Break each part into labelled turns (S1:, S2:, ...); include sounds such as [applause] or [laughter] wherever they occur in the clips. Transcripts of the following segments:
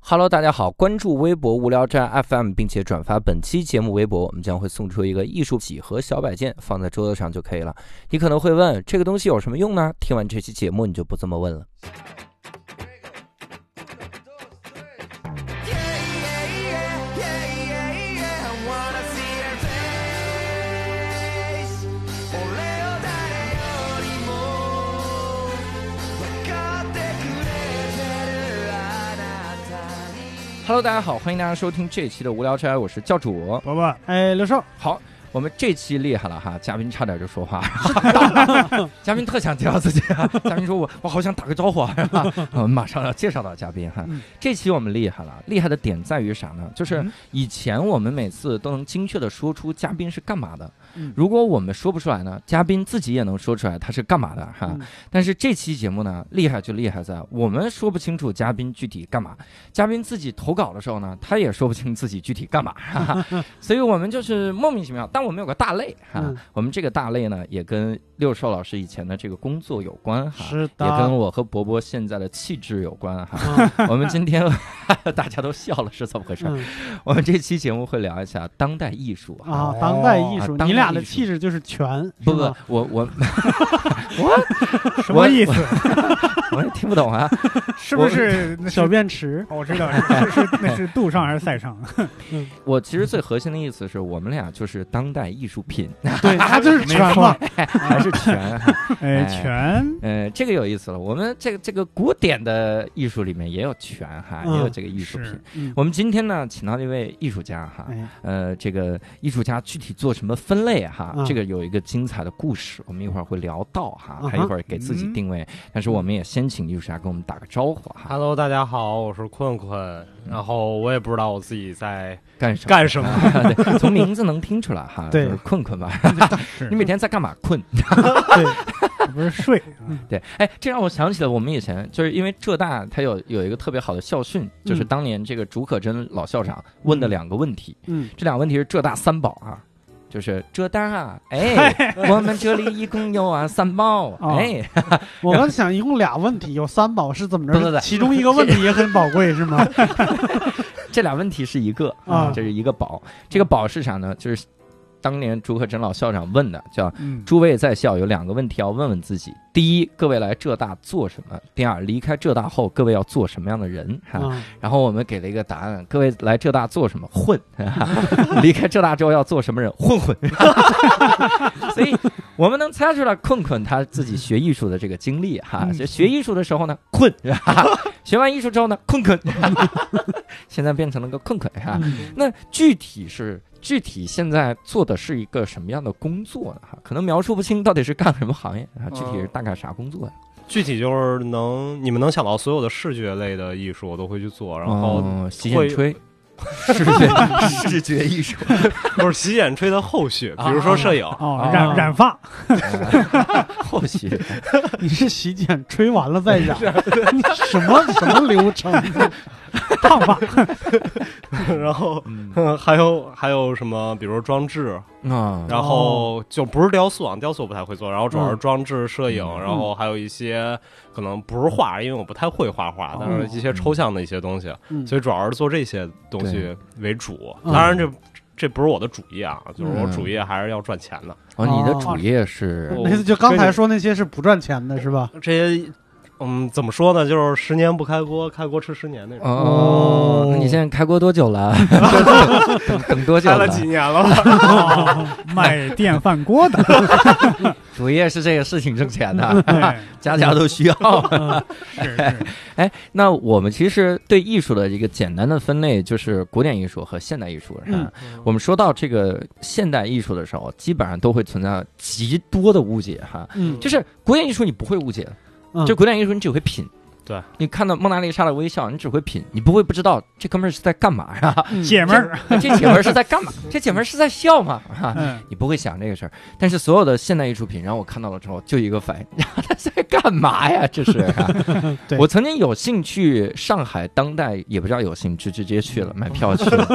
S1: Hello，大家好，关注微博无聊斋 FM，并且转发本期节目微博，我们将会送出一个艺术几何小摆件，放在桌子上就可以了。你可能会问，这个东西有什么用呢？听完这期节目，你就不这么问了。Hello，大家好，欢迎大家收听这一期的无聊斋，我是教主。
S2: 伯伯，哎，刘少，
S1: 好，我们这期厉害了哈，嘉宾差点就说话， [laughs] 嘉宾特想介绍自己啊，嘉宾说我我好想打个招呼啊， [laughs] 我们马上要介绍到嘉宾哈
S2: 嗯，
S1: 这期我们厉害了，厉害的点在于啥呢？就是
S2: 嗯
S1: 以前我们每次都能精确的说出嘉宾是干嘛的
S2: 嗯，
S1: 如果我们说不出来呢，嘉宾自己也能说出来他是干嘛的哈
S2: 嗯，
S1: 但是这期节目呢，厉害就厉害在我们说不清楚嘉宾具体干嘛，嘉宾自己投稿的时候呢，他也说不清自己具体干
S2: [laughs]
S1: 嘛，哈哈所以我们就是莫名其妙。但我们有个大类哈、
S2: 嗯
S1: 我们这个大类呢，也跟六兽老师以前的这个工作有关哈。
S2: 是
S1: 也跟
S2: 的，
S1: 我和伯伯现在的气质有关哈，
S2: 嗯
S1: 我们今天 [laughs] 大家都笑了是怎么回事？
S2: 嗯
S1: [laughs] 我们这期节目会聊一下当代艺术 [laughs] 哈
S2: 啊，当代艺
S1: 啊
S2: 术，
S1: 当代
S2: 你俩
S1: 艺
S2: 的
S1: 术
S2: 气质就是
S1: [laughs]
S2: 全，
S1: 不
S2: 是
S1: 不
S2: 吧，
S1: 我我
S3: 什么意思？
S1: 我也听不懂啊，
S3: 是不是那是
S2: 小？便池，
S3: 哦我知道，是是是那是杜尚还是塞尚？
S1: 我其实最核心的意思是我们俩就是当代艺术品，
S2: [laughs]
S1: [laughs]
S2: 对，他就是
S3: 没
S2: 全
S3: 错
S2: 嘛，
S1: 还是全哈。
S3: 哎
S1: 哎，
S3: 全
S1: 呃，这个有意思了。我们这个这个古典的艺术里面也有拳哈，
S2: 嗯
S1: 也有这个艺术品
S3: 是。
S2: 嗯
S1: 我们今天呢，请到一位艺术家哈，
S2: 哎，
S1: 呃，这个艺术家具体做什么分类哈，
S2: 嗯
S1: 这个有一个精彩的故事，我们一会儿会聊到哈，
S2: 嗯哼
S1: 还一会儿给自己定位。但是我们也先请艺术家跟我们打个招呼哈，
S4: Hello，大家好，我是困困，然后我也不知道我自己在
S1: 干什么？
S4: 干什
S1: [laughs]
S4: 么，
S1: 对，从名字能听出来哈，
S2: 对
S1: 就是困困吧？[laughs]
S3: 是
S1: 你每天在干嘛？困。
S3: 不
S1: [laughs]
S3: 是睡？
S1: 对，哎，这让我想起了我们以前，就是因为浙大它有有一个特别好的校训，就是
S2: 嗯
S1: 当年这个竺可桢老校长问的两个问题，
S2: 嗯，
S1: 这两个问题是浙大三宝啊。就是浙大
S2: [laughs]
S1: 啊，哎，我们这里一共有啊三宝，
S2: 哦
S1: 哎， [laughs]
S2: 我刚想一共俩问题，有三宝是怎么
S1: 不不不
S2: 着？其中一个问题也很宝贵是吗？
S1: 这俩问题是一个
S2: 啊
S1: 这是一个宝，这个宝是啥呢？就是当年竺可桢老校长问的，叫
S3: 嗯，
S1: 诸位在校有两个问题要问问自己：第一，各位来浙大做什么？第二，离开浙大后各位要做什么样的人？哈、
S2: 啊，
S1: 然后我们给了一个答案，各位来浙大做什么？混，离开浙大之后要做什么人？混混。 [laughs] 所以我们能猜出来，困困他自己学艺术的这个经历哈，
S2: 嗯
S1: 就学艺术的时候呢，困，学完艺术之后呢，困困， [laughs] 现在变成了个困困哈。
S2: 嗯
S1: 那具体是具体现在做的是一个什么样的工作呢？哈，可能描述不清到底是干什么行业
S4: 嗯
S1: 啊，具体是大概啥工作呀、
S4: 具体就是能你们能想到所有的视觉类的艺术，我都会去做，然后
S1: 哦洗剪
S4: 会 [laughs]
S1: 吹，视觉视觉艺术。
S4: 就是洗剪吹的后续，
S1: 啊
S4: 比如说摄影，
S3: 哦
S1: [laughs] 啊，
S3: 染染发，
S1: 后期
S3: [laughs]
S2: 你是洗剪吹完了再染，
S3: 啊
S2: 什么什么流程？
S3: 烫发，
S4: 然后 [laughs]
S1: 嗯
S4: [laughs] 嗯还有还有什么，比如说装置，
S1: 啊，
S4: 然后就不是雕塑啊，雕塑我不太会做，然后主要是
S2: 嗯
S4: 装置、摄影，
S1: 嗯
S4: 然后还有一些可能不是画，因为我不太会画画，但是一些抽象的一些东西，
S2: 嗯
S4: 所以主要是做这些东西为主。
S2: 嗯
S4: 当然这，这不是我的主业啊，就是我
S1: 嗯
S4: 主业还是要赚钱的。
S1: 哦，你的主业是
S4: 我
S2: 那就刚才说那些是不赚钱的是吧？
S4: 这些，嗯，怎么说呢？就是十年不开锅，开锅吃十年那种。
S1: 哦
S2: 哦，
S1: 那你现在开锅多久
S4: [laughs]
S1: 了？等等多久
S4: 开了几年了吧？
S3: [laughs] 卖电饭锅
S2: [laughs]
S3: 的，
S1: 主业是这个事情挣钱
S4: [laughs]
S1: 的，
S3: 哎
S1: 家家都需要。 [laughs]
S3: 是是，
S1: 那我们其实对艺术的一个简单的分类就是古典艺术和现代艺术，是
S2: 嗯
S1: 吧？我们说到这个现代艺术的时候，基本上都会存在极多的误解哈。
S2: 嗯
S1: 就是古典艺术你不会误解，
S2: 嗯
S1: 就古典艺术你只会品。
S4: 对，
S1: 你看到蒙娜丽莎的微笑，你只会品，你不会不知道这哥们儿是在干嘛呀、
S2: 嗯
S3: 姐们儿，
S1: 这 [laughs] 姐们儿是在干嘛？这姐们儿是在笑吗？哈、
S3: 嗯，
S1: 你不会想这个事儿。但是所有的现代艺术品让我看到了之后，就一个反应， [laughs] 他在干嘛呀？这
S2: [laughs]
S1: 是、
S2: 对
S1: 我曾经有幸去上海当代，也不知道有幸，就直接去了，买票去
S2: [laughs]
S1: 了，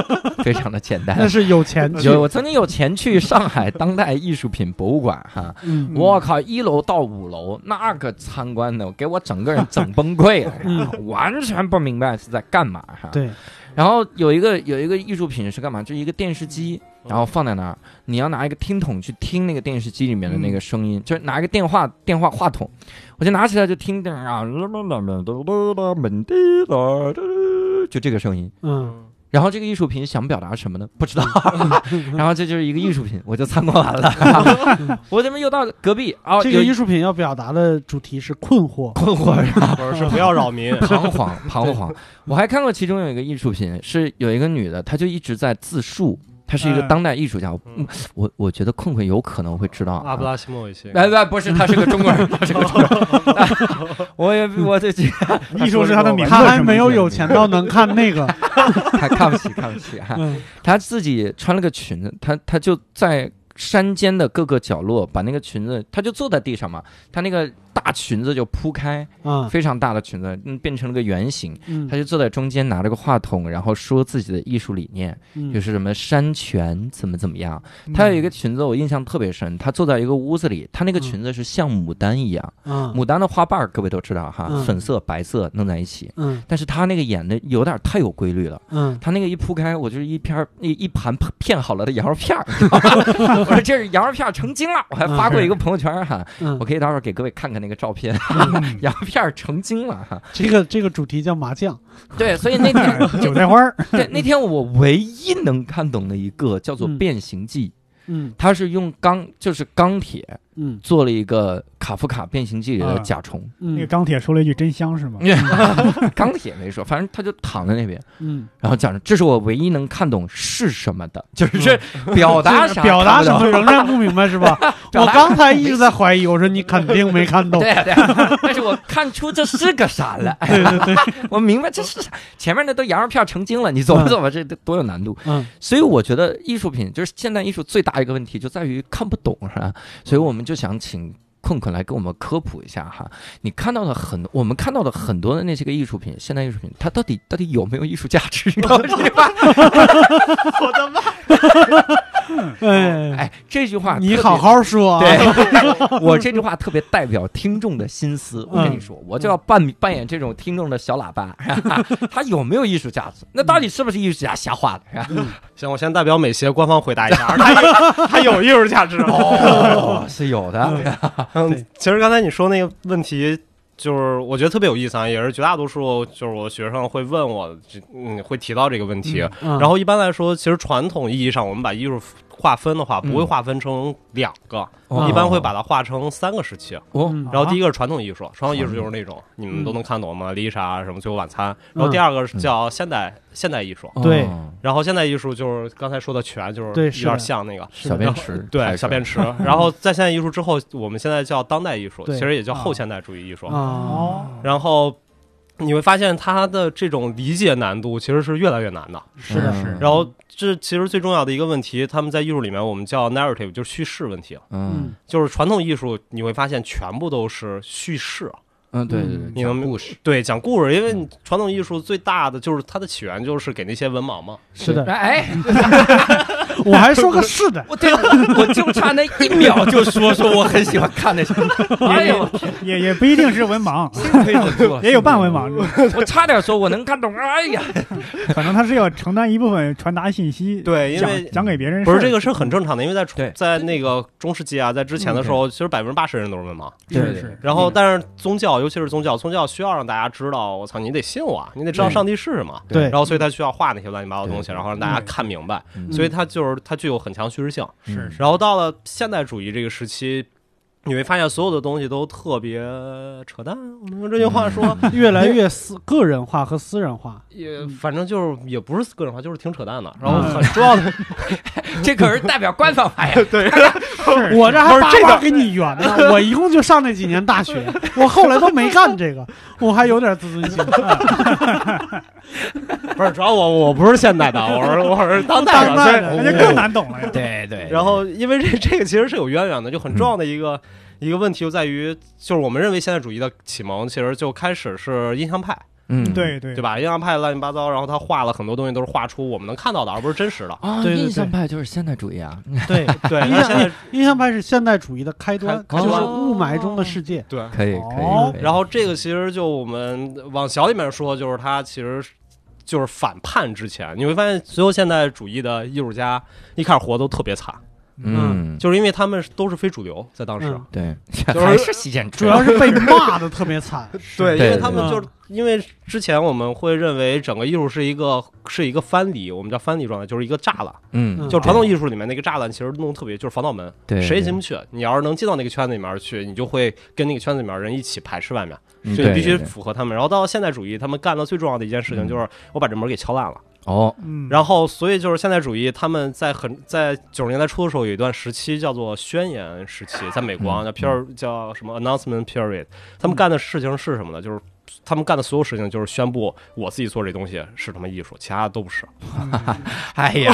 S1: 非常的简
S2: 那
S1: 单。
S2: 是有钱
S3: 嗯
S2: 去，
S1: 有我曾经有钱去上海当代艺术品博物馆哈、
S2: 嗯
S1: 我靠，一楼到五楼那个参观的，给我整个人整崩溃了，
S2: 嗯，
S1: 完全不明白是在干嘛哈。
S2: 对，
S1: 然后有一个有一个艺术品是干嘛？就是一个电视机，然后放在那儿，你要拿一个听筒去听那个电视机里面的那个声音，就是拿一个电话电话话筒，我就拿起来就听啊，就这个声音。
S2: 嗯，
S1: 然后这个艺术品想表达什么呢？不
S4: [laughs]
S1: 知道。然后这就是一个艺术品，我就参观完
S4: [laughs]
S1: 了。我这边又到隔壁
S3: 哦
S1: 啊，
S2: 这
S1: 有
S2: 个艺术品要表达的主题是困惑，
S1: 困惑是吧，
S4: [laughs] 或者是不要扰民
S1: [laughs] 彷徨，彷徨。我还看过其中有一个艺术品，是有一个女的，她就一直在自述，她是一个
S3: 嗯
S1: 当代艺术家。我
S4: 嗯
S1: 我我觉得困困有可能会知道
S4: 阿布
S1: 啊。
S4: 拉西莫维奇，
S1: 哎，不，不是，她是个中国人，她是个中国人。[laughs]
S4: [laughs]
S1: 我也我这这
S3: 艺术是他的名字，
S2: 他还没有有钱到能看那
S3: [laughs]
S2: 个，
S1: 还看不起，看不起啊！
S2: 嗯
S1: 她自己穿了个裙子，她她就在山间的各个角落把那个裙子，她就坐在地上嘛，她那个大裙子就铺开，
S2: 啊，
S1: 非常大的裙子，嗯，变成了个圆形。
S2: 嗯
S1: 他就坐在中间，拿了个话筒，然后说自己的艺术理念，就
S2: 嗯
S1: 是什么山泉怎么怎么样。他有一个裙子，我印象特别深，他坐在一个屋子里，他
S2: 嗯
S1: 那个裙子是像牡丹一样，
S2: 啊
S1: 牡丹的花瓣儿各位都知道哈，
S2: 嗯
S1: 粉色、白色弄在一起。
S2: 嗯
S1: 但是他那个演的有点太有规律了，
S2: 嗯
S1: 他那个一铺开，我就是一片儿一一盘片好了的羊肉
S2: [laughs]
S1: 片儿，我说这是羊肉片儿成精了，我还发过一个朋友圈哈，
S2: 嗯
S1: 我，可以待会儿给各位看看那个照片，
S3: 嗯
S1: [laughs] 羊肉片儿成精了哈。
S2: 这个这个主题叫麻将，
S1: 对，所以那天
S3: [laughs] 韭菜花儿，
S1: 对，那天我唯一能看懂的一个叫做《
S2: 嗯
S1: 变形记》，
S2: 嗯
S1: 它是用钢，就是钢铁
S2: 嗯
S1: 做了一个卡夫卡《变形记》里的甲虫。
S3: 那个
S2: 嗯
S3: 钢铁说了一句“真香”是吗？
S1: [laughs] 钢铁没说，反正他就躺在那边，
S2: 嗯，
S1: 然后讲着，这是我唯一能看懂是什么的，就是这表达啥，
S2: 嗯 [laughs] 表达什
S1: 看不
S2: 么
S1: 懂
S2: 仍然不明白是吧？
S1: 表
S2: 我
S1: 达
S2: 刚才一直在怀疑，我说你肯定没看懂，
S1: [laughs] 对对，
S2: [laughs]
S1: 但是我看出这是个啥了，
S2: 对对对，
S1: 我明白这是啥，前面那都羊肉片成精了，你琢磨琢磨这多有难度。
S2: 嗯
S1: 所以我觉得艺术品就是现代艺术最大一个问题就在于看不懂，是吧？所以我们就想请困困来给我们科普一下哈。你看到的很，我们看到的很多的那些个艺术品，现代艺术品，它到底到底有没有艺术价
S2: [laughs]
S1: 值？你知道这吧？
S2: 哎，
S1: 哎，这句话
S2: 你
S1: 特别
S2: 好。好说啊，
S1: 对，我这句话特别代表听众的心思。我跟你说，我就要扮扮演这种听众的小喇叭， [laughs] 他有没有艺术价值？那到底是不是艺术家瞎画的？ [laughs] 是吧
S4: 行，我先代表美协官方回答一
S2: [laughs]
S4: 下，它它有艺术价值吗？
S1: 哦，是有的。
S4: 嗯，其实刚才你说那个问题，就是我觉得特别有意思啊，也是绝大多数就是我学生会问我，这嗯，会提到这个问题。
S2: 然
S4: 然后一般来说，其实传统意义上我们把艺术划分的话，不
S2: 嗯
S4: 会划分成两个，
S1: 哦
S4: 一般会把它划成三个时期。
S1: 哦，
S2: 嗯
S4: 然后第一个是传统艺术，传统艺术就是那种你们都能看懂嘛，丽莎什么最后晚餐。
S2: 嗯
S4: 然后第二个是叫现代现代艺术，
S2: 对
S1: 哦
S4: 然后现代艺术就是刚才说的全，就是
S2: 对
S4: 有
S2: 是的
S4: 点像那个。
S1: 小便池，
S4: 对，小便
S1: 池。
S4: 池。然后在现代艺术之后，我们现在叫当代艺术，
S2: 对
S4: 其实也叫后现代主义艺术。
S2: 啊，
S4: 然后你会发现它的这种理解难度其实是越来越难的。
S2: 是的，
S1: 嗯
S2: 是的，
S4: 然后这其实最重要的一个问题，他们在艺术里面我们叫 narrative，就是叙事问题。
S1: 嗯
S2: 嗯
S4: 就是传统艺术，你会发现全部都是叙事，
S1: 嗯，对对对，
S4: 你
S1: 讲
S4: 能
S1: 故事
S4: 对，讲故事。因为你传统艺术最大的就是它的起源就是给那些文盲嘛，
S2: 是的，
S1: 哎，
S2: 我还说个是的，
S1: 我对我就差那一秒就说说我很喜欢看那些，哎呦，
S3: 也也不一定是文盲，
S1: 幸亏我做了
S3: 也有半文盲，
S1: 我差点说我能看懂，哎呀，
S3: 可能他是要承担一部分传达信息，
S4: 对因为
S3: 讲讲给别人。
S4: 不是这个是很正常的，因为在
S1: 对
S4: 在那个中世纪啊，在之前的时候，其实百分之八十人都是文盲。
S1: 对
S3: 是
S1: 对
S3: 是，
S4: 然后，但是宗教，尤其是宗教，宗教需要让大家知道，我操，你得信我啊，你得知道
S1: 对
S4: 上帝是什么。
S2: 对
S4: 然后，所以他需要画那些乱七八糟的东西，
S1: 对
S4: 然后让大家看明白。
S1: 嗯
S4: 所以它就是它具有很强叙事性。
S1: 是
S4: 然后到了现代主义这个时期，你会发现所有的东西都特别扯淡。我们用这句话说，
S2: 越来越私个人化和私人化，
S4: 也反正就是也不是个人化，就是挺扯淡的。然后很重要的，
S1: [laughs] 这可是代表官方发言，
S2: 我这还八卦给你圆呢。我一共就上那几年大学，我后来都没干这个，我还有点自尊心。
S4: 不是主要我我不是现代的，我是我是当代
S3: 当
S4: 的，
S3: 代
S4: 所以
S3: 的那就更难懂了呀。
S1: 嗯对对
S4: 然后，因为这这个其实是有渊源的，就很重要的一个、一个问题就在于，就是我们认为现代主义的启蒙其实就开始是印象派，
S1: 嗯，
S3: 对对
S4: 对吧？印象派乱七八糟，然后他画了很多东西都是画出我们能看到的，而不是真实的。
S1: 啊，
S2: 对对
S1: 印象派就是现代主义啊，
S2: 对，
S4: 对，
S2: 印
S4: 他现
S2: 象
S4: 在
S2: 印象派是现代主义的开端，
S4: 开
S2: 就
S4: 开
S2: 是
S4: 端
S2: 雾霾中的世界。
S4: 对，
S1: 可以可以
S3: 哦
S1: 可以。
S4: 然后这个其实就我们往小里面说，就是他其实是就是反叛之前，你会发现所有现代主义的艺术家一开始活都特别惨，
S1: 嗯，
S4: 就是因为他们都是非主流，在当时。
S2: 嗯
S1: 对，
S4: 就是
S1: 还是西建
S2: 主要是被骂的特别惨，
S4: 对，因
S1: 对
S4: 为他们
S2: 对
S4: 就是因为之前我们会认为整个艺术是一个是一个藩篱，我们叫藩篱状态，就是一个栅栏，
S1: 嗯，
S4: 就是传统
S1: 艺
S4: 艺术里面那个栅栏，其实弄得特别就是防盗门，
S1: 对
S4: 谁也进不去。你要是能进到那个圈子里面去，你就会跟那个圈子里面人一起排斥外面，
S1: 嗯
S4: 所以你必须
S1: 对对对
S4: 符合他们。然后到现代主义，他们干的最重要的一件事情
S1: 嗯
S4: 就是我把这门给敲烂了。
S1: 哦，
S3: 嗯，
S4: 然后，所以就是现代主义，他们在很在九十年代初的时候，有一段时期叫做宣言时期，在美国啊
S1: 嗯
S4: 叫 period 叫什么 announcement period，他们干的事情是什么呢？就是他们干的所有事情就是宣布我自己做这东西是他妈艺术，其他的都不是。
S1: 哎
S4: [laughs]
S1: 呀，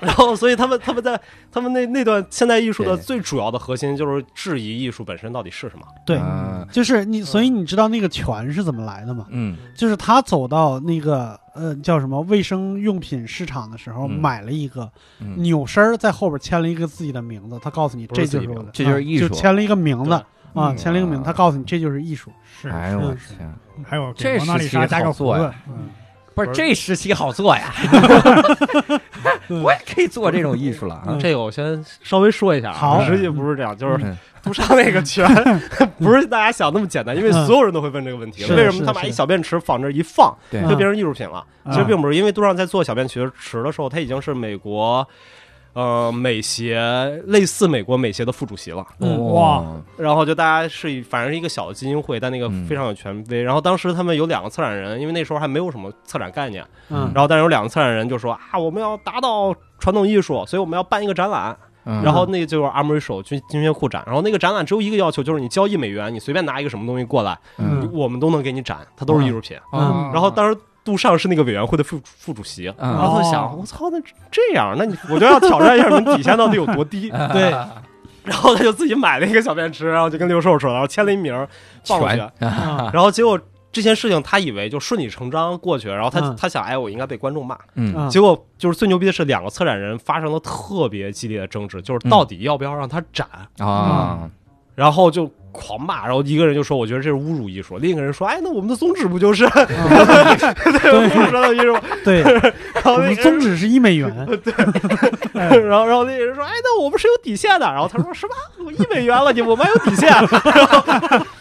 S4: 然后，所以他们他们在他们那那段现代艺术的
S1: 对
S4: 最主要的核心就是质疑艺术本身到底是什么。
S2: 对，
S1: 啊
S2: 就是你，所以你知道那个拳是怎么来的吗？
S1: 嗯
S2: 就是他走到那个呃叫什么卫生用品市场的时候，
S1: 嗯
S2: 买了一个
S1: 嗯，
S2: 扭身儿，在后边签了一个自己的名字，他告诉你
S4: 不是
S2: 这就
S4: 自己
S2: 是我
S4: 名
S2: 的，
S1: 这就是
S2: 啊
S1: 艺术
S2: 就签了一个名字
S1: 嗯
S2: 啊，签了一个名字，他告诉你这就是艺术，
S3: 是
S1: 哎呦我天，
S3: 还有
S1: 这
S3: 给蒙娜丽莎加个胡
S1: 时期
S3: 子嗯
S1: 好，不是这时期好做呀， [laughs] 我也可以做这种艺术了啊
S2: 嗯，
S4: 这个我先稍微说一下啊，
S2: 好
S4: 实际不是这样，就是
S1: 嗯
S4: 杜莎那个拳
S2: [laughs]
S4: 不是大家想那么简单，因为所有人都会问这个问题，
S2: 嗯是
S4: 为什么
S2: 是
S4: 他把
S2: 是
S4: 一小便池往这一放
S1: 对
S4: 就变成艺术品了？
S3: 嗯
S4: 其实并不是，因为杜尚在做小便池池的时候，他已经是美国。呃，美协类似美国美协的副主席了，
S1: 啊哦
S2: 嗯
S1: 哇，
S4: 然后就大家是以反正是一个小的基金会，但那个
S1: 嗯
S4: 非常有权威。然后当时他们有两个策展人，因为那时候还没有什么策展概念，
S2: 嗯
S1: 嗯
S4: 然后但是有两个策展人就说啊，我们要达到传统艺术，所以我们要办一个展览，
S1: 嗯
S4: 然后那个就是 Armory Show 军军械库展，然后那个展览只有一个要求，就是你交一美元，你随便拿一个什么东西过来，
S1: 嗯
S4: 我们都能给你展，它都是艺术品。
S1: 哦
S4: 嗯然后当时杜尚是那个委员会的副副主席，然
S1: 啊
S4: 后他就
S2: 哦
S4: 想，我操，那这样，那你我就要挑战一下你们底线到底有多低。
S2: 对，
S4: 然后他就自己买了一个小便池，然后就跟六兽说，然后签了一名儿放过去，
S2: 啊
S4: 然后结果。这件事情他以为就顺理成章过去，然后他、
S2: 嗯
S4: 他想，哎，我应该被观众骂。
S1: 嗯
S2: 啊
S4: 结果就是最牛逼的是，两个策展人发生了特别激烈的争执，就是到底要不要让他展。
S1: 啊，
S4: 然后就狂骂，然后一个人就说：“我觉得这是侮辱艺术。”另一个人说：“哎，那我们的宗旨不就是 [laughs] 对侮辱传统艺术吗
S2: 嗯 [laughs]
S3: [laughs]
S2: 对，？”
S4: 然
S2: 我
S4: 后那
S2: 们
S4: 个
S2: 宗
S4: 人，
S2: 旨是一美元，
S4: 然后然后那个人说：“哎，那我们是有底线的。”然后他说：“ [laughs] 什么？我一美元了，你我们还有底线？”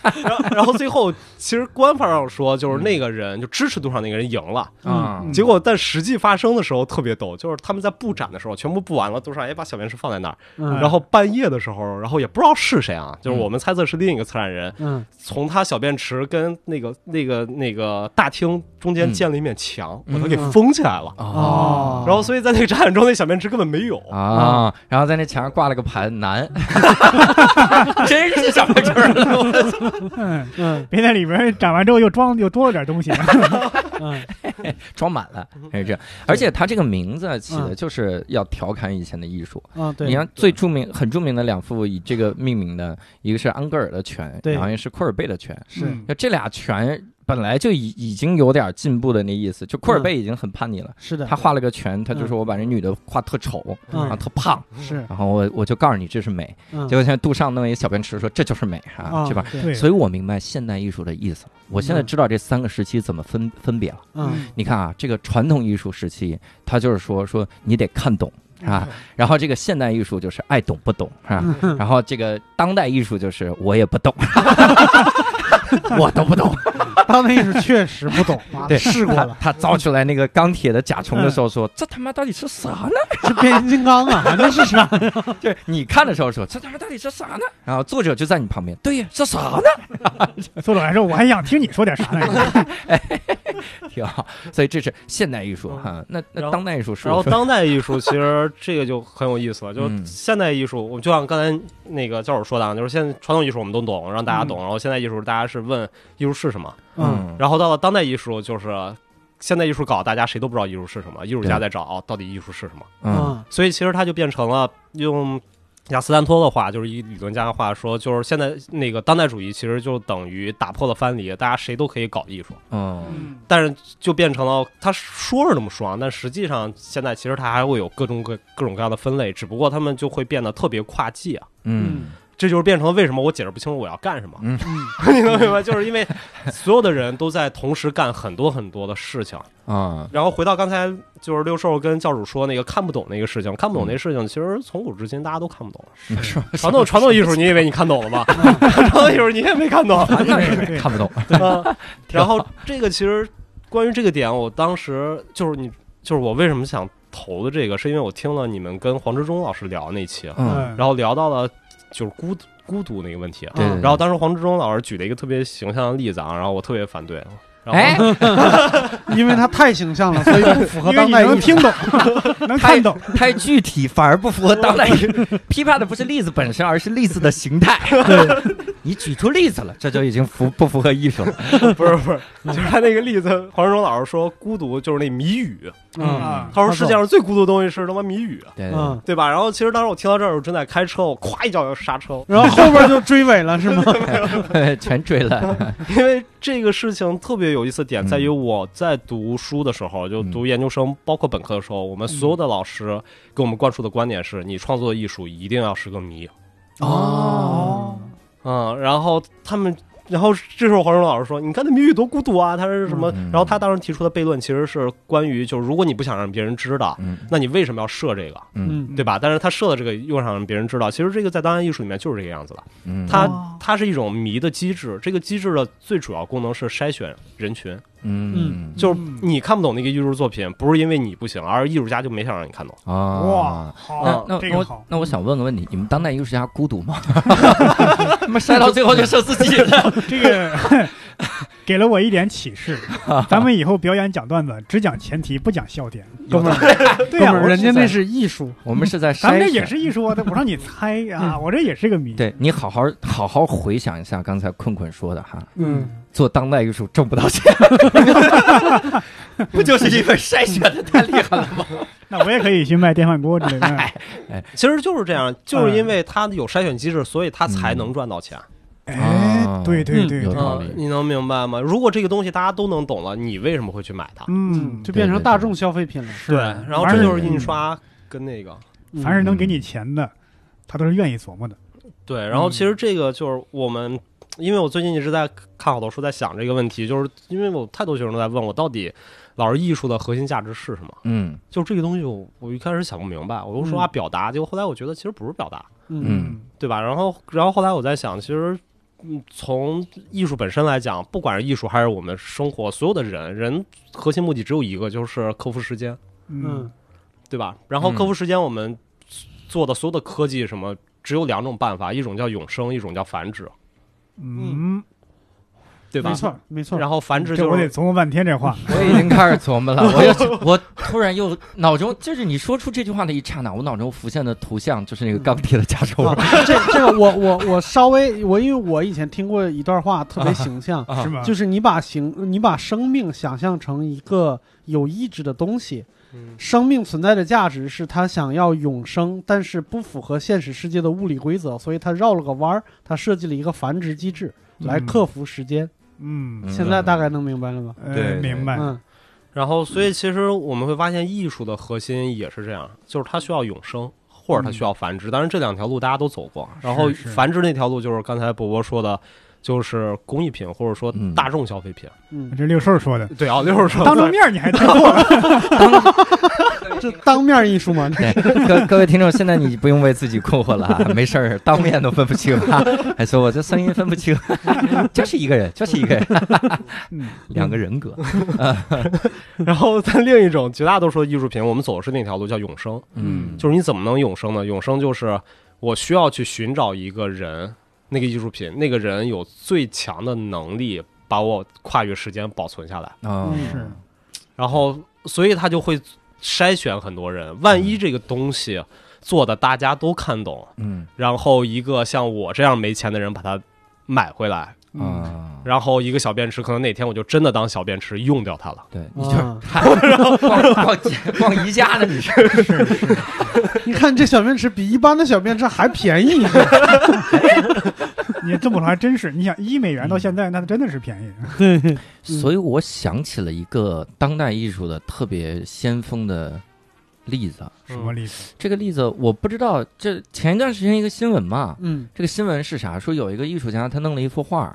S4: [laughs] 然后然后 [laughs] 然后最后，其实官方上说就是那个人就支持杜尚那个人赢了。
S1: 啊
S3: 嗯
S4: 结果但实际发生的时候特别逗，就是他们在布展的时候全部布完了，杜尚也把小便池放在那儿。
S2: 嗯
S4: 然后半夜的时候，然后也不知道是谁啊，就是我们猜测是另一个策展人。
S2: 嗯
S4: 从他小便池跟那个那个那个大厅中间建了一面墙，
S1: 嗯
S4: 把它给封起来了。
S1: 哦。
S4: 然后，所以在那个展览中，那小便池根本没有。
S1: 啊，然后在那墙上挂了个盘，难，真是小白裙儿了我操
S3: 嗯，
S2: 嗯
S3: 别在里边展完之后又装又多了点东西，
S2: 嗯
S1: 装满了，是这样。而且他这个名字起的就是要调侃以前的艺术。
S2: 嗯，对，
S1: 你看最著名、很著名的两幅以这个命名的，一个是安格尔的拳，
S2: 对
S1: 然后也 [laughs] 是库尔贝的拳。
S2: 是
S3: 嗯
S1: 就这俩拳本来就已已经有点进步的那意思，就库
S2: 嗯
S1: 尔贝已经很叛逆了。
S2: 是的，
S1: 他画了个拳，他就说我把这女的画特丑，
S2: 嗯
S1: 然后特胖，
S2: 是，
S1: 然后我我就告诉你这是美。
S2: 嗯
S1: 结果现在杜尚弄一小便池说这就是美啊，
S2: 啊
S1: 这吧？
S2: 对，
S3: 对，
S1: 所以我明白现代艺术的意思了。我现在知道这三个时期怎么分分别了。
S2: 嗯
S1: 你看啊，这个传统艺术时期，它就是说说你得看懂啊，然后这个现代艺术就是爱懂不懂啊，
S2: 嗯
S1: 然后这个当代艺术就是我也不懂，我都不懂。
S2: [laughs] 当代艺术确实不懂啊，
S1: 对
S2: 试过
S1: 他
S2: 了，
S1: 他造出来那个钢铁的甲虫的时候说，这他妈到底是啥呢？
S2: 是变形金刚啊，那是啥？
S1: 对你看的时候说这他妈到底是啥呢？然后作者就在你旁边，对呀，是啥呢？
S3: 作者还说我还想听你说点啥来着，
S1: 挺好。所以这是现代艺术
S4: 嗯
S1: 哈、那
S4: 然
S1: 那
S4: 后
S1: 当代艺术是
S4: 然后
S1: 我说
S4: 当代艺术 [laughs] 其实这个就很有意思了，就是
S1: 嗯
S4: 现代艺术，我就像刚才那个教授说的，啊，就是现在传统艺术我们都懂，让大家懂，然后现代艺术大家是问艺术是什么，
S2: 嗯，
S1: 嗯
S4: 然后到了当代艺术就是。现代艺术搞，大家谁都不知道艺术是什么，艺术家
S1: 对
S4: 在找、到底艺术是什么，
S1: 嗯
S2: 嗯
S4: 所以其实它就变成了用亚斯兰托的话，就是一理论家的话说，就是现在那个当代主义其实就等于打破了藩篱，啊大家谁都可以搞艺术，
S1: 嗯，
S4: 但是就变成了他说是这么说啊，但实际上现在其实它还会有各种各各种各样的分类，只不过他们就会变得特别跨界啊。
S1: 嗯，
S4: 这就是变成了为什么我解释不清楚我要干什么， [laughs]
S1: 嗯
S4: 你能明白？就是因为所有的人都在同时干很多很多的事情。
S1: 啊，
S4: 然后回到刚才就是六兽跟教主说那个看不懂那个事情，看不懂那事情，其实从古至今大家都看不懂。
S2: 嗯
S1: 是
S4: 传统传统艺术，你以为你看懂了吗？传统艺术你也没看懂。
S1: 那是
S3: 对
S1: 看不懂，
S4: 啊，然后这个其实关于这个点，我当时就是你就是我为什么想投的这个，是因为我听了你们跟黄志忠老师聊那期，啊
S1: 嗯，
S4: 然后聊到了就是孤独孤独那个问题
S2: 嗯
S4: 啊。
S1: 对对，对
S4: 然后当时黄志忠老师举了一个特别形象的例子啊，然后我特别反对。然
S1: 哎
S4: 后，
S2: 因为它太形象了，所以不符合
S3: 因为
S2: 当
S3: 你
S2: 代艺
S3: 能
S2: 术。
S3: 听
S2: [laughs]
S3: 懂，能看懂，
S1: 太具体反而不符合当代艺术。 [laughs] 批判的不是例子本身，而是例子的形态。 [laughs] 你举出例子了，这就已经符不符合艺术
S3: [laughs]
S1: 了？
S4: [laughs] 不是不是，就是他那个例子，黄志忠老师说孤独就是那谜语，
S1: 嗯
S3: 啊
S4: 他说世界上最孤独的东西是他妈谜语，
S1: 对对对
S2: 嗯，
S4: 对吧？然后其实当时我听到这儿，我正在开车，我咵一脚就刹车，
S2: 然后后边就追尾了，
S3: [laughs]
S2: 是吗？
S1: 对，全追了。
S4: [laughs] 因为这个事情特别有意思的点
S1: 嗯
S4: 在于，我在读书的时候，就读研究生，包括本科的时候，我们所有
S1: 嗯
S4: 的老师给我们灌输的观点是：你创作艺术一定要是个谜。
S1: 哦，
S4: 嗯，然后他们，然后这时候黄忠老师说：“你看那谜语多孤独啊！”他是什么？
S1: 嗯嗯
S4: 然后他当时提出的悖论其实是关于，就是如果你不想让别人知道，
S1: 嗯
S4: 那你为什么要设这个，
S1: 嗯
S2: 嗯，
S4: 对吧？但是他设的这个又让别人知道，其实这个在当代艺术里面就是这个样子的。
S1: 嗯，
S4: 它
S2: 哦
S4: 它是一种谜的机制，这个机制的最主要功能是筛选人群。
S1: 嗯
S4: 就是你看不懂那个艺术作品，不是因为你不行，而是艺术家就没想让你看懂。
S1: 啊
S3: 哇，。
S1: 那
S3: 好，
S1: 那
S3: 这
S1: 那
S3: 个
S1: 我
S3: 好，
S1: 那我想问个问题：你们当代艺术家孤独
S3: [laughs]
S1: 吗？他妈晒到最后就剩自己了。
S3: 这个给了我一点启示。咱们以后表演讲段子，只讲前提，不讲笑点。
S2: 哥们儿，
S3: 对
S2: 哥
S3: 呀，
S2: 们儿，
S3: 我
S2: 人家
S3: 是在
S2: 那是艺术。
S1: 我们是在
S3: 咱
S1: 筛
S3: 们这
S1: 选，
S3: 也是艺术啊，我让你猜啊，我这也是个谜。
S1: 对你好好好好回想一下刚才困困说的哈，
S2: 嗯，
S1: 做当代艺术挣不到钱，不就是因为筛选的太厉害了吗？
S3: 那我也可以去卖电饭锅之类的。
S4: 其实就是这样，就是因为它有筛选机制，所以它才能赚到钱。
S3: 哎，对对对
S1: 啊有
S3: 对，
S1: 道
S4: 嗯，
S1: 理。
S4: 你能明白吗？如果这个东西大家都能懂了，你为什么会去买它？
S3: 嗯，
S2: 就变成大众消费品了。
S4: 对，然后这就是
S1: 嗯
S4: 印刷跟那个。
S2: 嗯
S3: 凡是能给你钱的，他都是愿意琢磨的。
S4: 对，然后其实这个就是我们，因为我最近一直在看好多书，在想这个问题，就是因为我太多学生都在问我，到底老师艺术的核心价值是什么？
S1: 嗯
S4: 就这个东西我，我一开始想不明白，我就说啊表达，结果后来我觉得其实不是表达，
S2: 嗯
S1: 嗯，
S4: 对吧？然后，然后后来我在想，其实，嗯，从艺术本身来讲，不管是艺术还是我们生活，所有的人，人核心目的只有一个，就是克服时间，
S3: 嗯
S2: 嗯，
S4: 对吧？然后
S1: 嗯
S4: 克服时间，我们做的所有的科技什么，只有两种办法，一种叫永生，一种叫繁殖，
S3: 嗯，
S4: 对吧？
S2: 没错儿，没错儿。
S4: 然后繁殖
S3: 这
S4: 就
S3: 我得
S4: 是，
S3: 琢磨半天这话。
S1: 我已经开始琢磨了。我又是我突然又脑中就是你说出这句话的一刹那，我脑中浮现的图像就是那个钢铁的甲虫
S2: 啊，这这个我我我稍微我因为我以前听过一段话特别
S1: [laughs]
S2: 形象，
S1: 啊
S3: 是吗？
S2: 就是你把形你把生命想象成一个有意志的东西，
S4: 嗯
S2: 生命存在的价值是它想要永生，但是不符合现实世界的物理规则，所以它绕了个弯儿，它设计了一个繁殖机制来克服时间。
S3: 嗯，
S1: 嗯
S2: 现在大概能明白了吧？
S3: 呃
S1: 对
S3: 明白。
S2: 嗯，
S4: 然后所
S3: 嗯
S4: 以其实我们会发现，艺术的核心也是这样，就是它需要永生。或者它需要繁殖，当然这两条路大家都走过。然后
S3: 是是
S4: 繁殖那条路就是刚才博博说的，就是工艺品或者说
S1: 嗯
S4: 大众消费品。
S2: 嗯，
S3: 这六兽说的，
S4: 对啊，就是说
S3: 当着面你还听错了，
S2: 这当面艺术嘛，这
S1: [laughs] 对，各各位听众，现在你不用为自己困惑了 [laughs] 啊，没事儿，当面都分不清啊，还说我这声音分不清，就是一个人，就是一个人，
S3: 嗯
S1: [laughs] 两个人格，
S4: 然后在另一种绝大多数的艺术品，我们走的是那条路，叫永生。
S1: 嗯，
S4: 就是你怎么能永生呢？永生就是我需要去寻找一个人，那个艺术品，那个人有最强的能力把我跨越时间保存下来。
S1: 啊，
S3: 是
S4: 然后，所以他就会筛选很多人。万一这个东西做的大家都看懂，
S1: 嗯
S4: 然后一个像我这样没钱的人把它买回来，
S2: 嗯
S1: 啊，
S4: 然后一个小便池，可能哪天我就真的当小便池用掉它了。
S1: 对，你就是
S2: 啊！
S1: [laughs] 逛逛逛宜家呢，你是
S2: 你看这小便池比一般的小便池还便宜，
S3: 你这么说还真是，你想一美元
S1: 嗯
S3: 到现在，那真的是便宜。
S2: 嗯
S1: 所以我想起了一个当代艺术的特别先锋的例子。啊
S3: 什么例子？
S1: 这个例子我不知道，这前一段时间一个新闻嘛，
S2: [laughs] 嗯
S1: 这个新闻是啥？说有一个艺术家他弄了一幅画，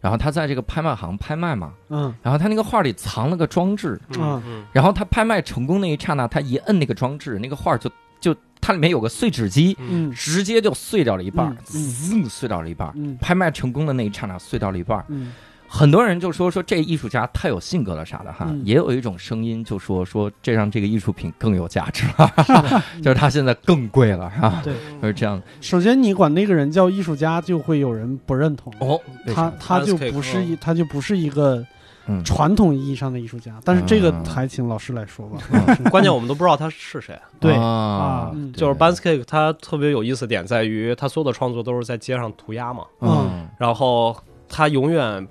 S1: 然后他在这个拍卖行拍卖嘛，
S2: 嗯
S1: 然后他那个画里藏了个装置，
S2: 嗯
S4: 嗯
S1: 然后他拍卖成功那一刹那，他一摁那个装置，那个画就就它里面有个碎纸机，
S2: 嗯
S1: 直接就碎掉了一半，
S2: 嗯嗯
S1: 滋碎掉了一半。
S2: 嗯
S1: 拍卖成功的那一刹那碎掉了一半，
S2: 嗯
S1: 很多人就说说这艺术家太有性格了啥的哈，
S2: 嗯
S1: 也有一种声音就说说这让这个艺术品更有价值了， [laughs] 就是它现在更贵了哈，
S2: 对。
S1: 就是这样的
S2: 首先，你管那个人叫艺术家，就会有人不认同。
S1: 哦，为啥
S2: 他他就
S4: Landscape
S2: 不是一，他就不是一个
S1: 嗯
S2: 传统意义上的艺术家。但是这个
S1: 嗯
S2: 还请老师来说吧。
S4: 嗯关键我们都不知道他是谁。
S3: 对
S1: 啊
S3: 啊，
S2: 嗯
S1: 对
S4: 就是 Banscake，他特别有意思的点在于，他所有的创作都是在街上涂鸦嘛，
S1: 嗯
S4: 然后他永远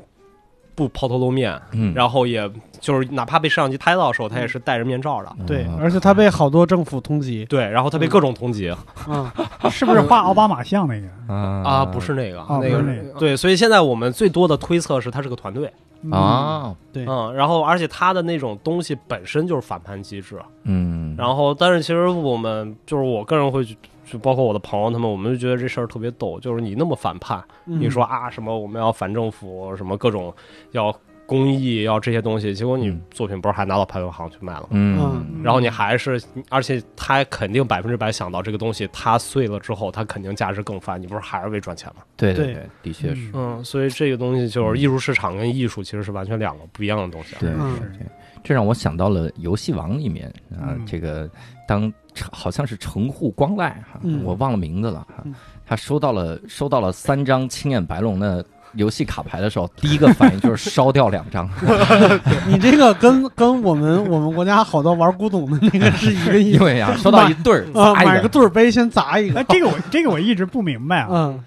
S4: 不抛头露面，
S1: 嗯，
S4: 然后也就是哪怕被摄像机拍到的时候，他也是戴着面罩的。
S2: 对
S1: 嗯，
S2: 而且他被好多政府通
S4: [laughs]
S2: 缉
S4: 对，然后他被各种通缉
S2: 啊，
S3: 是不是画奥巴马像那个？
S1: 啊
S4: 啊，不是那个，
S3: 啊不
S4: 那
S3: 是
S2: 嗯
S4: 个
S3: 那个
S4: 对，所以现在我们最多的推测是他是个团队，
S1: 啊，
S2: 对
S4: 嗯，然后而且他的那种东西本身就是反叛机制，
S1: 嗯，
S4: 然后，但是其实我们就是我个人会去，就包括我的朋友他们，我们就觉得这事儿特别逗，就是你那么反叛，
S2: 嗯
S4: 你说啊什么我们要反政府，什么各种要公益，要这些东西，结果你
S1: 嗯
S4: 作品不是还拿到拍卖行去卖了吗？
S1: 嗯
S4: 然后你还是，而且他肯定百分之百想到这个东西，它碎了之后，它肯定价值更翻，你不是还是为赚钱吗？
S1: 对对
S2: 对
S1: 对，的确是，
S3: 嗯
S4: 嗯，所以这个东西就是艺术市场跟艺术其实是完全两个不一样的东西。啊
S1: 对
S2: 嗯
S1: 是这样这让我想到了《游戏王》里面啊
S3: 嗯，
S1: 这个当好像是城户光赖哈
S2: 嗯，
S1: 我忘了名字了哈
S2: 嗯，
S1: 他收到了收到了三张青眼白龙的。游戏卡牌的时候，第一个反应就是烧掉两
S2: [laughs]
S1: 张，
S2: 你这个跟跟我们我们国家好多玩古董的那个是一个意
S1: 因
S2: 思
S1: [laughs] 为啊，收到一对儿
S2: 啊，
S1: 砸一 [laughs]
S2: 买个对儿杯先砸一
S3: 哎，
S2: 个，
S3: 这个我这个我一直不明白啊。
S2: 嗯，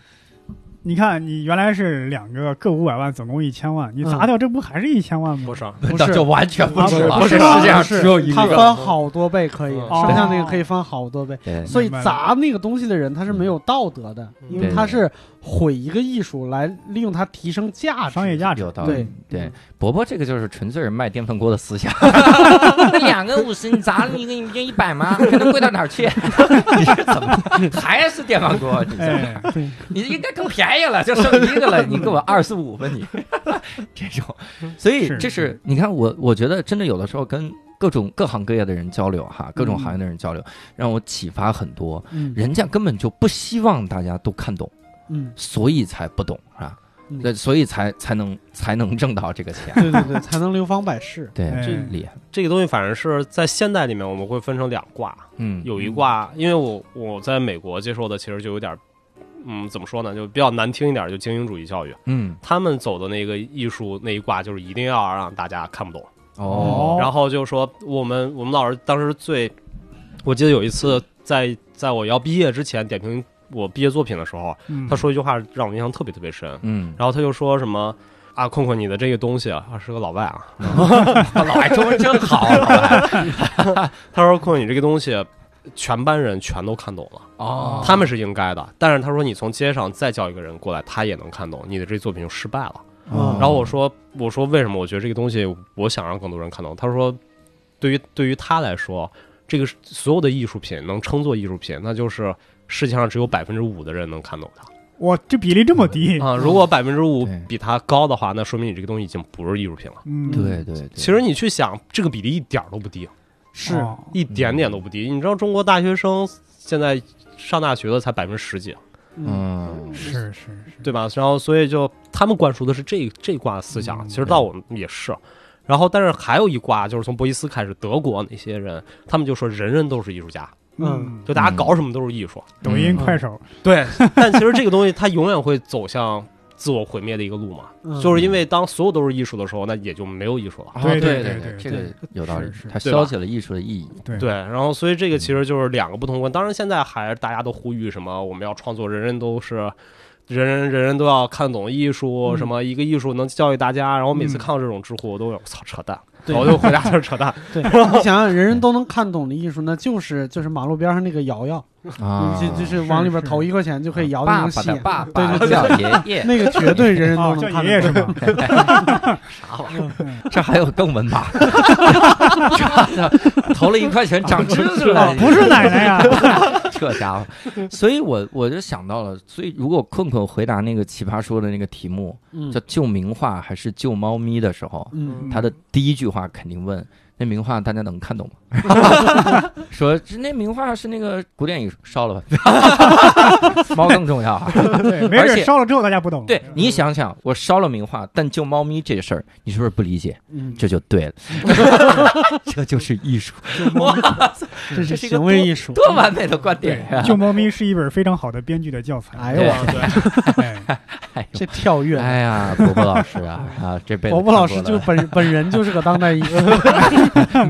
S3: 你看，你原来是两个各五百万，总共一千万，你砸
S2: 嗯
S3: 掉这不还是一千万吗
S4: 不？是，
S2: 不
S1: 那
S2: 是
S1: 就完全不是了，
S2: 不是
S1: 世
S2: 不是
S1: 界上
S2: 不是
S1: 只有一
S2: 他
S1: 个。
S2: 翻好多倍可以，
S4: 嗯
S2: 剩下那个可以翻好多倍。
S1: 对
S2: 所以
S3: 明白了
S2: 砸那个东西的人，他是没有道德的，
S4: 嗯
S2: 因为他是毁一个艺术来利用它提升价值。
S3: 商业价值
S1: 有道理。
S2: 对
S1: 对
S2: 嗯，
S1: 伯伯这个就是纯粹是卖电饭锅的思
S2: [laughs]
S1: 想。那两个五十，你砸了一个，你不就一百吗？还能贵到哪儿去？ [laughs] 你是怎么还是电饭锅？你这
S3: 哎，
S2: 对，
S1: [laughs] 你应该更便宜了，就剩一个 [laughs] 了，你给我二四五吧你。 [laughs] 这种，所以
S3: 是
S1: 这是嗯
S3: 是
S1: 你看我，我觉得真的有的时候跟各种各行各业的人交流哈，各种行业的人交流，让我启发很多。 [laughs]
S2: 嗯
S1: 人家根本就不希望大家都看懂。
S2: 嗯，
S1: 所以才不懂是吧？
S2: 嗯
S1: 对，所以才才能才能挣到这个钱。
S2: [laughs] 对对对，才能流芳百世。
S1: [laughs] 对，
S3: 哎
S1: 这厉害。
S4: 这个东西反正是在现代里面我们会分成两卦，
S1: 嗯，
S4: 有一卦，因为我我在美国接受的其实就有点儿，嗯，怎么说呢，就比较难听一点儿，就精英主义教育。
S1: 嗯
S4: 他们走的那个艺术那一卦，就是一定要让大家看不懂。
S1: 哦，
S4: 然后就说我们我们老师当时最，我记得有一次在在我要毕业之前点评我毕业作品的时候，啊
S3: 嗯
S4: 他说一句话让我印象特别特别深，
S1: 嗯，
S4: 然后他就说什么。啊，困困，你的这个东西啊，是个老外啊。
S1: 老外中文真好，啊老外
S4: [laughs] 他说：“困困，你这个东西，全班人全都看懂了。”
S1: 哦，
S4: 他们是应该的，但是他说你从街上再叫一个人过来，他也能看懂你的这作品就失败了。
S2: 哦
S4: 然后我说我说为什么我觉得这个东西我想让更多人看懂？他说，对于对于他来说，这个是所有的艺术品能称作艺术品，那就是世界上只有百分之五的人能看懂它
S3: 哇，这比例这么低，嗯
S4: 啊。如果百分之五
S1: 对
S4: 比它高的话，那说明你这个东西已经不是艺术品了。
S3: 嗯，
S1: 对对对，
S4: 其实你去想，这个比例一点儿都不低，
S2: 是，
S3: 哦
S4: 一点点都不低。你知道中国大学生现在上大学的才百分之十几，
S2: 嗯，
S1: 嗯
S3: 是是是，
S4: 对吧？然后所以就他们灌输的是这这卦思想，
S3: 嗯
S4: 其实到我们也是。然后但是还有一卦就是从博伊斯开始，德国那些人他们就说人人都是艺术家，
S2: 嗯
S3: 嗯，
S4: 就大家搞什么都是艺术。
S3: 抖
S1: 嗯
S3: 音、快手，
S4: 对， [laughs] 但其实这个东西它永远会走向自我毁灭的一个路嘛，
S2: 嗯
S4: 就是因为当所有都是艺术的时候，那也就没有艺术了。
S1: 哦
S3: 对
S1: 对
S3: 对对
S1: 对，
S3: 对
S1: 这个有道理
S3: 是，是
S1: 它
S4: 对吧
S1: 消解了艺术的意义。
S3: 对
S4: 对，然后所以这个其实就是两个不同观。当然现在还大家都呼吁什么，我们要创作人人都是人人人人都要看懂艺术，
S3: 嗯
S4: 什么一个艺术能教育大家。然后我每次
S3: 嗯
S4: 看到这种知乎，我都有我操扯淡，
S2: 对
S4: 我就回答就是扯淡。
S1: [laughs]
S2: 对，你想想，人人都能看懂的艺术，那就是就是马路边上那个摇摇，
S1: 啊，
S2: 你就就是往里边投一块钱就可以摇的那
S1: 爸
S2: 种
S1: 爸
S2: 戏啊
S1: 的，爸爸
S2: 对对
S1: 叫
S2: 对，
S1: 爷爷， [laughs]
S2: 那个绝对人人都
S3: 哦，
S2: 能
S3: 叫
S2: 看
S3: 爷爷是
S2: 懂。
S3: 吗？
S1: 这还有更文盲，这投了一块钱长知识了，
S3: 哦，不是奶奶呀，
S1: [laughs] 这家伙，所以我我就想到了，所以如果困困回答那个奇葩说的那个题目，
S2: 嗯
S1: 叫救名画还是救猫咪的时候，
S2: 嗯，
S1: 他的第一句话肯定问那名画大家能看懂吗？说那名画是那个古典艺术，烧了吧， [laughs] 猫更重要啊。
S3: 对，没
S1: 而
S3: 准
S1: 且
S3: 烧了之后大家不懂了。
S1: 对你想想，我烧了名画，但救猫咪这事儿，你是不是不理解？
S2: 嗯，
S1: 这就对了，这就是艺术，
S2: 这
S1: 这
S2: 是
S1: 是一个
S2: 行为艺术，
S1: 多完美的观
S3: 对
S1: 点呀、，
S3: 救猫咪是一本非常好的编剧的教材。
S2: 哎呦我
S3: [laughs]
S4: 对，
S3: 哎
S1: 哎呦
S2: 嗯这跳跃，
S1: 哎呀，伯伯老师啊啊，这辈子
S2: 伯伯老师
S1: 看过
S2: 就
S1: 了
S2: 本本人就是个当代艺术，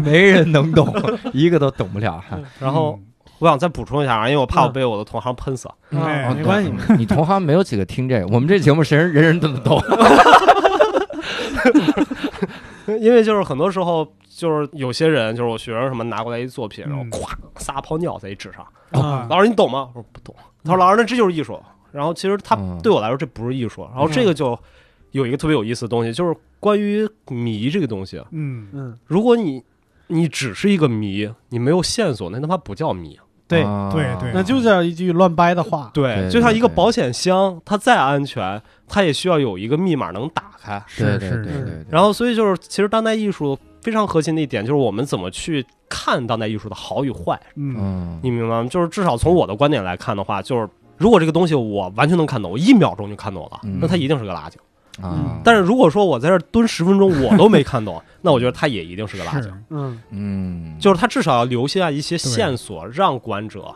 S1: 没人能懂，一个都懂不了哈。
S4: 然后我想再补充一下啊，因为我怕我被我的同行喷死。
S2: 啊
S3: [laughs] 哎
S2: 没关系，
S1: 哦你同行没有几个听这个，我们这节目谁人人人都能懂。
S4: [laughs] 因为就是很多时候，就是有些人，就是我学生什么拿过来一作品，
S3: 嗯
S4: 然后咵撒泡尿在一纸上，
S2: 啊
S3: 啊，
S4: 老师你懂吗？我说不懂。他说老师那这就是艺术。然后其实他
S1: 嗯
S4: 对我来说这不是艺术。然后这个就有一个特别有意思的东西，就是关于迷这个东西。
S3: 嗯，
S2: 嗯，
S4: 如果你你只是一个迷，你没有线索，那他妈不叫迷。
S2: 对，
S1: 啊
S3: 对对
S2: 那就叫一句乱掰的话，
S1: 对
S4: 就像一个
S1: 对
S4: 保险箱，它再安全，它也需要有一个密码能打开。
S1: 对
S3: 是
S1: 对
S3: 是
S1: 对
S3: 是，
S1: 对。
S4: 然后，所以就是，其实当代艺术非常核心的一点就是我们怎么去看当代艺术的好与坏，
S3: 嗯
S1: 嗯，
S4: 你明白吗？就是至少从我的观点来看的话，就是如果这个东西我完全能看懂，我一秒钟就看懂了
S1: 嗯，
S4: 那它一定是个垃圾。
S1: 啊，
S4: 嗯但是如果说我在这儿蹲十分钟我都没看
S3: [laughs]
S4: 懂，那我觉得它也一定是个垃圾。
S3: 是
S2: 嗯，
S1: 嗯，
S4: 就是它至少要留下一些线索，让观者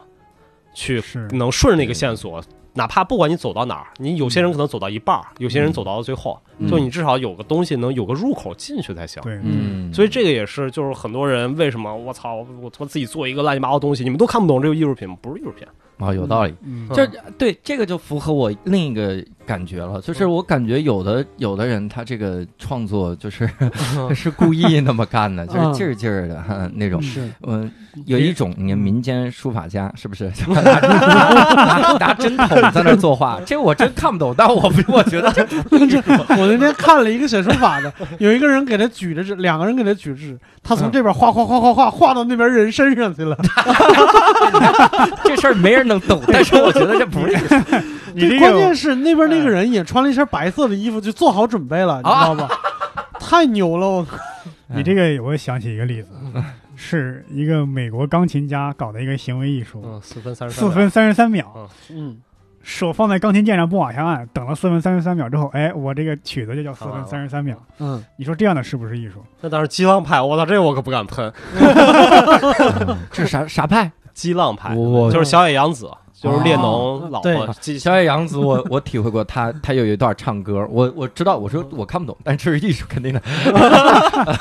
S4: 去
S3: 是
S4: 能顺着那个线索。哪怕不管你走到哪儿，你有些人可能走到一半
S3: 嗯
S4: 儿，有些人走到最后，
S1: 嗯
S4: 就你至少有个东西能有个入口进去才行。
S3: 对，
S1: 嗯，
S4: 所以这个也是，就是很多人为什么我操，我我他妈自己做一个乱七八糟东西，你们都看不懂，这个艺术品不是艺术
S3: [laughs]
S4: 品。
S1: 啊有道理。
S3: 嗯
S1: 这对这个就符合我另一个感觉了，就是
S3: 嗯
S1: 我感觉有的有的人他这个创作就是 [laughs]
S3: 嗯
S1: 是故意那么干的，就是劲儿劲儿的哈那种。
S2: 是，
S1: 嗯，有一种
S3: 嗯
S1: 你看民间书法家是不是 [laughs] 拿拿拿针筒在那儿作画？这我真看不懂，但我 [laughs] 我觉得这
S2: 我那天看了一个写书法的，有一个人给他举着纸，两个人给他举纸，他从这边画画画画画画到那边人身上去了，
S1: 这事儿没人能懂，但是我觉得这不是
S3: 你这
S2: 关
S3: 个
S2: 键是那边那个人也穿了一身白色的衣服，就做好准备了，你知道吧？太牛了，我
S1: 嗯 [laughs]
S3: 你这个，我想起一个例子，是一个美国钢琴家搞的一个行为艺术，
S4: 嗯，四分三十三，
S3: 四分三十三秒，
S2: 嗯，
S3: 手放在钢琴键上不往下按，等了四分三十三秒之后，哎，我这个曲子就叫四分三十三秒。
S2: [laughs] 嗯
S3: 你说这样的是不是艺术？
S4: 那当然激浪派，我操，这我可不敢喷。
S1: 嗯这啥啥派？
S4: 激浪派
S1: 我哦
S4: 就是小野洋子，就是列侬老
S2: 对
S4: 婆。激
S1: 小野洋子，我我体会过他，他有一段唱歌，我我知道，我
S3: 嗯
S1: 说我看不懂，但这是艺术，
S3: [laughs]
S1: 肯定的，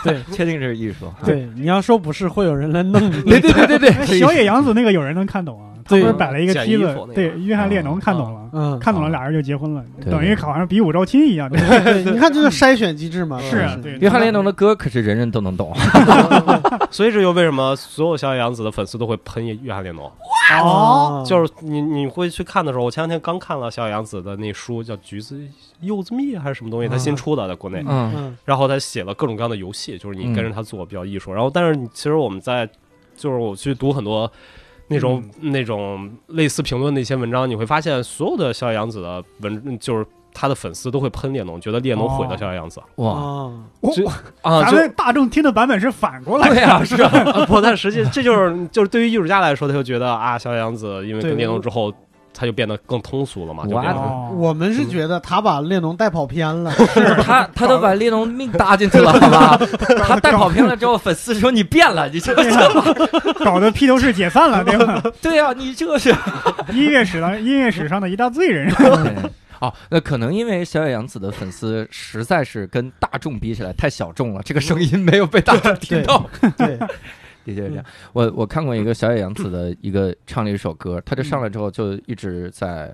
S2: 对，
S1: 确定这是艺术。啊
S2: 对，你要说不是，会有人来弄你。
S1: [laughs] 对对对对对，
S3: 哎
S1: 是艺术
S3: [laughs] 小野洋子那个有人能看懂啊，他
S2: 对
S3: 不是摆了一个梯
S4: 捡
S3: 子
S4: 衣服那，个
S3: 对，约翰列侬看懂了，
S2: 嗯，
S3: 看懂了，俩人就结婚了，
S1: 对
S3: 等于好像比武招亲一样。对
S2: 对，你看这就筛选机制嘛。
S3: 是啊对
S1: 约翰列侬的歌可是人人都能懂，
S4: [laughs]
S1: 啊
S4: 所以这就为什么所有小野洋子的粉丝都会喷约翰列侬。
S2: 哦，
S4: 就是你你会去看的时候，我前两天刚看了小野洋子的那书，叫《橘子柚子蜜》还是什么东西，
S2: 啊
S4: 他新出的，在国内。
S1: 嗯，
S2: 嗯
S4: 然后他写了各种各样的游戏，就是你跟着他做比较艺术。然后，
S1: 嗯
S4: 但是你其实我们在就是我去读很多那种、
S1: 嗯
S4: 那种类似评论的一些文章，你会发现所有的小野洋子的文就是。他的粉丝都会喷列侬，觉得列侬毁了小野洋子、
S1: 哇
S2: 哦，
S3: 我
S4: 就啊！
S3: 嗯咱
S4: 就
S3: 们大众听的版本是反过来的，
S1: 对啊，是
S3: [laughs]
S1: 啊，
S4: 啊不，但实际这就是就是对于艺术家来说，他就觉得啊，小野洋子因为
S2: 对
S4: 跟列侬之后，他就变得更通俗了嘛，就
S1: 哇
S4: 变得
S3: 哦
S2: 我们是觉得他把列侬带跑偏了，
S1: 他他都把列侬命搭进去
S3: [laughs]
S1: 了，好吧？他带跑偏了之后，粉丝说你变了，你这
S3: 搞得披头士解
S1: [laughs]
S3: 散了，对吧？
S1: 对啊，你这
S3: [laughs]
S1: 是
S3: 音乐史上音乐史上的一大罪人。
S1: [laughs] 哦，那可能因为小野洋子的粉丝实在是跟大众比起来太小众了，这个声音没有被大众听到。
S2: 对，
S1: 的确是这样。我我看过嗯一个小野洋子的一个唱了一首歌，她就上来之后就一直在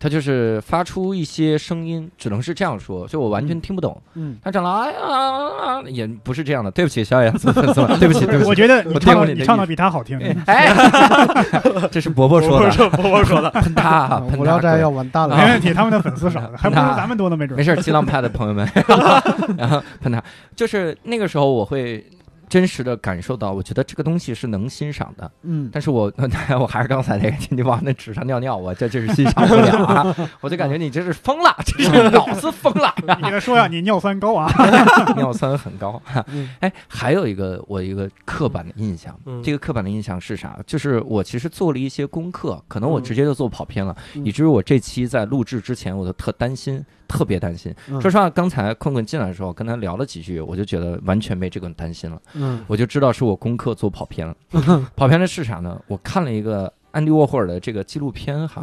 S1: 它就是发出一些声音，只能是这样说，就我完全听不懂。
S2: 嗯，
S1: 他长得哎呀啊啊，也不是这样的。对不起，小野，粉丝 [laughs] 们，对不起，对不
S3: 我
S1: 起。
S3: 觉得你
S1: 我
S3: 唱
S1: 听过
S3: 的
S1: 你的
S3: 你
S1: 意
S3: 唱的
S1: 思
S3: 比他好听。
S1: 哎， [laughs] 这是伯伯说的，
S4: 伯伯说的，
S1: 喷他，
S2: 啊
S1: 喷他。
S2: 无聊斋要完蛋
S3: 没
S2: 了。
S3: 问
S1: 啊
S3: 题，他们的粉丝
S1: [laughs]
S3: 少，还不如咱们多呢，没准
S1: 没。事儿，新浪派的朋 [laughs] 友们，然后喷他，就是那个时候我会真实的感受到，我觉得这个东西是能欣赏的，
S2: 嗯，
S1: 但是我 [laughs] 我还是刚才那个，你往那纸上尿尿，我这这是欣赏不了
S2: [laughs]
S1: 啊，我就感觉你这是疯了，这是脑子疯了，
S3: 你给他说呀，你尿酸
S1: [laughs]
S3: 高啊！
S1: 尿酸很高。
S2: 嗯
S1: 哎，还有一个我一个刻板的印象，
S4: 嗯
S1: 这个刻板的印象是啥？就是我其实做了一些功课，可能我
S4: 嗯
S1: 直接就做跑偏了，
S2: 嗯
S1: 以至于我这期在录制之前，我都特担心，特别担心。
S2: 嗯
S1: 说实话，刚才困困进来的时候，跟他聊了几句，我就觉得完全没这个担心了，
S2: 嗯
S1: 我就知道是我功课做跑偏
S2: [laughs]
S1: 了。跑偏的是啥呢？我看了一个。安迪沃霍尔的这个纪录片
S3: 啊
S1: 哈，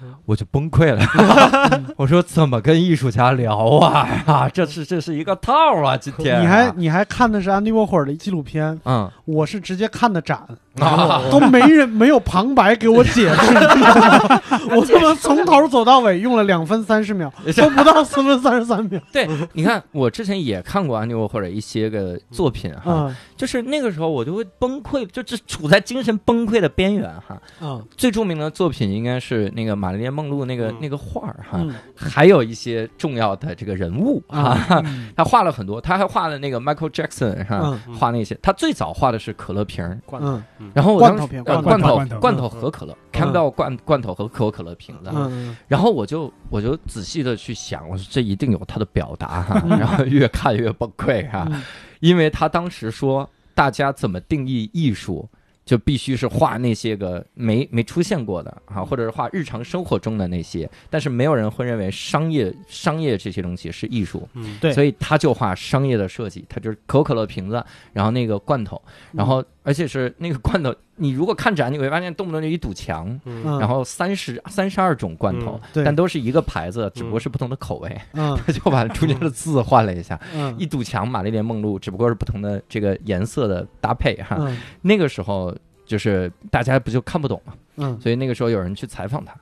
S2: 嗯
S1: 我就崩溃了。
S2: [laughs]
S1: 我说怎么跟艺术家聊啊？啊， [laughs] 这是这是一个套啊！今天啊
S2: 你还你还看的是安迪沃霍尔的纪录片，
S1: 嗯，
S2: 我是直接看的展，
S1: 啊
S2: 都没人 [laughs] 没有旁白给我解释， [laughs] 我他妈从头走到尾用了两分三十
S1: [laughs]
S2: 秒，都不到四分三十三秒。
S1: [laughs] 对，你看，我之前也看过安迪沃霍尔一些个作品哈，
S2: 嗯
S1: 就是那个时候我就会崩溃，就这处在精神崩溃的边缘哈。
S2: 嗯
S1: 最著名的作品应该是那个玛丽莲梦露那个、
S4: 嗯
S1: 那个画儿
S3: 啊
S1: 哈，
S2: 嗯
S1: 还有一些重要的这个人物啊，
S3: 嗯
S1: 他画了很多，他还画了那个 Michael Jackson 哈，
S3: 啊
S2: 嗯
S1: 画那些，他最早画的是可乐瓶儿。
S4: 罐
S2: 嗯
S1: 然后我当时
S2: 罐头瓶
S1: 呃
S3: 罐
S1: 罐
S3: 头
S1: 头
S3: 罐头
S1: 罐头和可乐，Campbell 罐罐头和可口可乐瓶子，
S2: 嗯
S1: 然后我就我就仔细的去想，我说这一定有他的表达哈，
S2: 嗯
S1: 然后越看越崩溃哈，
S2: 嗯
S1: 因为他当时说大家怎么定义艺术，就必须是画那些个没没出现过的啊，
S2: 嗯
S1: 或者是画日常生活中的那些，但是没有人会认为商业商业这些东西是艺术，
S4: 嗯
S2: 对
S1: 所以他就画商业的设计，他就是可口可乐瓶子，然后那个罐头，
S2: 嗯
S1: 然后而且是那个罐头，你如果看展，你会发现动不动就一堵墙，
S2: 嗯
S1: 然后三十三十二种罐头
S4: 嗯，
S2: 对
S1: 但都是一个牌子，只不过是不同的口味，
S2: 嗯
S1: 他就把中间的字换了一下。
S2: 嗯
S1: 一堵墙，玛丽莲梦露，只不过是不同的这个颜色的搭配哈。
S2: 嗯
S1: 那个时候就是大家不就看不懂嘛，
S2: 嗯
S1: 所以那个时候有人去采访他。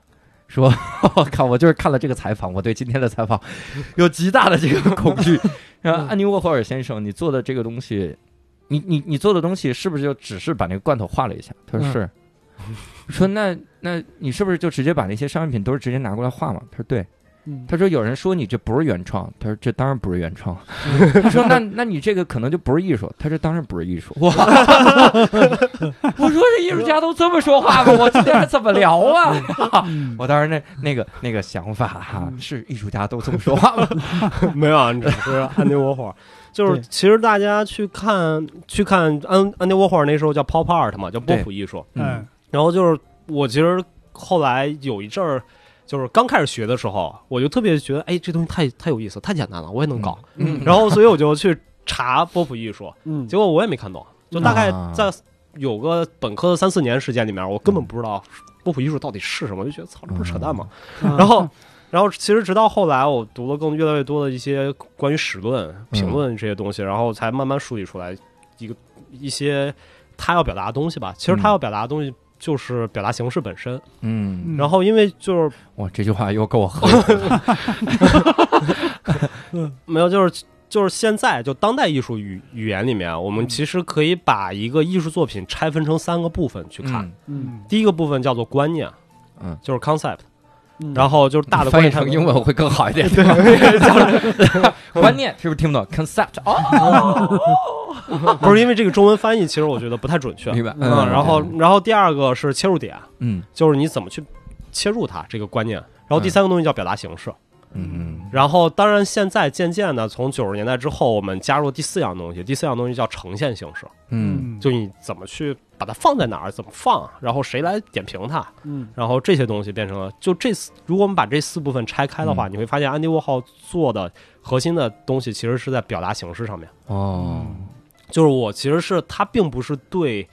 S1: 说， [laughs] 我靠！我就是看了这个采访，我对今天的采
S2: [laughs]
S1: 访有极大的这个恐惧。然
S2: 嗯
S1: 后，安妮沃霍尔先生，你做的这个东西，你你你做的东西是不是就只是把那个罐头画了一下？他说
S2: 嗯
S1: 是。 [laughs] 说那那你是不是就直接把那些商品品都是直接拿过来画嘛？他说对。
S2: 嗯
S1: 他说有人说你这不是原创，他说这当然不是原创。 [laughs] 他说那那你这个可能就不是艺术，他说当然不是艺术。哇！ [laughs] 我说这艺术家都这么说话吗？我今天还怎么聊啊？ [laughs]
S3: 嗯
S1: 我当时那那个那个想法哈、是艺术家都这么说 [laughs] 话吗？
S4: [laughs] 没有啊，你只是安迪沃霍尔。 [laughs] 就是
S2: 对
S4: 其实大家去看去看安安迪沃霍尔那时候叫 pop art 嘛，叫波普艺术。
S1: 哎
S3: 嗯，
S4: 然后就是我其实后来有一阵儿，就是刚开始学的时候，我就特别觉得，哎，这东西太太有意思，太简单了，我也能搞。
S1: 嗯，
S4: 然后所以我就去查波普艺术，
S2: 嗯
S4: 结果我也没看懂，就大概
S1: 啊
S4: 在有个本科的三四年时间里面，我根本不知道波普艺术到底是什么，我就觉得操，这不是扯淡吗？
S1: 啊
S2: 嗯
S4: 然后，然后其实直到后来，我读了更越来越多的一些关于史论、评论这些东西，然后才慢慢梳理出来一个一些他要表达的东西吧。其实他
S1: 嗯
S4: 要表达的东西就是表达形式本身。
S1: 嗯，
S4: 然后，因为就是
S1: 哇，这句话又够我喝一口了。
S4: 没有，就是就是现在就当代艺术语语言里面，我们其实可以把一个艺术作品拆分成三个部分去看。
S1: 嗯，
S2: 嗯
S4: 第一个部分叫做观念，
S1: 嗯，
S4: 就是 concept，
S2: 嗯
S4: 然后就是大的
S1: 翻
S4: 观
S1: 译
S4: 念
S1: 成英文会更好一点。对， [laughs] 观念是不是听不懂？concept 哦，
S4: [laughs] 不是因为这个中文翻译，其实我觉得不
S1: [laughs]
S4: 太准确。
S1: 明白。
S4: 嗯，然后然后第二个是切入点，
S1: 嗯
S4: 就是你怎么去切入它这个观念。然后第三个东西叫表达形式。
S1: 嗯
S4: 然后当然现在渐渐的从九十年代之后，我们加入第四样东西，第四样东西叫呈现形式，
S1: 嗯
S4: 就你怎么去把它放在哪儿，怎么放，然后谁来点评它，
S2: 嗯
S4: 然后这些东西变成了就这四。如果我们把这四部分拆开的话，
S1: 嗯
S4: 你会发现安迪沃霍做的核心的东西其实是在表达形式上面。
S1: 哦
S4: 就是我其实是他并不是对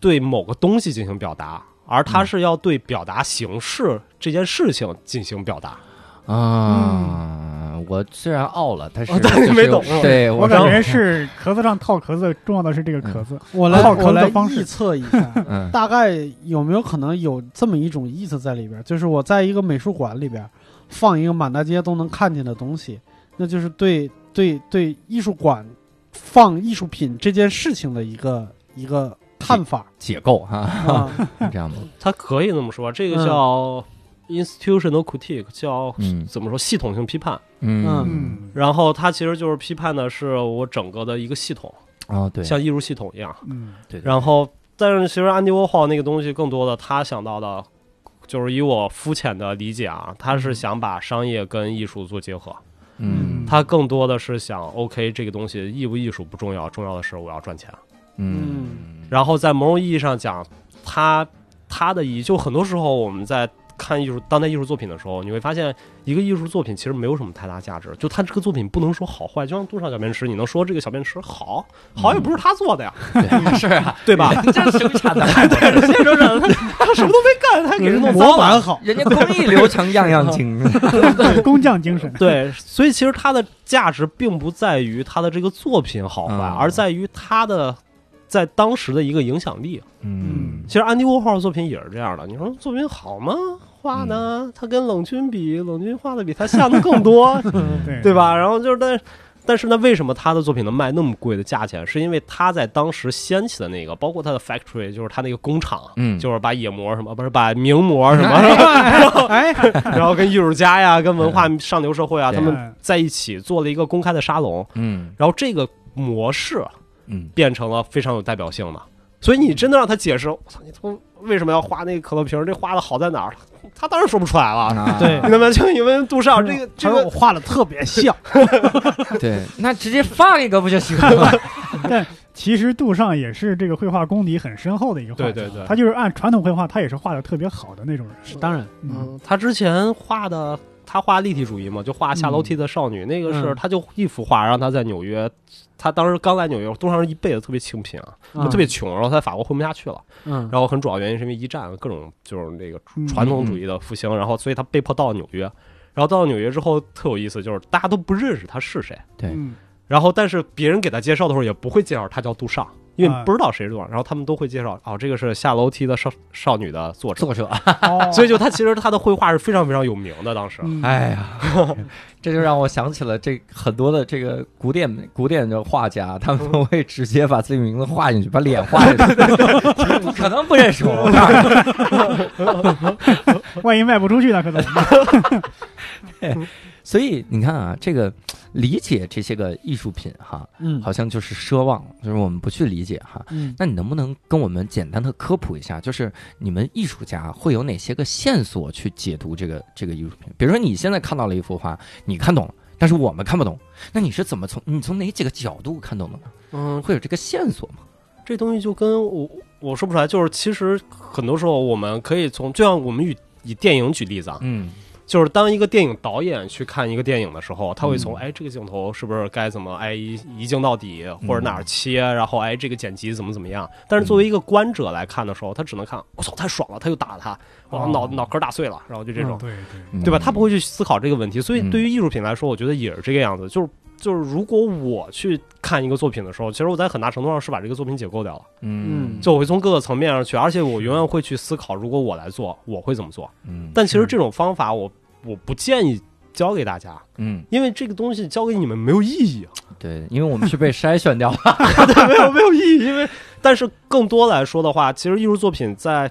S4: 对某个东西进行表达，而
S1: 嗯
S4: 他是要对表达形式这件事情进行表达。
S1: 啊，我虽然傲了，但是
S4: 哦但是
S1: 就
S4: 没懂是吧
S1: 对
S3: 我感
S1: 刚
S3: 觉是壳子上套壳子，重要的是这个壳子。
S2: 我来
S3: 套
S2: 我
S3: 坑的
S2: 来
S3: 方式
S2: 臆测一下，
S1: 嗯
S2: 大概有没有可能有这么一种意思在里边儿？就是我在一个美术馆里边儿放一个满大街都能看见的东西，那就是对对对艺术馆放艺术品这件事情的一个一个看法
S1: 解构哈，
S2: 啊。
S1: 这样吧，
S4: 它可以这么说，这个
S2: 嗯
S4: 叫 institutional critique，叫
S1: 嗯
S4: 怎么说系统性批判。
S1: 嗯
S3: 嗯
S4: 然后它其实就是批判的是我整个的一个系统，
S1: 哦对，
S4: 像艺术系统一样。
S3: 嗯
S1: 对对
S4: 然后，但是其实安迪沃霍那个东西更多的，他想到的，就是以我肤浅的理解啊，他是想把商业跟艺术做结合。
S1: 嗯
S4: 他更多的是想，OK，这个东西艺不艺术不重要，重要的是我要赚钱。
S1: 嗯，
S4: 然后在某种意义上讲，他他的意义，就很多时候我们在看艺术当代艺术作品的时候，你会发现一个艺术作品其实没有什么太大价值，就他这个作品不能说好坏，就像杜尚小便池，你能说这个小便池好，好也不是他做的呀，
S1: 对是
S4: [laughs]
S1: 啊，
S4: 对吧？
S1: 你这生产 [laughs] 的，
S4: 对，人家说他他什么都没干，他给人弄
S2: 模
S4: 糟了。
S2: 板好，
S1: 人家工艺流程样样精，
S3: 对嗯工匠
S1: [laughs]
S3: 精神。
S4: 对，所以其实它的价值并不在于他的这个作品好坏，
S1: 嗯
S4: 而在于他的在当时的一个影响力。
S1: 嗯
S3: 嗯
S4: 其实安迪沃霍尔作品也是这样的。你说作品好吗？画
S1: 嗯
S4: 呢？他跟冷军比，冷军画的比他像的更
S1: [laughs]
S4: 多，
S3: 对
S4: 对吧？然后就是，但但是呢，为什么他的作品能卖那么贵的价钱？是因为他在当时掀起的那个，包括他的 factory，就是他那个工厂，
S1: 嗯
S4: 就是把野模什么，不是把名模什么，
S1: [laughs]
S2: 哎，
S4: 然后跟艺术家呀、跟文化上流社会啊，
S1: 对
S4: 他们在一起做了一个公开的沙龙，
S1: 嗯
S4: 然后这个模式 [laughs]
S1: 嗯
S4: 变成了非常有代表性的。所以你真的让他解释，我操，你他妈为什么要画那个可乐瓶儿？这画的好在哪儿？ [laughs] 他当然说不出来了。
S1: 啊
S2: 对
S4: 你能不能就因为杜尚这个
S2: 嗯他
S4: 这
S2: 说
S4: 个
S2: 嗯我画的特别像，
S1: 对，那直接放一个不就行了？
S3: 其实杜尚也是这个绘画功底很深厚的一个画家，
S4: 对对对
S3: 他就是按传统绘画，他也是画的特别好的那种人。
S2: 是当然，
S3: 嗯，
S4: 嗯，他之前画的，他画立体主义嘛，就画下楼梯的少女，那个是
S2: 嗯
S4: 他就一幅画，然后他在纽约，他当时刚来纽约，杜尚是一辈子特别清贫啊，
S2: 嗯
S4: 特别穷，然后他在法国混不下去了，
S2: 嗯
S4: 然后很主要原因是因为一战各种就是那个
S3: 嗯
S4: 传统主义的复兴，然后所以他被迫到了纽约，然后到了纽约之后特有意思，就是大家都不认识他是谁，
S3: 嗯
S4: 然后但是别人给他介绍的时候也不会介绍他叫杜尚。因为
S3: 啊
S4: 不知道谁是杜尚，然后他们都会介绍哦，这个是下楼梯的少少女的作者，
S1: 作者，
S3: 哦
S4: [laughs] 所以就他其实他的绘画是非常非常有名的，当时。
S3: 嗯
S1: 哎呀， [laughs] 这就让我想起了这很多的这个古典古典的画家，他们会直接把自己名字画进去，把脸画进去， [laughs] 你可能不认识我，我告诉你
S3: 万一卖不出去呢？可怎么办？
S1: 所以你看啊，这个理解这些个艺术品哈，
S2: 嗯
S1: 好像就是奢望，就是我们不去理解哈。
S2: 嗯
S1: 那你能不能跟我们简单的科普一下，就是你们艺术家会有哪些个线索去解读这个这个艺术品？比如说你现在看到了一幅画，你看懂了，但是我们看不懂，那你是怎么从你从哪几个角度看懂的呢？
S4: 嗯，
S1: 会有这个线索吗？
S4: 这东西就跟我我说不出来，就是其实很多时候我们可以从，就像我们以以电影举例子啊，
S1: 嗯
S4: 就是当一个电影导演去看一个电影的时候，他会从、
S1: 嗯
S4: 哎这个镜头是不是该怎么哎一一镜到底，或者哪儿切，然后哎这个剪辑怎么怎么样。但是作为一个观者来看的时候，他只能看我操、太爽了，他又打了他，哇
S3: 哦
S4: 脑脑壳打碎了，然后就这种。
S3: 嗯对对，
S1: 嗯
S4: 对吧？他不会去思考这个问题，所以
S1: 嗯
S4: 对于艺术品来说，我觉得也是这个样子。就是就是，如果我去看一个作品的时候，其实我在很大程度上是把这个作品解构掉了，
S1: 嗯，
S2: 嗯
S4: 就我会从各个层面上去，而且我永远会去思考，如果我来做，我会怎么做。
S1: 嗯
S4: 但其实这种方法我，我不建议教给大家，
S1: 嗯
S4: 因为这个东西教给你们没有意义，啊
S1: 对，因为我们是被筛选掉了，
S4: 对，没有没有意义。因为但是更多来说的话，其实艺术作品在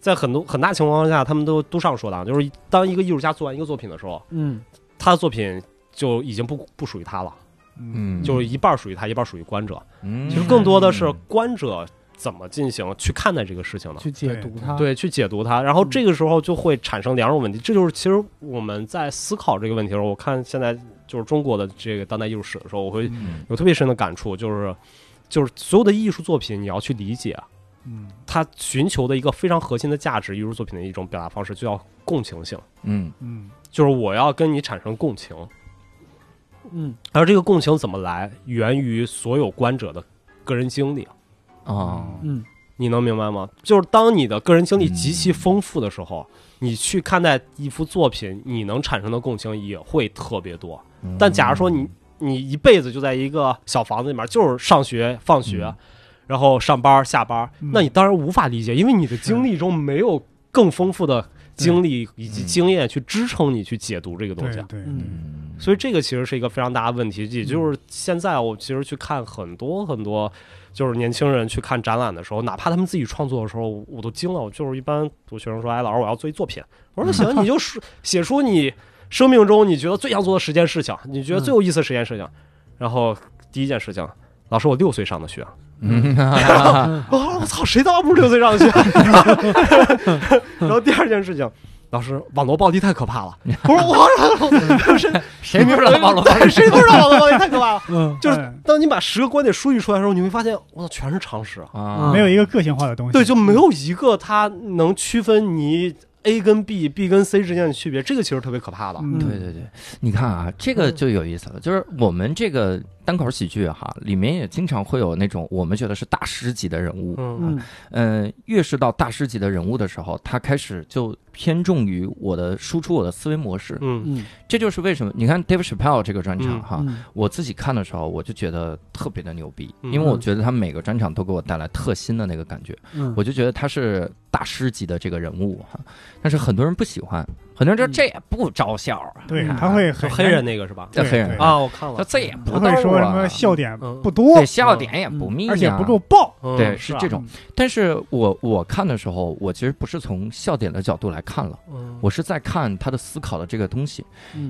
S4: 在很多很大情况下，他们都都上说的啊，就是当一个艺术家做完一个作品的时候，
S2: 嗯
S4: 他的作品就已经不不属于他了，
S1: 嗯
S4: 就是一半属于他，一半属于观者。
S1: 嗯
S4: 其实更多的是观者怎么进行去看待这个事情的，
S2: 去解读它，
S4: 对，去解读它。然后这个时候就会产生两种问题，这就是其实我们在思考这个问题的时候，我看现在就是中国的这个当代艺术史的时候，我会
S1: 嗯
S4: 有特别深的感触，就是就是所有的艺术作品你要去理解。啊
S3: 嗯
S4: 它寻求的一个非常核心的价值，艺术作品的一种表达方式，就叫共情性，
S1: 嗯
S3: 嗯
S4: 就是我要跟你产生共情，
S2: 嗯
S4: 而这个共情怎么来，源于所有观者的个人经历。
S1: 哦
S2: 嗯
S4: 你能明白吗？就是当你的个人经历极其丰富的时候，你去看待一幅作品，你能产生的共情也会特别多。
S1: 嗯
S4: 但假如说你你一辈子就在一个小房子里面，就是上学、放学，
S1: 嗯
S4: 然后上班、下班，
S3: 嗯
S4: 那你当然无法理解，因为你的经历中没有更丰富的经历以及经验去支撑你去解读这个东
S3: 对
S4: 西。
S3: 对，
S2: 嗯，
S1: 嗯
S4: 所以这个其实是一个非常大的问题，也就是现在我其实去看很多很多，就是年轻人去看展览的时候，哪怕他们自己创作的时候，我都惊了。我就是一般我学生说：“哎，老师，我要做一作品。”我说：“那行，你就说 [laughs] 写出你生命中你觉得最想做的十件事情，你觉得最有意思的十件事情。”然后第一件事情，老师，我六岁上的学。
S1: 嗯， [laughs]
S4: 哦，我操，谁他妈不是六岁上学？啊 [laughs] 然后第二件事情，老师，网络暴力太可怕了。我 [laughs] 说我，谁
S1: 谁不知道网络暴力？
S4: 哎谁不知道网络暴力太可怕了？ [laughs]
S2: 嗯，
S4: 就是当你把十个观点梳理出来的时候，你会发现，我操，全是常识啊。
S1: 啊
S3: 没有一个个性化的东西。
S4: 对，就没有一个它能区分你 A 跟 B、B 跟 C 之间的区别，这个其实特别可怕的。
S3: 嗯
S1: 对对对，你看啊，这个就有意思了，就是我们这个单口喜剧哈，里面也经常会有那种我们觉得是大师级的人物，
S4: 嗯
S2: 嗯
S1: 嗯、越是到大师级的人物的时候，他开始就偏重于我的输出我的思维模式，
S4: 嗯
S2: 嗯
S1: 这就是为什么你看 Dave Chappelle 这个专场
S4: 嗯
S1: 哈，
S2: 嗯
S1: 我自己看的时候我就觉得特别的牛逼，
S4: 嗯
S1: 因为我觉得他每个专场都给我带来特新的那个感觉，
S2: 嗯，
S1: 我就觉得他是大师级的这个人物哈，但是很多人不喜欢，很多人说
S2: 嗯
S1: 这也不招笑啊，
S3: 对，
S1: 啊
S3: 他会
S4: 就
S3: 很
S4: 黑人那个是吧？
S1: 这
S3: 对
S1: 黑人
S3: 对
S4: 啊，我看了
S1: 他，这也不
S3: 他
S1: 逗
S3: 会说什
S1: 啊
S3: 么笑点
S4: 嗯
S3: 不多
S1: 对，，笑点也不密、啊
S3: 而且不够爆。
S4: 嗯
S1: 对，
S4: 是
S1: 是
S4: 啊
S1: 这种
S3: 嗯。
S1: 但是我我看的时候，我其实不是从笑点的角度来看了，
S4: 嗯
S1: 我是在看他的思考的这个东西。
S2: 嗯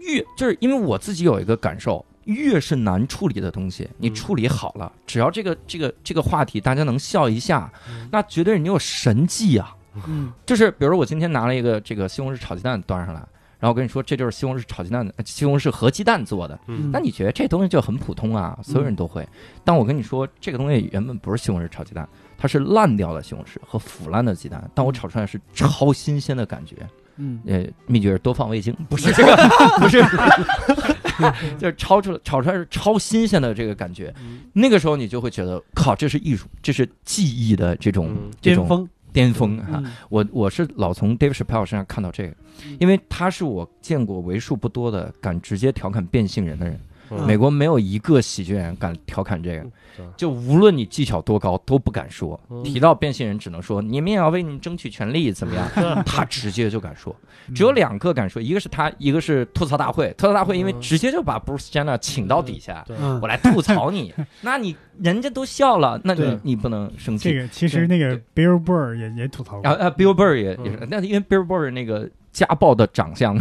S1: 越就是因为我自己有一个感受，越是难处理的东西，你
S4: 嗯
S1: 处理好了，只要这个这个这个话题大家能笑一下，
S4: 嗯
S1: 那绝对你有神迹啊！
S2: 嗯
S1: 就是比如说我今天拿了一个这个西红柿炒鸡蛋端上来，然后我跟你说这就是西红柿炒鸡蛋，呃西红柿和鸡蛋做的。
S4: 嗯
S1: 那你觉得这东西就很普通啊，所有人都会。但我跟你说，这个东西原本不是西红柿炒鸡蛋，它是烂掉的西红柿和腐烂的鸡蛋，但我炒出来是超新鲜的感觉。
S2: 嗯
S1: 呃，秘诀是多放味精，不是这个， [laughs] 不是，就是炒出来炒出来是超新鲜的这个感觉。
S4: 嗯
S1: 那个时候你就会觉得，靠，这是艺术，这是技艺的这种、
S4: 嗯
S1: 这
S2: 巅
S1: 种
S2: 峰，
S1: 巅峰啊！
S2: 嗯
S1: 我我是老从 Dave Chappelle 身上看到这个
S2: 嗯，
S1: 因为他是我见过为数不多的敢直接调侃变性人的人。
S4: 嗯
S1: 美国没有一个喜剧演员敢调侃这
S4: 嗯是
S1: 个
S4: 啊，
S1: 就无论你技巧多高都不敢说。
S4: 嗯
S1: 提到变性人，只能说你们也要为你们争取权利，怎么
S4: 嗯
S1: 样？他直接就敢说，
S3: 嗯
S1: 只有两个敢说，一个是他，一个是吐槽大会。吐槽大会因为
S4: 嗯
S1: 直接就把 Bruce Jenner 请到底下，
S4: 对
S2: 嗯
S1: 我来吐槽
S4: [laughs]
S1: 你，那你人家都笑了，那你
S2: 对
S1: 你不能生
S3: 嗯这
S1: 气。
S3: 个其实那个 Bill Burr 也也吐槽
S1: 然后
S3: 过，
S1: 呃，Bill Burr 也
S4: 嗯
S1: 也是，那因为 Bill Burr 那个家暴的长相，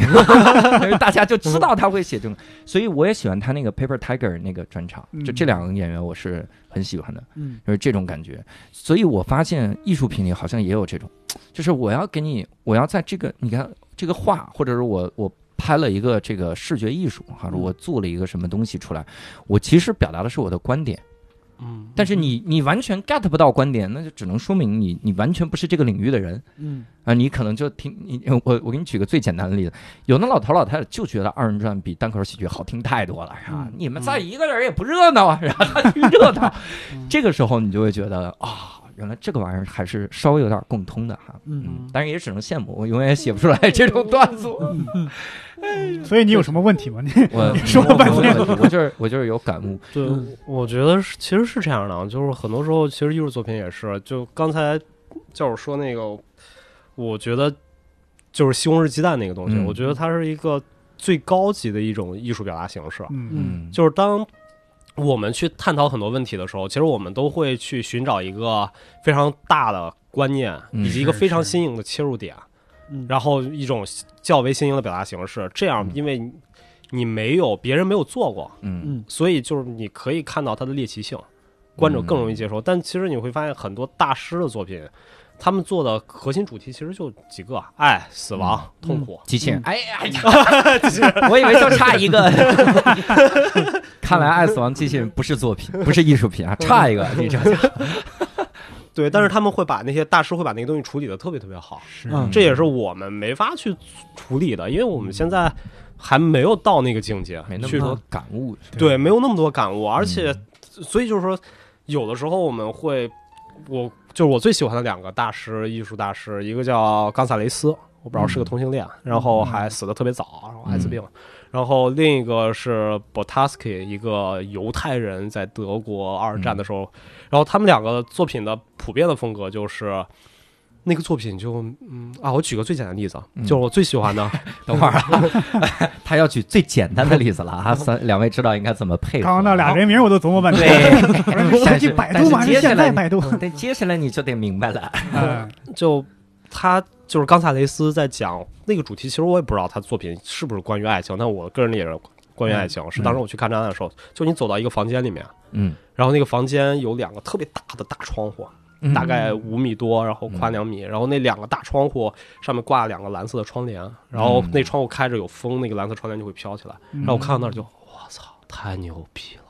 S4: [laughs]
S1: 大家就知道他会写这种，所以我也喜欢他那个 Paper Tiger 那个专场，就
S3: 嗯
S1: 这两个演员我是很喜欢的，
S2: 嗯
S1: 就是这种感觉。所以我发现艺术品里好像也有这种，就是我要给你，我要在这个你看这个画，或者是我我。拍了一个这个视觉艺术，或者
S4: 嗯
S1: 我做了一个什么东西出来，我其实表达的是我的观点，
S4: 嗯
S1: 但是你你完全 get 不到观点，那就只能说明你你完全不是这个领域的人，
S2: 嗯
S1: 啊，你可能就听你我我给你举个最简单的例子，有的老头老太太就觉得二人转比单口喜剧好听太多了，是吧？
S2: 嗯
S1: 你们再一个人也不热闹啊，然后他去热闹，
S2: 嗯
S1: 这个时候你就会觉得啊、原来这个玩意儿还是稍微有点共通的哈，
S2: 嗯
S1: 但是也只能羡慕，我永远也写不出来这种段子。
S3: 所以你有什么问题吗？你 [laughs]
S1: 我
S3: 说了半天
S1: 我我我就是我就是有感悟，
S4: 对，
S2: 嗯
S4: 我觉得是其实是这样的，啊，就是很多时候其实艺术作品也是，就刚才教授说那个，我觉得就是西红柿鸡蛋那个东西，
S1: 嗯
S4: 我觉得它是一个最高级的一种艺术表达形式。
S3: 嗯
S1: 嗯，
S4: 就是当我们去探讨很多问题的时候，其实我们都会去寻找一个非常大的观念，
S1: 嗯
S4: 以及一个
S3: 是
S4: 非常
S3: 是
S4: 新颖的切入点。
S2: 嗯，
S4: 然后一种较为新颖的表达形式。这样
S1: 嗯，
S4: 因为你没有别人没有做过，
S1: 嗯
S2: 嗯
S4: 所以就是你可以看到它的猎奇性，观者
S1: 嗯
S4: 更容易接受。但其实你会发现，很多大师的作品，他们做的核心主题其实就几个：啊爱、死亡、
S2: 嗯
S4: 痛苦。
S1: 机器人
S2: 嗯，
S1: 哎呀，哎
S4: [laughs]
S1: 呀 [laughs] 我以为就差一个。看来《爱死亡机器人》不是作品，不是艺术品
S4: [laughs]
S1: 啊，差一个。你这嗯
S4: 对，但是他们会把那些大师会把那个东西处理的特别特别好，
S3: 是
S2: 嗯
S4: 这也是我们没法去处理的，因为我们现在还没有到那个境界，
S1: 没那么
S4: 去
S1: 多感悟。
S4: 对，没有那么多感悟，而且所以就是说，有的时候我们会我就是我最喜欢的两个大师，艺术大师，一个叫冈萨雷斯，我不知道是个同性恋，然后还死的特别早，然后艾滋病。然后另一个是 Botaski，一个犹太人，在德国二战的时候，然后他们两个作品的普遍的风格就是，那个作品就嗯啊，我举个最简单的例子啊，
S1: 嗯
S4: 就是我最喜欢的，
S1: 等
S4: [laughs]
S1: 会儿啊，他要举最简单的例子了啊，三两位知道应该怎么配合。啊
S3: 刚刚那俩人名我都琢磨半天，
S1: 对，
S3: [laughs] 我说
S1: 但
S3: 你去
S1: 是
S3: 百
S1: 但
S3: 度
S1: 是
S3: 嘛，
S1: 接下
S3: 现在
S1: 来
S3: 百度。
S1: 你对，接下来你就哦得明白了。
S3: 嗯
S4: 就他就是冈萨雷斯在讲那个主题，其实我也不知道他作品是不是关于爱情，但我个人也是关于爱情。是当时我去看展览的时候，就你走到一个房间里面，
S1: 嗯，
S4: 然后那个房间有两个特别大的大窗户，
S1: 嗯
S4: 大概五米多，然后宽两米，然后那两个大窗户上面挂两个蓝色的窗帘，然后那窗户开着有风，那个蓝色窗帘就会飘起来。
S3: 嗯
S4: 然后我看到那儿就，我操，太牛逼了！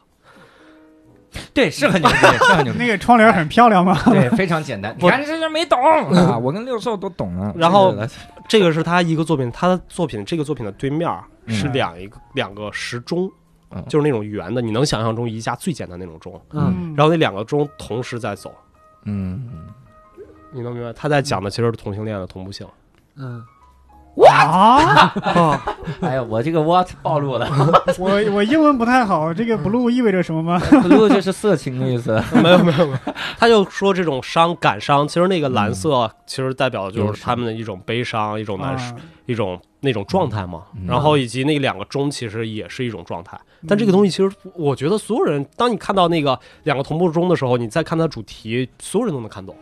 S1: 对，是很牛逼，是
S4: [laughs]
S1: 很牛逼。
S3: 那个窗帘很漂亮吗？
S1: 对，非常简单。你
S4: 我嗯
S1: 看这是没懂啊，我跟六兽都懂了。
S4: 然后
S1: 这个
S4: 这个是他一个作品，他的作品这个作品的对面儿是
S1: 嗯
S4: 两一个、两个时钟
S1: 嗯，
S4: 就是那种圆的，你能想象中宜家最简单那种钟。
S2: 嗯，
S4: 然后那两个钟同时在走，
S1: 嗯，
S4: 你能明白？他在讲的其实是同性恋的同步性。
S2: 嗯，
S3: 后啊，
S1: 哎呀，我这个 what 暴露了 [laughs]
S3: 我我英文不太好，这个 blue 意味着什么
S1: [laughs]
S3: 吗？
S1: ，blue 就是色情的意思。
S4: 没有没有没有，他就说这种伤感伤，其实那个
S1: 嗯
S4: 蓝色其实代表的就是他们的一种悲伤，一种难受，
S3: 啊
S4: 一种那种状态嘛
S1: 嗯。
S4: 然后以及那两个钟其实也是一种状态。但这个东西其实我觉得所有人，当你看到那个两个同步钟的时候，你再看它的主题，所有人都能看懂，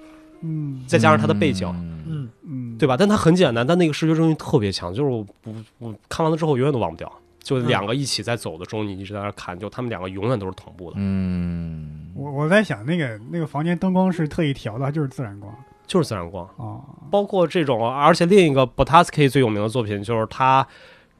S3: 嗯
S4: 再加上它的背景。
S1: 嗯
S2: 嗯，
S3: 嗯，
S4: 对吧？但它很简单，但那个视觉冲击特别强，就是我不我看完了之后永远都忘不掉，就
S3: 嗯
S4: 两个一起在走的钟，你一直在那儿看，就他们两个永远都是同步的，
S1: 嗯，
S3: 我我在想那个那个房间灯光是特意调的，就是自然光
S4: 就是自然光。
S3: 啊。
S4: 包括这种，而且另一个 Botaski 最有名的作品就是他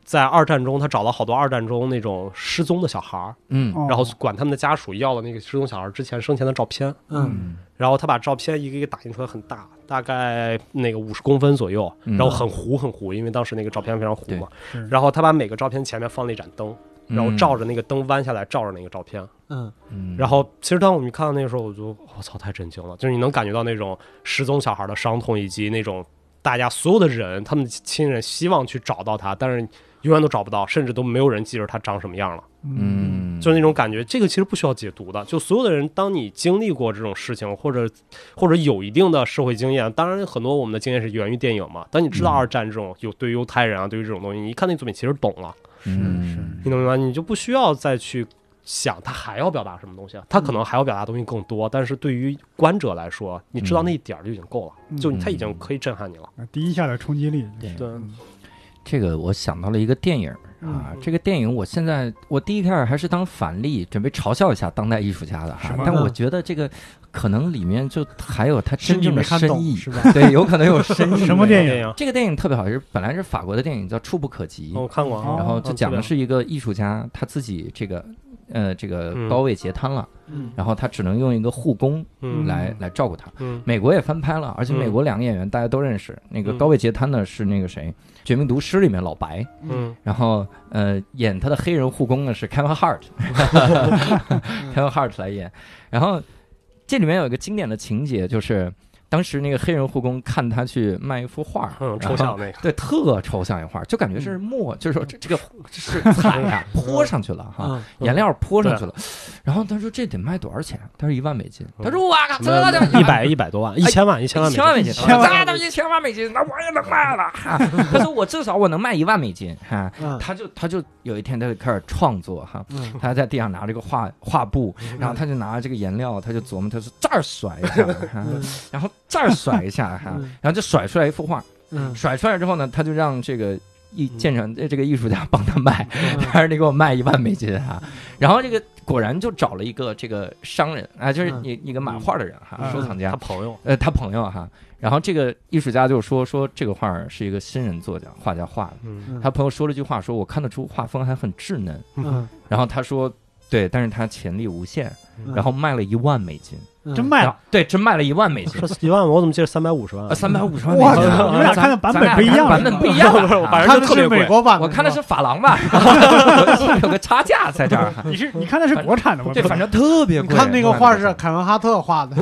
S4: 在二战中，他找了好多二战中那种失踪的小孩儿，
S1: 嗯
S3: 哦
S4: 然后管他们的家属要了那个失踪小孩儿之前生前的照片，
S2: 嗯，
S1: 嗯
S4: 然后他把照片一个一个打印出来，很大，大概那个五十公分左右，
S1: 嗯
S4: 然后很糊很糊，因为当时那个照片非常糊嘛
S3: 对是。
S4: 然后他把每个照片前面放了一盏灯，然后照着那个灯弯下来照着那个照片，
S2: 嗯，
S1: 嗯，
S4: 然后，其实当我们看到那个时候，我就我操，太震惊了！就是你能感觉到那种失踪小孩的伤痛，以及那种大家所有的人，他们的亲人希望去找到他，但是永远都找不到，甚至都没有人记着他长什么样了。
S3: 嗯
S1: 嗯，
S4: 就是那种感觉，这个其实不需要解读的。就所有的人，当你经历过这种事情，或者或者有一定的社会经验，当然很多我们的经验是源于电影嘛。当你知道
S1: 嗯
S4: 二战这种有对犹太人啊，对于这种东西，你一看那作品其实懂了。
S1: 嗯
S4: 你能明白？你就不需要再去想他还要表达什么东西，他可能还要表达的东西更多，但是对于观者来说，你知道那一点儿就已经够了，
S3: 嗯
S4: 就他已经可以震撼你了。
S3: 啊第一下的冲击力，
S1: 对
S4: 对
S3: 嗯
S1: 这个我想到了一个电影
S2: 嗯
S1: 儿啊，这个电影我现在我第一开始还是当反例，准备嘲笑一下当代艺术家的哈
S3: 是吗，
S1: 但我觉得这个可能里面就还有它
S2: 是
S1: 真
S2: 你
S1: 正
S2: 没
S1: 的
S2: 看
S1: 深
S2: 懂
S1: 意，
S2: 是吧？
S1: 对，有可能有深意。 [laughs]
S3: 什么电
S4: 电
S3: 影？
S4: 影，
S1: 这个电影特别好，是本来是法国的电影，叫《触不可及
S4: 哦》，我看过啊，
S1: 然后就讲的
S4: 嗯
S1: 是一个艺术家他自己这个呃这个
S4: 嗯
S1: 高位截瘫了，
S2: 嗯
S1: 然后他只能用一个护工
S4: 嗯
S1: 来来照顾他。
S4: 嗯
S1: 美国也翻拍了，而且
S4: 嗯
S1: 美国两个演员大家都认识，那个
S4: 嗯
S1: 高位截瘫的是那个谁，《绝命毒师》里面老白，
S4: 嗯
S1: 然后呃，演他的黑人护工呢是 Kevin
S4: [laughs]
S1: Hart，Kevin Hart 来演。然后这里面有一个经典的情节，就是当时那个黑人护工看他去卖一幅画，
S4: 嗯，
S1: 然
S4: 抽
S1: 后
S4: 象嗯那个，
S1: 对，特抽象一画，就感觉是墨，就是说这这个是彩呀、泼上去了哈。
S2: 嗯
S1: 颜料泼上去了，然后他说这得卖多少钱？他说一万美金。他
S4: 嗯
S1: 说哇，这
S4: 一百一百多万，一千万，一千万
S1: 一
S4: 美
S1: 千万
S4: 金，
S1: 美金，
S4: 啊
S3: 一千万
S1: 那都一千万美金，那我也能卖
S4: [laughs]
S1: 了。哈他说我至少我能卖一万美金，哈，
S2: 嗯
S1: 他就他就有一天他就开始创作哈，
S2: 嗯
S1: 他在地上拿着个画画布，然后他就拿这个颜料，他就琢磨，他说这儿甩一下，哈
S2: [laughs] 嗯
S1: 然后这儿甩一下，哈
S2: 嗯，
S1: 然后就甩出来一幅画，
S2: 嗯
S1: 甩出来之后呢，他就让这个艺
S4: 嗯
S1: 建成呃这个艺术家帮他卖，
S2: 嗯
S1: [laughs] 他说你给我卖一万美金哈、然后这个果然就找了一个这个商人啊，就是
S2: 嗯
S1: 一一个买画的人哈、
S3: 嗯
S1: 收藏家
S4: 他，朋友，
S1: 呃，他朋友哈、然后这个艺术家就说说这个画儿是一个新人作家画家画的，
S4: 嗯
S2: 嗯
S1: 他朋友说了一句话，说我看得出画风还很稚嫩，
S2: 嗯
S1: 然后他说对，但是他潜力无限，
S4: 嗯
S1: 然后卖了一万美金，
S2: 嗯
S3: 真啊卖
S1: 然
S3: 了
S1: 后，对，真卖了一万美金呃
S4: 说，一万，我怎么记得三百五十万？啊
S1: 三百五十万美
S2: 哇
S1: 金。
S4: 你
S3: 们俩看的版本不一样
S1: 咱俩看的版本不一样
S4: 不是我
S1: 啊，
S3: [laughs]
S4: 反
S2: 看的
S4: 正就特别
S2: 是美
S4: 贵。
S2: 国版的，
S1: 我看的是法郎吧，有个差价在这儿。
S3: 你是你看的是国产的吗？
S1: 对，嗯反正特别
S2: 你
S1: 贵。
S2: 看那个画是凯文哈特画
S1: [laughs]
S2: 的，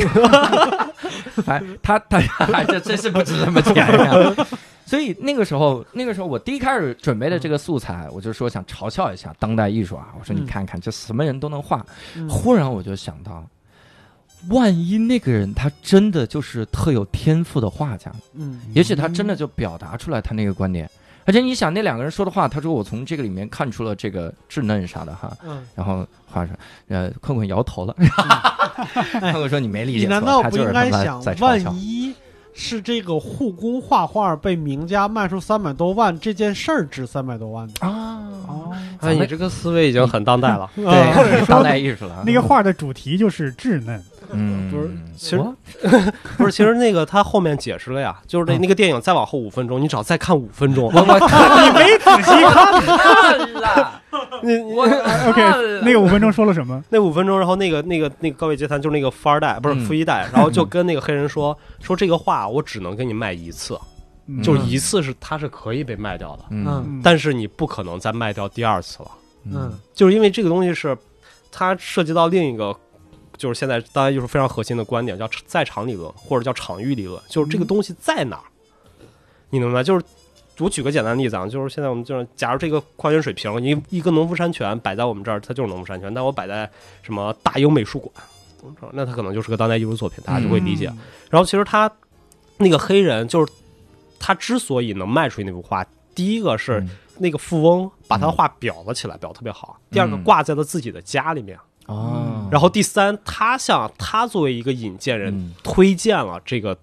S1: 哎，他他 [laughs] 这真是不值 [laughs] 这么钱呀、所以那个时候，那个时候我第一开始准备的这个素材，我就说想嘲笑一下当代艺术啊。我说你
S2: 嗯
S1: 看看这什么人都能画。
S2: 嗯
S1: 忽然我就想到，万一那个人他真的就是特有天赋的画家，
S2: 嗯
S1: 也许他真的就表达出来他那个观点。而且你想，那两个人说的话，他说我从这个里面看出了这个稚嫩啥的哈。
S2: 嗯，
S1: 然后画上，呃，困困摇头 [laughs] 了。
S2: 哎
S1: 困困说你没理
S2: 你
S1: 解错，
S2: 难道
S1: 他
S2: 不
S1: 就是
S2: 应该
S1: 他
S2: 想
S1: 妈在，嘲笑
S2: 万。一是这个护工画画被名家卖出三百多万，这件事儿值三百多万呢？
S1: 啊，
S3: 哦，
S4: 哎，你这个思维已经很当代了。
S2: 啊
S1: 对，当代艺术了啊。
S3: 那个画的主题就是
S1: [laughs]
S3: 稚嫩，
S1: 嗯，
S4: 不是 [laughs] 其实
S1: 我
S4: 不是，其实那个他后面解释了呀，就是那那个电影再往后五分钟，你只要再看五分钟，
S1: 我我看
S3: 你没仔细看
S1: 了，
S4: 你你
S1: 我
S3: ，OK，
S1: 看了
S3: 那个五分钟说了什么？
S4: 那五分钟，然后那个那个那个高位截瘫就是那个富二代，不是
S1: 嗯
S4: 富一代，然后就跟那个黑人说说这个画我只能给你卖一次，
S3: 嗯
S4: 就一次是它是可以被卖掉的，
S1: 嗯
S3: 嗯
S4: 但是你不可能再卖掉第二次了，
S1: 嗯
S2: 嗯
S4: 就是因为这个东西是它涉及到另一个。就是现在，当然就是非常核心的观点，叫在场理论或者叫场域理论，就是这个东西在哪儿，你能明白？就是我举个简单的例子啊，就是现在我们就是，假如这个矿泉水瓶，一一个农夫山泉摆在我们这儿，它就是农夫山泉；但我摆在什么大英美术馆，那它可能就是个当代艺术作品，大家就会理解。
S3: 嗯
S4: 然后其实他那个黑人，就是他之所以能卖出去那幅画，第一个
S1: 嗯
S4: 是那个富翁把他的画裱了起来，裱得特别好；第二个
S1: 嗯
S4: 挂在了自己的家里面，
S1: 哦，
S4: 然后第三，他向他作为一个引荐人、
S1: 嗯
S4: 推荐了这个。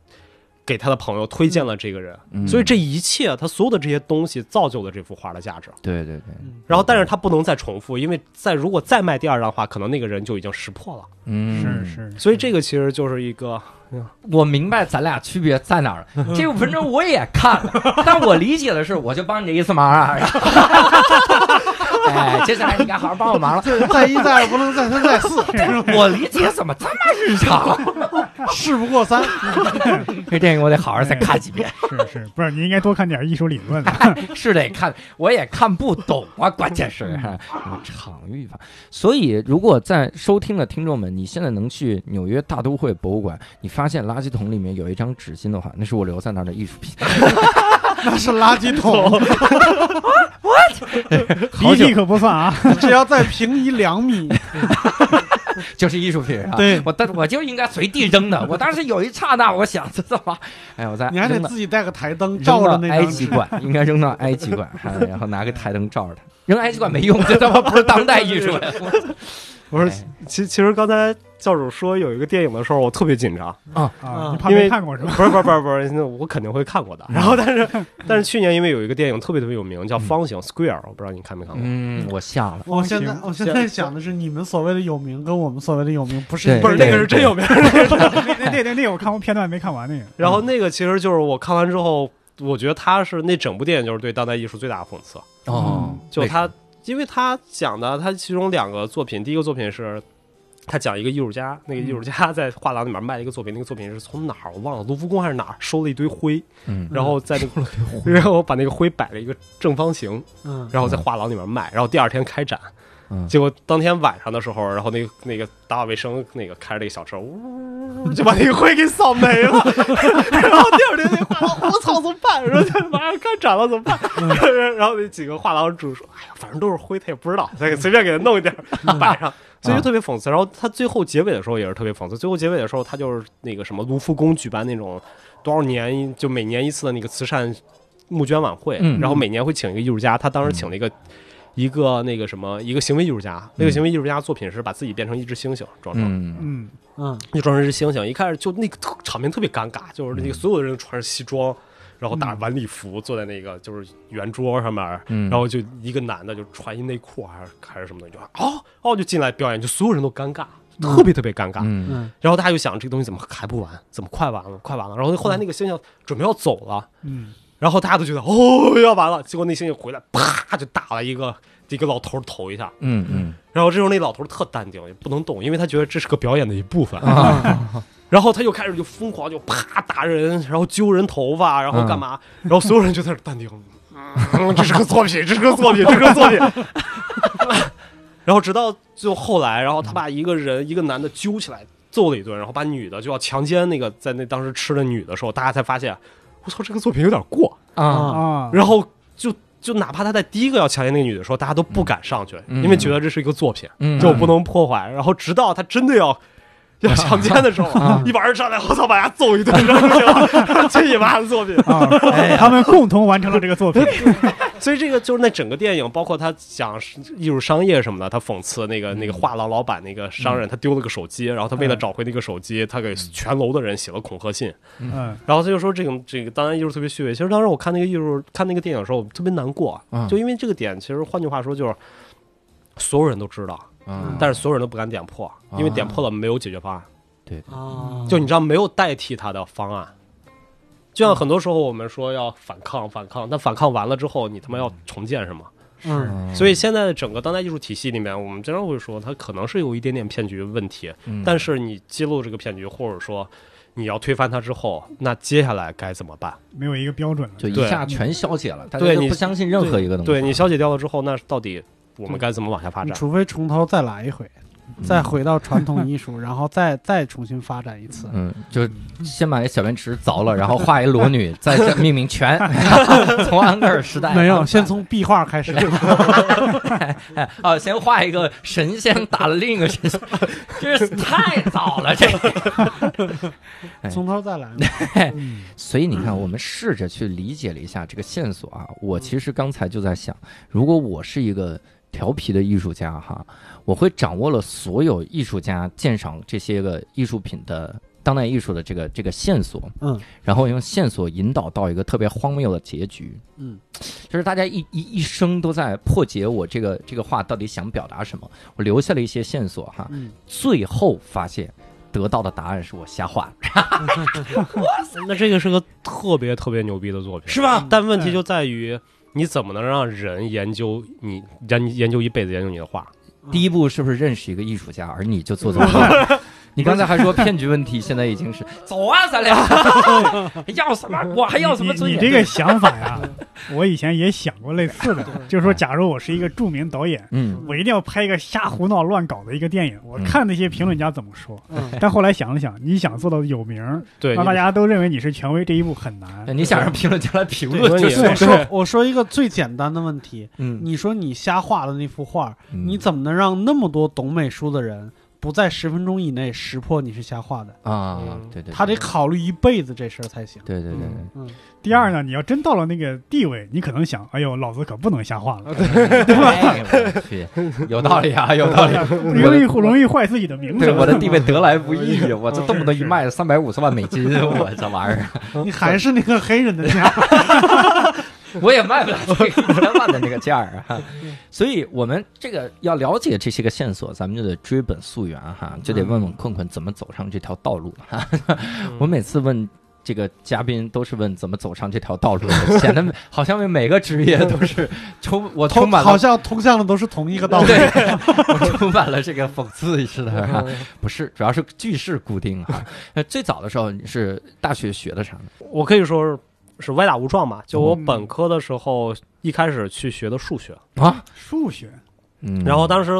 S4: 给他的朋友推荐了这个人，
S1: 嗯
S4: 所以这一切，他所有的这些东西造就了这幅画的价值。
S1: 对对对，
S4: 然后，但是他不能再重复，因为再如果再卖第二张画，可能那个人就已经识破了。
S1: 嗯
S3: 是。是，
S4: 所以这个其实就是一个，
S1: 我明白咱俩区别在哪儿了。这五分钟我也看了，但我理解的是，我就帮你这一次忙啊。 [laughs] 然后哎，接下来你该好好帮我忙了。
S2: 这再一再二不能再三再四，
S1: 我理解怎么这么日常？啊
S2: 事不过三。
S1: 这电影我得好好再看几遍。
S3: 是是，不是你应该多看点艺术理论了。
S1: 是得看，我也看不懂啊，关键是嗯场域吧。所以，如果在收听的听众们，你现在能去纽约大都会博物馆，你发现垃圾桶里面有一张纸巾的话，那是我留在那儿的艺术品。 [laughs]
S2: 那是垃圾桶，
S1: 好
S3: 鼻
S1: 久
S3: 涕可不
S1: [laughs]
S3: 算啊，
S2: 只要再平移两米，
S1: 就是艺术品啊！
S2: 对
S1: 我，但我就应该随地扔的。我当时有一刹那，我想这怎么？哎，我在
S2: 你还得
S1: 扔到
S2: 自己带个台灯照
S1: 扔
S2: 着
S1: 到
S2: 那
S1: 埃
S2: 张
S1: 及
S2: 纸。
S1: 馆，应该扔到埃及馆，哎然后拿个台灯照着它。扔埃及馆没用，这他妈不是当代艺术。哎
S4: 不是，其其实刚才教主说有一个电影的时候，我特别紧张，
S3: 啊，
S2: 嗯
S3: 你怕
S4: 因
S3: 没
S4: 为
S3: 看过
S1: [laughs]
S3: 是吧？
S4: 不是不是不是不是，那我肯定会看过
S1: 嗯
S4: 的。然后但是但是去年因为有一个电影特别特别有名，叫《方形》（Square），我不知道你看没看过。
S1: 嗯，我下了。
S2: 我现在
S3: 行
S2: 我现在想的是，你们所谓的有名跟我们所谓的有名不是
S1: 对
S2: 一
S4: 不
S2: 回
S4: 是
S2: 事
S1: 对
S4: 那个是真有名。
S3: 那那那那那个我看过片段没看完那个，
S4: 然后那个其实就是我看完之后，我觉得他是那整部电影就是对当代艺术最大的讽刺，
S3: 嗯
S1: 哦，
S4: 就他，因为他讲的他其中两个作品，第一个作品是。他讲一个艺术家，那个艺术
S1: 嗯
S4: 家在画廊里面卖一个作品，那个作品是从哪儿我忘了，卢浮宫还是哪儿收了一堆灰，
S1: 嗯
S4: 然后在那个， [laughs] 然后把那个灰摆了一个正方形，
S2: 嗯，
S4: 然后在画廊里面卖，然后第二天开展。
S1: 嗯
S4: 结果当天晚上的时候，然后那个那个打扫卫生那个开着那个小车，呜就把那个灰给扫没了。 [laughs] 然后第二天那画廊，我操，怎么办？然后就马上开展了，怎么办？
S1: 嗯
S4: [laughs] 然后那几个画廊主说：“哎呀，反正都是灰，他也不知道，再给随便给他弄一点
S1: 嗯
S4: 儿摆
S1: 啊
S4: 上。”所以就特别讽刺。然后他最后结尾的时候也是特别讽刺。最后结尾的时候，他就是那个什么卢浮宫举办那种多少年就每年一次的那个慈善募捐晚会，
S1: 嗯
S4: 然后每年会请一个艺术家。他当时请了一个、一个那个什么一个行为艺术家，那个行为艺术家作品是把自己变成一只猩猩装成。
S1: 嗯
S3: 嗯，
S2: [laughs] 嗯，
S4: 就装成一只猩猩，一开始就那个特场面特别尴尬，就是
S1: 嗯
S4: 那个所有的人穿着西装，然后打着晚礼服坐在那个就是圆桌上面，
S1: 嗯
S4: 然后就一个男的就穿一内裤还是还是什么东西，就哦哦就进来表演，就所有人都尴尬，特别特别尴尬。
S1: 嗯
S2: 嗯
S4: 然后
S1: 嗯
S4: 大家就想这个东西怎么还不完，怎么快完了，快完了。然后后来那个猩猩准备要走了，
S3: 嗯，
S4: 然后大家都觉得哦要完了，结果那猩猩回来啪就打了一个一个老头儿头一下，
S1: 嗯嗯
S4: 然后这时候那老头儿特淡定，也不能动，因为他觉得这是个表演的一部分。
S1: 啊，
S4: [laughs] 然后他就开始就疯狂就啪打人，然后揪人头发，然后
S1: [laughs]
S4: 干嘛？然后所有人就在那儿淡定，嗯， [laughs] 这是个作品，这是个作
S1: [laughs]
S4: 品，这是个作品。 [laughs] 然后直到就后来，然后他把一个人一个男的揪起来揍了一顿，然后把女的就要强奸那个在那当时吃的女的时候，大家才发现，我操，这个作品有点过。
S1: 啊
S3: 啊，
S4: 然后就就哪怕他在第一个要强奸那个女的时候，大家都不敢上去，
S1: 嗯
S4: 因为觉得这是一个作品。
S1: 嗯
S4: 就不能破坏。然后直到他真
S1: [laughs]
S4: 的要要强奸的时候，
S1: 啊
S4: 一帮人上来，我操，把他揍一顿，扔
S1: [laughs]
S4: 了，这一妈的作品。
S3: 啊，
S1: 哎
S3: 他们共同完成了这个作品。
S4: 所以这个就是那整个电影，包括他讲艺术商业什么的，他讽刺那个那个画廊老板那个商人，他丢了个手机，然后他为了找回那个手机，他给全楼的人写了恐吓信。
S3: 嗯，
S4: 然后他就说这个这个当然艺术特别虚伪。其实当时我看那个艺术看那个电影的时候，我特别难过，
S1: 嗯
S4: 就因为这个点，其实换句话说就是所有人都知道，
S1: 嗯
S4: 但是所有人都不敢点破，因为
S1: 啊
S4: 点破了没有解决方案。
S2: 啊
S4: 就你知道没有代替他的方案。就像很多时候我们说要反抗，反抗，但反抗完了之后，你他妈要重建什么？
S2: 嗯
S4: 所以现在的整个当代艺术体系里面，我们经常会说它可能是有一点点骗局问题，
S1: 嗯
S4: 但是你揭露这个骗局，或者说你要推翻它之后，那接下来该怎么办？
S3: 没有一个标准了。
S1: 就一
S4: 对
S1: 下全消解了，大家
S4: 对
S1: 都
S4: 你
S1: 不相信任何一个东西，
S4: 对你消解掉了之后，那到底我们该怎么往下发展？
S2: 除非从头再来一回，再回到传统艺术，然后再再重新发展一次。
S1: 嗯，就先把那小便池凿了，然后画一裸女，再再命名全， [laughs] 从安格尔时代
S2: 没有，先从壁画开始。
S1: 哎啊，先画一个神仙打了另一个神
S4: [laughs]
S1: 仙，这是太早了这。哎
S2: 从头再来嘛，
S3: 嗯
S1: 所以你看，我们试着去理解了一下这个线索啊。我其实刚才就在想，如果我是一个调皮的艺术家哈，我会掌握了所有艺术家鉴赏这些个艺术品的当代艺术的这个这个线索，
S2: 嗯，
S1: 然后用线索引导到一个特别荒谬的结局，
S2: 嗯，
S1: 就是大家一一一生都在破解我这个这个话到底想表达什么，我留下了一些线索哈，
S2: 嗯，
S1: 最后发现得到的答案是我瞎画的，
S4: 那这个是个特别特别牛逼的作品，
S1: 是吧？
S4: 但问题就在于你怎么能让人研究你研研究一辈子研究你的画？
S2: 嗯
S1: 第一
S2: 啊
S1: 步是不是认识一个艺术家，而你就做这么多？你刚才还说骗局问题，现在已经是走啊，咱俩 [laughs] 要什么？我还要什么尊
S3: 你你
S1: 严？
S3: 这个想法
S1: [laughs]
S3: 呀，我以前也想过类似的，就是说，假如我是一个著名导演，
S1: 嗯
S3: 我一定要拍一个瞎胡闹乱搞的一个电影。我看那些评论家怎么说，
S2: 嗯
S3: 但后来想了想，你想做到有名儿，
S4: 对，
S3: 让大
S4: 你哎
S3: 家都认为你是权威，这一步很
S1: 那
S3: 难。
S1: 你想让评论家来评
S4: 对
S1: 论，就
S4: 对
S1: 是
S2: 我说我说一个最简单的问题，
S1: 嗯，
S2: 你说你瞎画的那幅画，
S1: 嗯
S2: 你怎么能让那么多懂美术的人不在十分钟以内识破你是瞎画的？
S1: 啊
S4: 嗯？
S1: 对对，
S2: 他得
S1: 对
S2: 考虑一辈子这事儿才行。
S1: 对对对对。
S2: 嗯，
S3: 第二呢，你要真到了那个地位，你可能想，哎呦，老子可不能瞎画
S4: [laughs]
S3: 了，
S1: 哎我去，有道理啊，有道
S3: [laughs]
S1: 理。我
S3: 容易
S1: 的
S3: 容易坏自己的名
S1: 对
S3: 声。
S1: 我的地位得来不易，我这
S3: 嗯
S1: 动不动一
S3: 是
S1: 卖三百五十万美金，我这玩意儿
S3: 嗯
S2: 你还是那个黑人的家。
S1: 我也卖不了这个一千万的那个价儿啊。所以我们这个要了解这些个线索，咱们就得追本溯源哈，就得问问困困怎么走上这条道路哈。我每次问。这个嘉宾都是问怎么走上这条道路的，显得好像每个职业都是充我 [laughs] 充
S2: 通
S1: 满
S2: 好
S1: 了
S2: 像通向的都是同一个道路。
S4: [laughs]
S1: 对，我充满了这个讽刺似的、啊，不是，主要是句式固定哈、呃，最早的时候你是大学学的啥呢？
S4: 我可以说是歪打误撞吧。就我
S3: 嗯
S4: 本科的时候，一开始去学的数学，
S1: 啊，
S3: 数学，
S1: 嗯
S4: 然后当时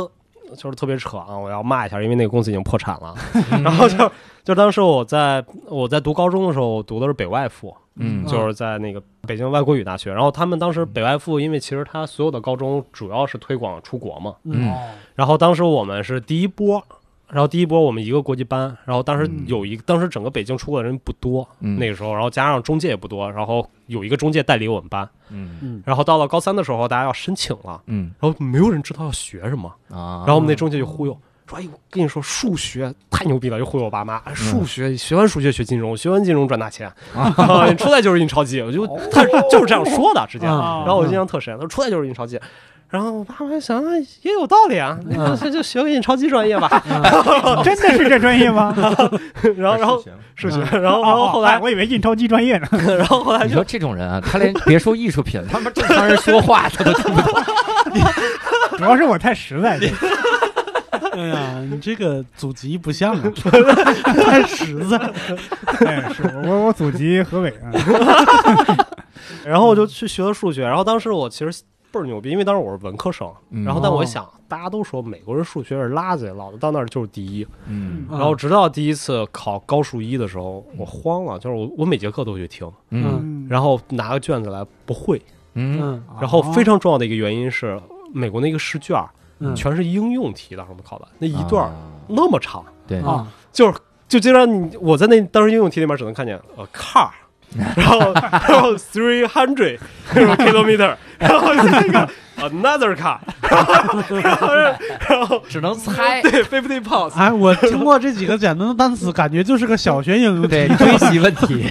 S4: 就是特别扯啊，我要骂一下，因为那个公司已经破产了。 [laughs] 然后就就当时我在我在读高中的时候，我读的是北外附，
S1: 嗯
S4: 就是在那个北京外国语大学。然后他们当时北外附，因为其实他所有的高中主要是推广出国嘛，
S1: 嗯
S2: 哦
S4: 然后当时我们是第一波。然后第一波我们一个国际班，然后当时
S1: 嗯
S4: 有一个，当时整个北京出国的人不多，
S1: 嗯
S4: 那个时候，然后加上中介也不多，然后有一个中介代理我们班，
S1: 嗯
S2: 嗯
S4: 然后到了高三的时候，大家要申请了，
S1: 嗯
S4: 然后没有人知道要学什么，
S1: 啊，
S4: 然后我们那中介就忽悠说：“哎呦，我跟你说，数学太牛逼了！”又忽悠我爸妈，哎数学学完数学学金融，学完金融赚大钱，啊你出来就是印钞机。我就他就是这样说的，直接。
S2: 啊
S4: 然后我印象特深，他说出来就是印钞机。然后我爸妈想哎也有道理啊，那就就学个印钞机专业吧。 [laughs]
S3: 哦真的是这专业吗？
S4: 然后然后数学， [laughs] 嗯然后然后后
S3: 哎
S4: 来
S3: 我以为印钞机专业
S4: [laughs]
S3: 呢。
S4: 然后后来
S1: 你
S4: 就
S1: 说这种人啊，他连别说艺术 [laughs] 品，他们正常人说话他 [laughs] 都听不懂。
S3: 主要是我太实在了，
S1: 嗯
S4: [laughs]
S2: 哎呀，你这个祖籍不像啊，太实在了。
S3: 哎，是我我祖籍河北啊，
S4: 然后我
S1: 嗯
S4: 就去学了数学。然后当时我其实倍儿牛逼，因为当时我是文科生。
S1: 嗯
S4: 然后但我一想，大家都说美国人数学是垃圾，老子到那儿就是第一。
S1: 嗯
S4: 然后直到第一次考高数一的时候，我慌了，就是我我每节课都去听，
S1: 嗯
S4: 然后拿个卷子来不会。
S1: 嗯
S2: 嗯
S4: 然后非常重要的一个原因是，美国那个试卷儿
S2: 嗯
S4: 全是应用题，当时我们考的那一段儿
S1: 啊
S4: 那么长，
S1: 对
S2: 啊，
S4: 就是就经常你我在那当时应用题里面只能看见呃 car，然 [laughs] 后然后 three hundred kilometer，然 [laughs] 后那个 another car，然后然后然后
S1: 只能猜。
S4: 对 fifty
S1: 嗯
S4: pounds，
S2: 哎，我听过这几个简单的单词，感觉就是个小学英
S1: [laughs]
S2: 语
S1: 对
S2: 题。
S1: 追习问题，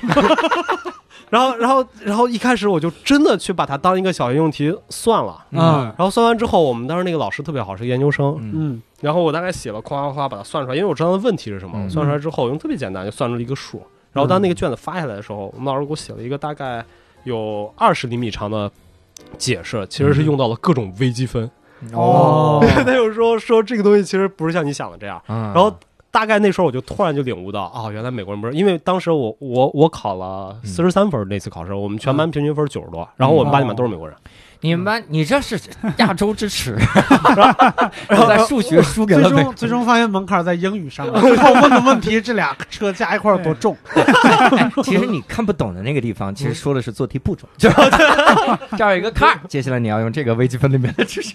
S4: 然后然后然后一开始我就真的去把它当一个小应用题算了。
S3: 嗯
S2: 啊，
S4: 然后算完之后，我们当时那个老师特别好，是个研究生。
S1: 嗯
S2: 嗯
S4: 然后我大概写了，夸夸夸把它算出来，因为我知道问题是什么。
S1: 嗯
S4: 我算出来之后，我用特别简单就算出了一个数。然后当那个卷子发下来的时候，我们老师给我写了一个大概有二十厘米长的解释，其实是用到了各种微积分。
S2: 哦
S4: 他有时候说这个东西其实不是像你想的这样。
S1: 然
S4: 然后大概那时候我就突然就领悟到，哦，原来美国人不是，因为当时我我我考了四十三分儿那次考试，我们全班平均分九十多，然后我们班里面都是美国人，
S1: 你们班你这是亚洲之耻，然后在数学输给
S2: 最
S1: 了美
S2: 终最终发现门槛在英语上面，最后问的问题这俩车加一块儿多重？
S1: 哎其实你看不懂的那个地方，其实说的是做题步骤，就这儿有一个坎儿，接下来你要用这个微积分里面的知识。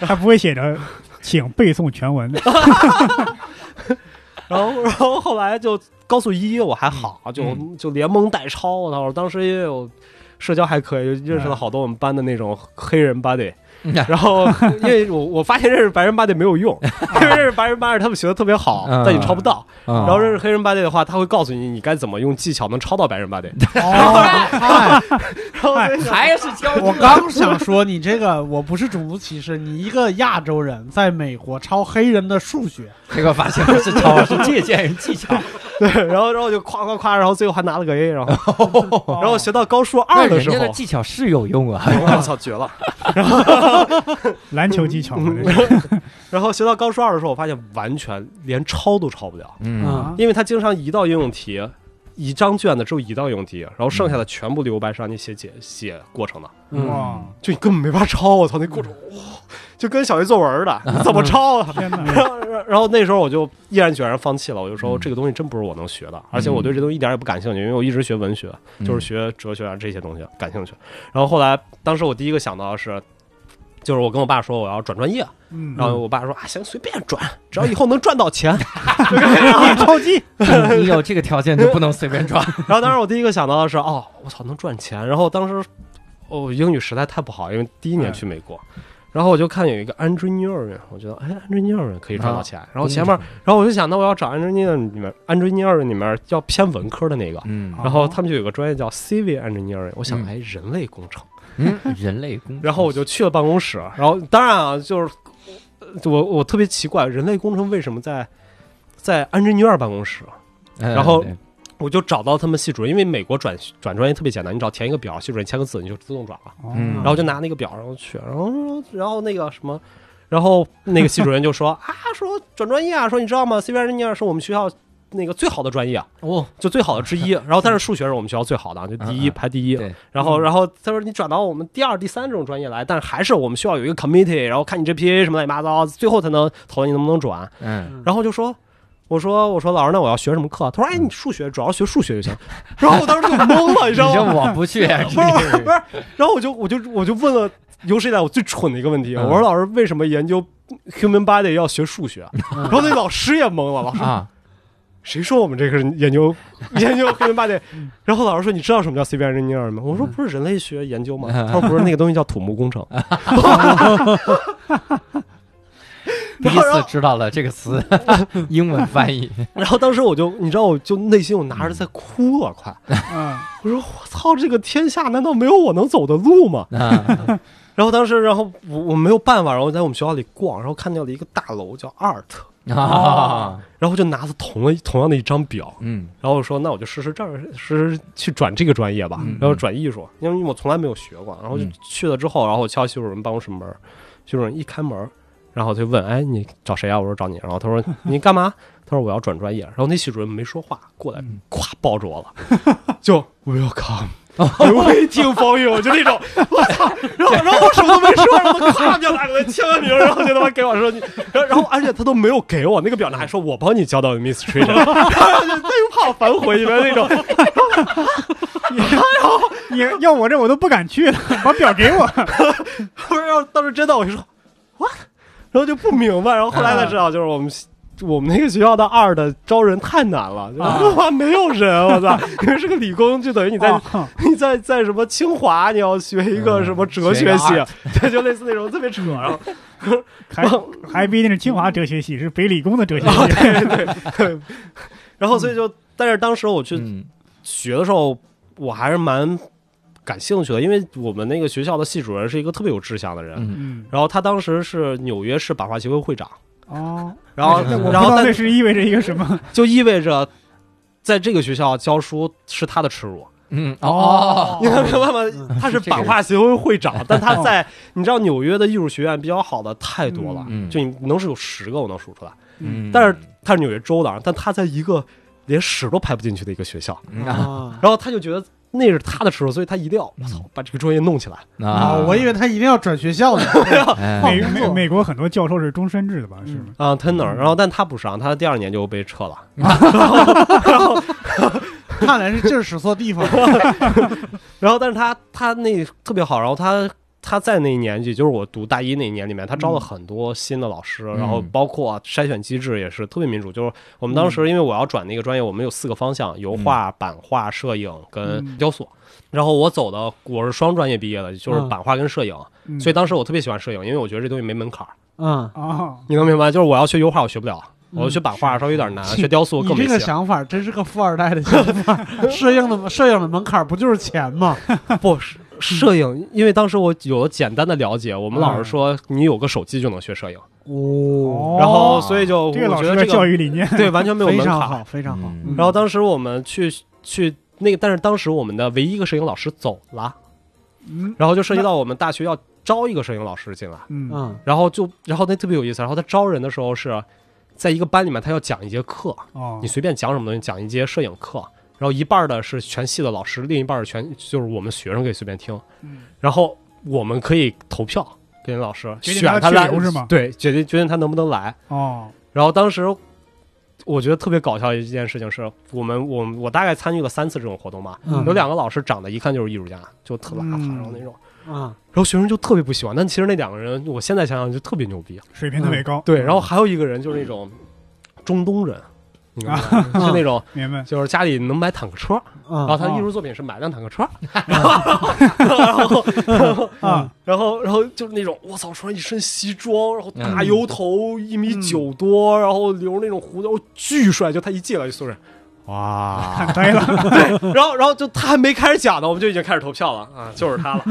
S3: 他不会写着，请背诵全
S4: [laughs]
S3: 文。
S4: 然后然后后来就高速一我还好，就
S1: 嗯
S4: 就连蒙带抄，我操，我当时也有。社交还可以，就
S1: 嗯
S4: 认识了好多我们班的那种黑人 buddy，、
S1: [laughs]
S4: 然后因为我我发现认识白人 buddy 没有用，因为认识白人 buddy 他们学的特别好，
S1: 嗯
S4: 但你抄不到。
S1: 然
S4: 然后认识黑人 buddy 的话，他会告诉你你该怎么用技巧能抄到白人 buddy。
S1: [laughs]
S2: 哦，哎
S4: 然后那个
S1: 还是教
S2: [laughs] 我刚想说你这个我不是种族歧视，你一个亚洲人在美国抄黑人的数学，
S1: 结果发现不是抄，是借鉴技巧。
S4: 对，然后然后就夸夸夸，然后最后还拿了个 A，然后然后学到高数
S1: 哦那
S4: 二的
S1: 人
S4: 时
S1: 家
S4: 候
S1: 的，技巧是有用啊，
S4: 我操绝了！
S3: 篮球技巧嘛，这是
S4: 嗯然后学到高数二的时候，我发现完全连抄都抄不了，
S1: 嗯，
S4: 因为他经常一道应用题，一张卷子只有一道应用题，然后剩下的全部留白是让你写 [laughs] 解写过程的，
S3: 哇，
S4: 就你根本没法抄。我操，那过程哇，就跟小学作文儿的，你怎么抄啊？
S3: 天哪！
S4: 然后，然后然后那时候我就毅然决然放弃了。我就说
S1: 嗯
S4: 这个东西真不是我能学的，而且我对这东西一点也不感兴趣，因为我一直学文学，
S1: 嗯
S4: 就是学哲学啊这些东西感兴趣。然后后来，当时我第一个想到的是，就是我跟我爸说我要转专业，
S3: 嗯，
S4: 然后我爸说啊行，随便转，只要以后能赚到钱。
S3: 印钞机，
S1: [laughs] 你有这个条件就不能随便抓。
S4: [laughs] 然后当时我第一个想到的是，哦，我操，能赚钱。然后当时哦，英语实在太不好，因为第一年去美国。然后我就看有一个 engineering，我觉得哎，engineering 可以赚到钱。然后前面然后我就想，那我要找 engineer 里面 engineer 里面要偏文科的那个，
S1: [laughs] 嗯
S3: 哦
S4: 然后他们就有个专业叫 civil engineering，我想
S1: 嗯
S4: 哎，人类工程。
S1: 嗯，人类工程，
S4: 然后我就去了办公室，然后当然啊，就是呃我我特别奇怪，人类工程为什么在在 engineer 办公室？
S1: 嗯，
S4: 然后
S1: 对
S4: 我就找到他们系主任，因为美国转转专业特别简单，你只要填一个表，系主任签个字，你就自动转了。
S1: 嗯
S4: 然后就拿那个表，然后去，然后然后那个什么，然后那个系主任就说啊，说转专业啊，说你知道吗？civil engineer 是我们学校那个最好
S1: [laughs]
S4: 的专业，
S1: 哦，
S4: 就最好的之一。然后但是数学是我们学校最好的，就第一
S1: 嗯嗯
S4: 排第一
S1: 对。
S4: 然后然后他说你转到我们第二、第三这种专业来，但是还是我们需要有一个 committee，然后看你 GPA 什么乱七八糟，最后才能讨论你能不能转。
S1: 嗯，
S4: 然后就说。我说我说老师，那我要学什么课？他说哎，你数学主要学数学就行。然后我当时就懵
S1: [laughs]
S4: 了，你
S1: 你
S4: 知道
S1: 这
S4: 吗？
S1: 我不去，啊
S4: [laughs] 不是不是，然后我就我就我就问了有史以来我最蠢的一个问题，啊
S1: 嗯
S4: 我说老师为什么研究 human body 要学数学？啊
S1: 嗯
S4: 然后那老师也懵了，老 [laughs] 师
S1: 啊，
S4: 谁说我们这个是研究 [laughs] 研究 human
S1: [laughs]
S4: body？然后老师说你知道什么叫 civil engineer 吗？我
S1: 嗯
S4: 说不是人类学研究吗？他说不是，那个东西叫土木工程。
S1: 第
S4: 然
S1: 一
S4: 后然
S1: 次
S4: 后
S1: 知道了这个
S4: [laughs]
S1: 词英文翻译，
S4: 然后当时我就，你知道，我就内心我拿着在哭啊，快！
S3: 嗯，
S4: 我说我操，这个天下难道没有我能走的路吗？
S1: 啊
S4: 然后当时，然后我我没有办法，然后在我们学校里逛，然后看到了一个大楼叫 Art，
S1: 啊，
S4: 然后就拿着同了同样的一张表，
S1: 嗯
S4: 然后我说那我就试试这儿，试试去转这个专业吧
S1: 嗯，
S4: 然后转艺术，因为我从来没有学过，然后就
S1: 嗯
S4: 去了之后，然后我敲系主任办公室门，系主任一开门，然后他就问，哎，你找谁啊？我说找你，然后他说你干嘛？他说我要转专业，然后那系主任没说话，过来
S1: 嗯
S4: 咵抱住我了，就
S1: [laughs]
S4: welcome。我哎一听方韵，我就那种，我操！然后，然后我什么都没说，然后他咔就拿过来签完名，然后就他妈给我说你，然后，然后而且他都没有给我那个表，达，还说我帮你交到 Miss Trader，然后就他又怕我反悔，你们
S1: [laughs]
S4: 那种，
S3: 你要我这我都不敢去了，把表给我。
S4: 不是，然后当时真的我就说 what，然后就不明白，然后后来才知道，就是我们。我们那个学校的二的招人太难了， [laughs] 就是
S1: 啊
S4: 他妈没有人，
S1: [laughs]
S4: 我操！因为是个理工，就等 [laughs] 于你在、
S3: 哦
S4: 你在在什么清华，你要学一个什么哲学系，
S1: 啊学一个
S4: [laughs] 对，就类似那种特别扯。
S1: [laughs]
S4: 然后
S3: 还
S4: [laughs]
S3: 还不一定是清华哲学系，是北理工的哲学
S4: 啊，
S3: 系。
S4: 对对对，然后所以就，但是当时我去
S1: 嗯
S4: 学的时候，我还是蛮感兴趣的，因为我们那个学校的系主任是一个特别有志向的人，
S1: 嗯，
S3: [laughs] 嗯，
S4: 然后他当时是纽约市版画协会会长，
S3: 哦，
S4: [laughs] 然后
S1: 那
S3: 我不知
S4: 然后
S3: 道那
S4: 但
S3: 是意味着一个什么？
S4: 就意味着。在这个学校教书是他的耻辱，
S1: 嗯哦，
S4: 你能明白吗？
S3: 嗯
S4: 他是版画协会会长，但
S3: 哦
S4: 他在你知道纽约的艺术学院比较好的太多了，
S1: 嗯
S4: 就你能是有十个我能数出来。
S1: 嗯
S4: 但是他是纽约州的啊，但他在一个连屎都排不进去的一个学校，
S1: 嗯啊
S2: 啊
S4: 然后他就觉得那是他的耻辱，所以他一定要我操把这个专业弄起来。
S2: 啊！
S4: 哦
S2: 我以为他一定要转学校呢。 [laughs]
S1: 哎
S2: 换
S3: 美
S2: 工
S3: 美
S2: 作
S3: 美国很多教授是终身制的吧？是吗？
S4: 啊、他哪儿？然后但他不上，他第二年就被撤了。
S2: 看来是劲儿使错地方了。
S4: 然后但是他他那特别好，然后他他在那一年，也就是我读大一那一年里面，他
S2: 嗯
S4: 招了很多新的老师，
S1: 嗯
S4: 然后包括、筛选机制也是特别民主。就是我们当
S2: 嗯
S4: 时因为我要转那个专业，我们有四个方向：油画、版画、摄影跟
S3: 嗯
S4: 雕塑。然后我走的我是双专业毕业的，就是
S2: 嗯
S4: 版画跟摄影，
S3: 嗯
S4: 所以当时我特别喜欢摄影，因为我觉得这东西没门槛儿。
S2: 嗯，
S3: 哦，
S4: 你能明白？就是我要学油画，我学不了；我要学版画
S2: 是
S4: 稍微有点难，学雕塑
S2: [laughs] 你
S4: 更没
S2: 这个
S4: 戏。
S2: 想法真是个富二代的想法。摄影的摄影的门槛不就是钱吗？
S4: 不是摄影，因为当时我有了简单的了解，我们
S3: 嗯
S4: 老师说你有个手机就能学摄影，
S2: 哦，
S4: 然后所以就我
S3: 这个老
S4: 觉
S3: 师
S4: 得
S3: 的
S4: 这
S3: 教
S4: 个
S3: 育理念，
S4: 对完全没有
S2: 非
S4: 门
S2: 常
S4: 槛。
S2: 好，非常好。
S1: 嗯
S4: 然后当时我们去去那个，但是当时我们的唯一一个摄影老师走了，
S3: 嗯
S4: 然后就涉及到我们大学要招一个摄影老师进来，
S3: 嗯
S2: 嗯，
S4: 然后就然后那特别有意思，然后他招人的时候是在一个班里面，他要讲一节课，
S3: 哦
S4: 你，随便讲什么东西，讲一节摄影课，然后一半儿的是全系的老师，另一半儿全就是我们学生可以随便听，
S3: 嗯
S4: 然后我们可以投票给老师
S3: 决定
S4: 选
S3: 他去
S4: 来
S3: 留是吗
S4: 对，决定决定他能不能来。
S3: 哦，
S4: 然后当时我觉得特别搞笑的一件事情是，我们我我大概参与了三次这种活动吧，
S2: 嗯
S4: 有两个老师长得一看就是艺术家，就特邋遢，
S3: 嗯
S4: 然后那种，
S2: 嗯，
S4: 然后学生就特别不喜欢。但其实那两个人，我现在想想就特别牛逼。
S3: 水平特别高。
S4: 嗯对，然后还有一个人就是那种中东人，你明白吗？
S2: 啊
S4: 是那种
S3: 明白。
S4: 就是家里能买坦克车，
S3: 啊
S4: 然后
S2: 嗯
S4: 他艺术作品是买辆坦
S3: [laughs]
S4: 克车，然后然后
S3: 啊，
S4: 然后，然后就是那种我操，穿一身西装，然后大
S1: 嗯
S4: 油头，一米九多，然后留那种胡子，哦，巨帅！就他一进来就所有人，哇！
S3: [laughs] 看呆
S4: [laughs]
S3: 了，
S4: 然后，然后就他还没开始讲呢，我们就已经开始投票了啊，就是他了。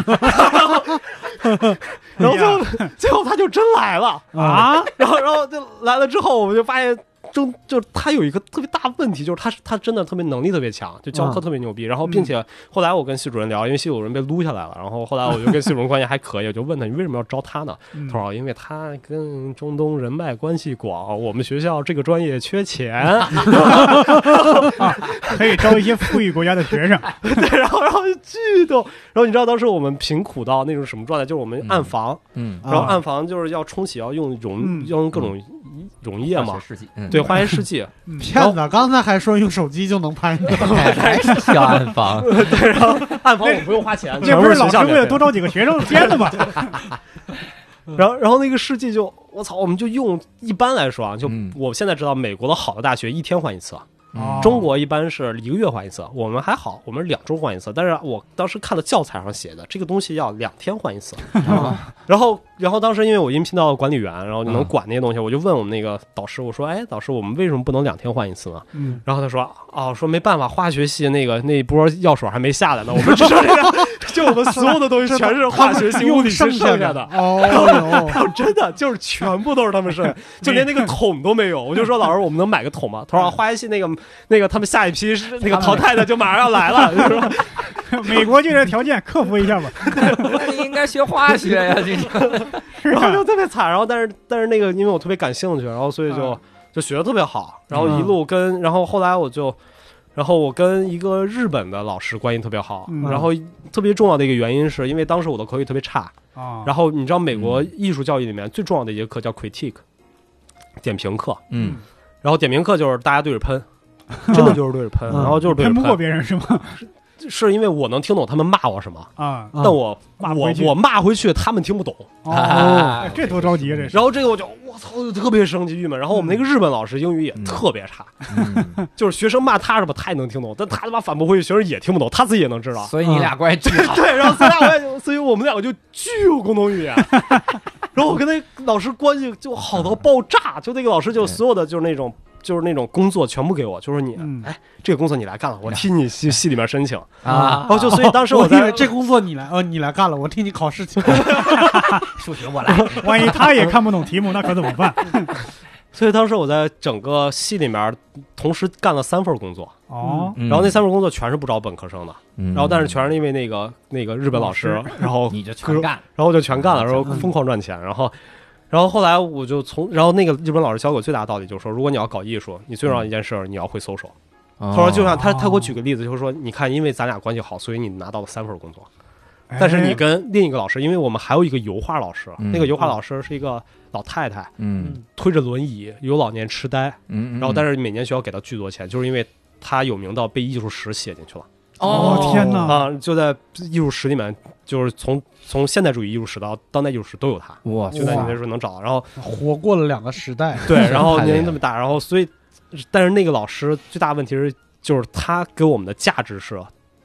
S4: 然后， [laughs] 然后最后最后他就真来了
S2: 嗯
S4: 啊！然后，然后就来了之后，我们就发现。中就是他有一个特别大问题，就是他是他真的特别能力特别强，就教
S2: 嗯
S4: 课特别牛逼。然后，并且后来我跟系主任聊，因为系主任被撸下来了，然后后来我就跟系主任关系还可以，我就问他你为什么要招他呢？
S3: 嗯
S4: 他说因为他跟中东人脉关系广，我们学校这个专业缺钱。
S3: [laughs] 可以招一些富裕国家的
S4: [laughs]
S3: 学生。
S4: 对，然后然后就巨逗。然后你知道当时我们贫苦到那种什么状态，就是我们暗房，
S1: 嗯
S2: 啊
S4: 然后暗房就是要冲洗，要用溶，
S3: 嗯
S4: 要用各种溶液嘛，
S1: 世纪，嗯
S4: 对，，化学
S3: [laughs]
S4: 试剂。
S3: 嗯
S2: 骗子，刚才还说用手机就能拍，
S4: [laughs]
S1: 哎 [laughs] 还是小暗房，
S4: 对，然后暗房我们不用花钱，
S3: 这
S4: 全
S3: 不
S4: 部
S3: 是
S4: 学
S3: 老师
S4: 校
S3: 为
S4: 免
S3: 了
S4: 费
S3: 多招几个学
S4: [laughs]
S3: 生编的吗？
S4: 然后然后那个试剂就我操，我们就用一般来说啊，就
S1: 嗯
S4: 我现在知道美国的好的大学一天换一次，啊
S1: 嗯
S4: 中国一般是一个月换一次，我们还好，我们是两周换一次。但是我当时看了教材上写的，这个东西要两天换一次。然后，然后当时因为我音频道管理员，然后就能管那些东西，我就问我们那个导师，我说：“哎，导师，我们为什么不能两天换一次呢
S3: 嗯？”，
S4: 然后他说：“哦，说没办法，化学系那个那一波药水还没下来呢，我们只剩下 [laughs] 就我们所有的东西全是化学性物理系
S2: 剩
S4: 剩下
S2: 下
S4: 的。”
S2: [laughs] 哦
S4: 哦，真的就是全部都是他们剩下，就连那
S3: 嗯
S4: 个桶都没有。我就说老师，我们能买个桶吗？他说啊花园系那个那个他们下一批是那个淘汰的就马上要来
S3: [laughs]
S4: 了，就是说
S3: 美国就这条件，克服一下吧。
S1: 你 [laughs] 应该学化学呀，这
S3: 是
S4: 然后
S3: 吧？
S4: 就特别惨。然后但是但是那个因为我特别感兴趣，然后所以就
S3: 嗯
S4: 就学的特别好，然后一路跟，然后后来我就。然后我跟一个日本的老师关系特别好，
S3: 嗯
S4: 然后特别重要的一个原因是因为当时我的口语特别差，
S3: 啊，
S4: [laughs] 然后你知道美国
S3: 嗯
S4: 艺术教育里面最重要的一节课叫 critique，点评课，
S1: 嗯
S4: 然后点评课就是大家对着喷，真的就是对着喷，
S2: 嗯
S4: 然后就是对着
S3: 喷不过
S4: 喷，
S3: 别人是吗？
S4: 是因为我能听懂他们骂我什么，
S3: 啊，
S2: 哦，
S4: 但我
S3: 骂不
S4: 我
S3: 回去
S4: 我骂回去他们听不懂，
S3: 哦，哎这多着急啊，这是。
S4: 然后这个我就我操，我就特别生气郁闷。然后我们那个日本老师英语也
S1: 嗯
S4: 特别差，
S1: [laughs] 嗯，
S4: 就是学生骂他什么他也能听懂，但他他妈反驳回去，学生也听不懂，他自己也能知道。
S1: 所以你俩关系巨好，
S4: [laughs] 对，然后所以 [laughs] 我也所以我们两个就巨有共同语 [laughs] 言。然后我跟那老师关系就好到爆炸，就那个老师就
S1: 对
S4: 所有的就是那种就是那种工作全部给我，就是你、
S3: 嗯
S4: 哎这个工作你来干了，我替 [laughs] 你系系里面申请。
S1: 啊
S4: 然后就所以当时
S2: 我
S4: 我
S2: 以
S4: 在
S2: 为这工作你来，哦，你来干了，我替你考试去。
S1: 数学我来，
S3: [laughs] 万一他也看不懂题目，那可怎么
S4: [laughs]
S3: 办？
S4: 所以当时我在整个系里面同时干了三份工作，
S3: 哦，
S1: 然
S4: 然后那三份工作全是不招本科生的，
S1: 嗯
S4: 然后但是全是因为那个那个日本老师
S3: 老，
S4: [laughs] 然后
S1: 你就全干，
S4: 然后我就全干了，然后
S2: 嗯
S4: 疯狂赚钱，然后。然后后来我就从，然后那个日本老师教给我最大的道理就是说，如果你要搞艺术，你最重要的一件事儿，你要会 social。
S1: 他
S4: 他说，就像他他给我举个例子，就是说，你看，因为咱俩关系好，所以你拿到了三份工作，
S3: 哎
S4: 但是你跟另一个老师，因为我们还有一个油画老师，
S1: 嗯
S4: 那个油画老师是一个老太太，
S1: 嗯
S4: 推着轮椅，有老年痴呆，
S1: 嗯，
S4: 然后但
S1: 是
S4: 是每年学校给他巨多钱，就是因为他有名到被艺术史写进去了
S3: 哦天哪
S4: 啊、就在艺术史里面，就是从从现代主义艺术史到当代艺术史都有他，
S1: 哇，
S4: 就在你
S2: 哇
S4: 那时候能找到。
S1: [laughs]
S4: 然后
S2: 活过了两个时代，
S4: 对，然后
S1: 太厉
S4: 年龄
S1: 害
S4: 那么大，然后所以，但是那个老师最大的问题是，就是他给我们的价值是，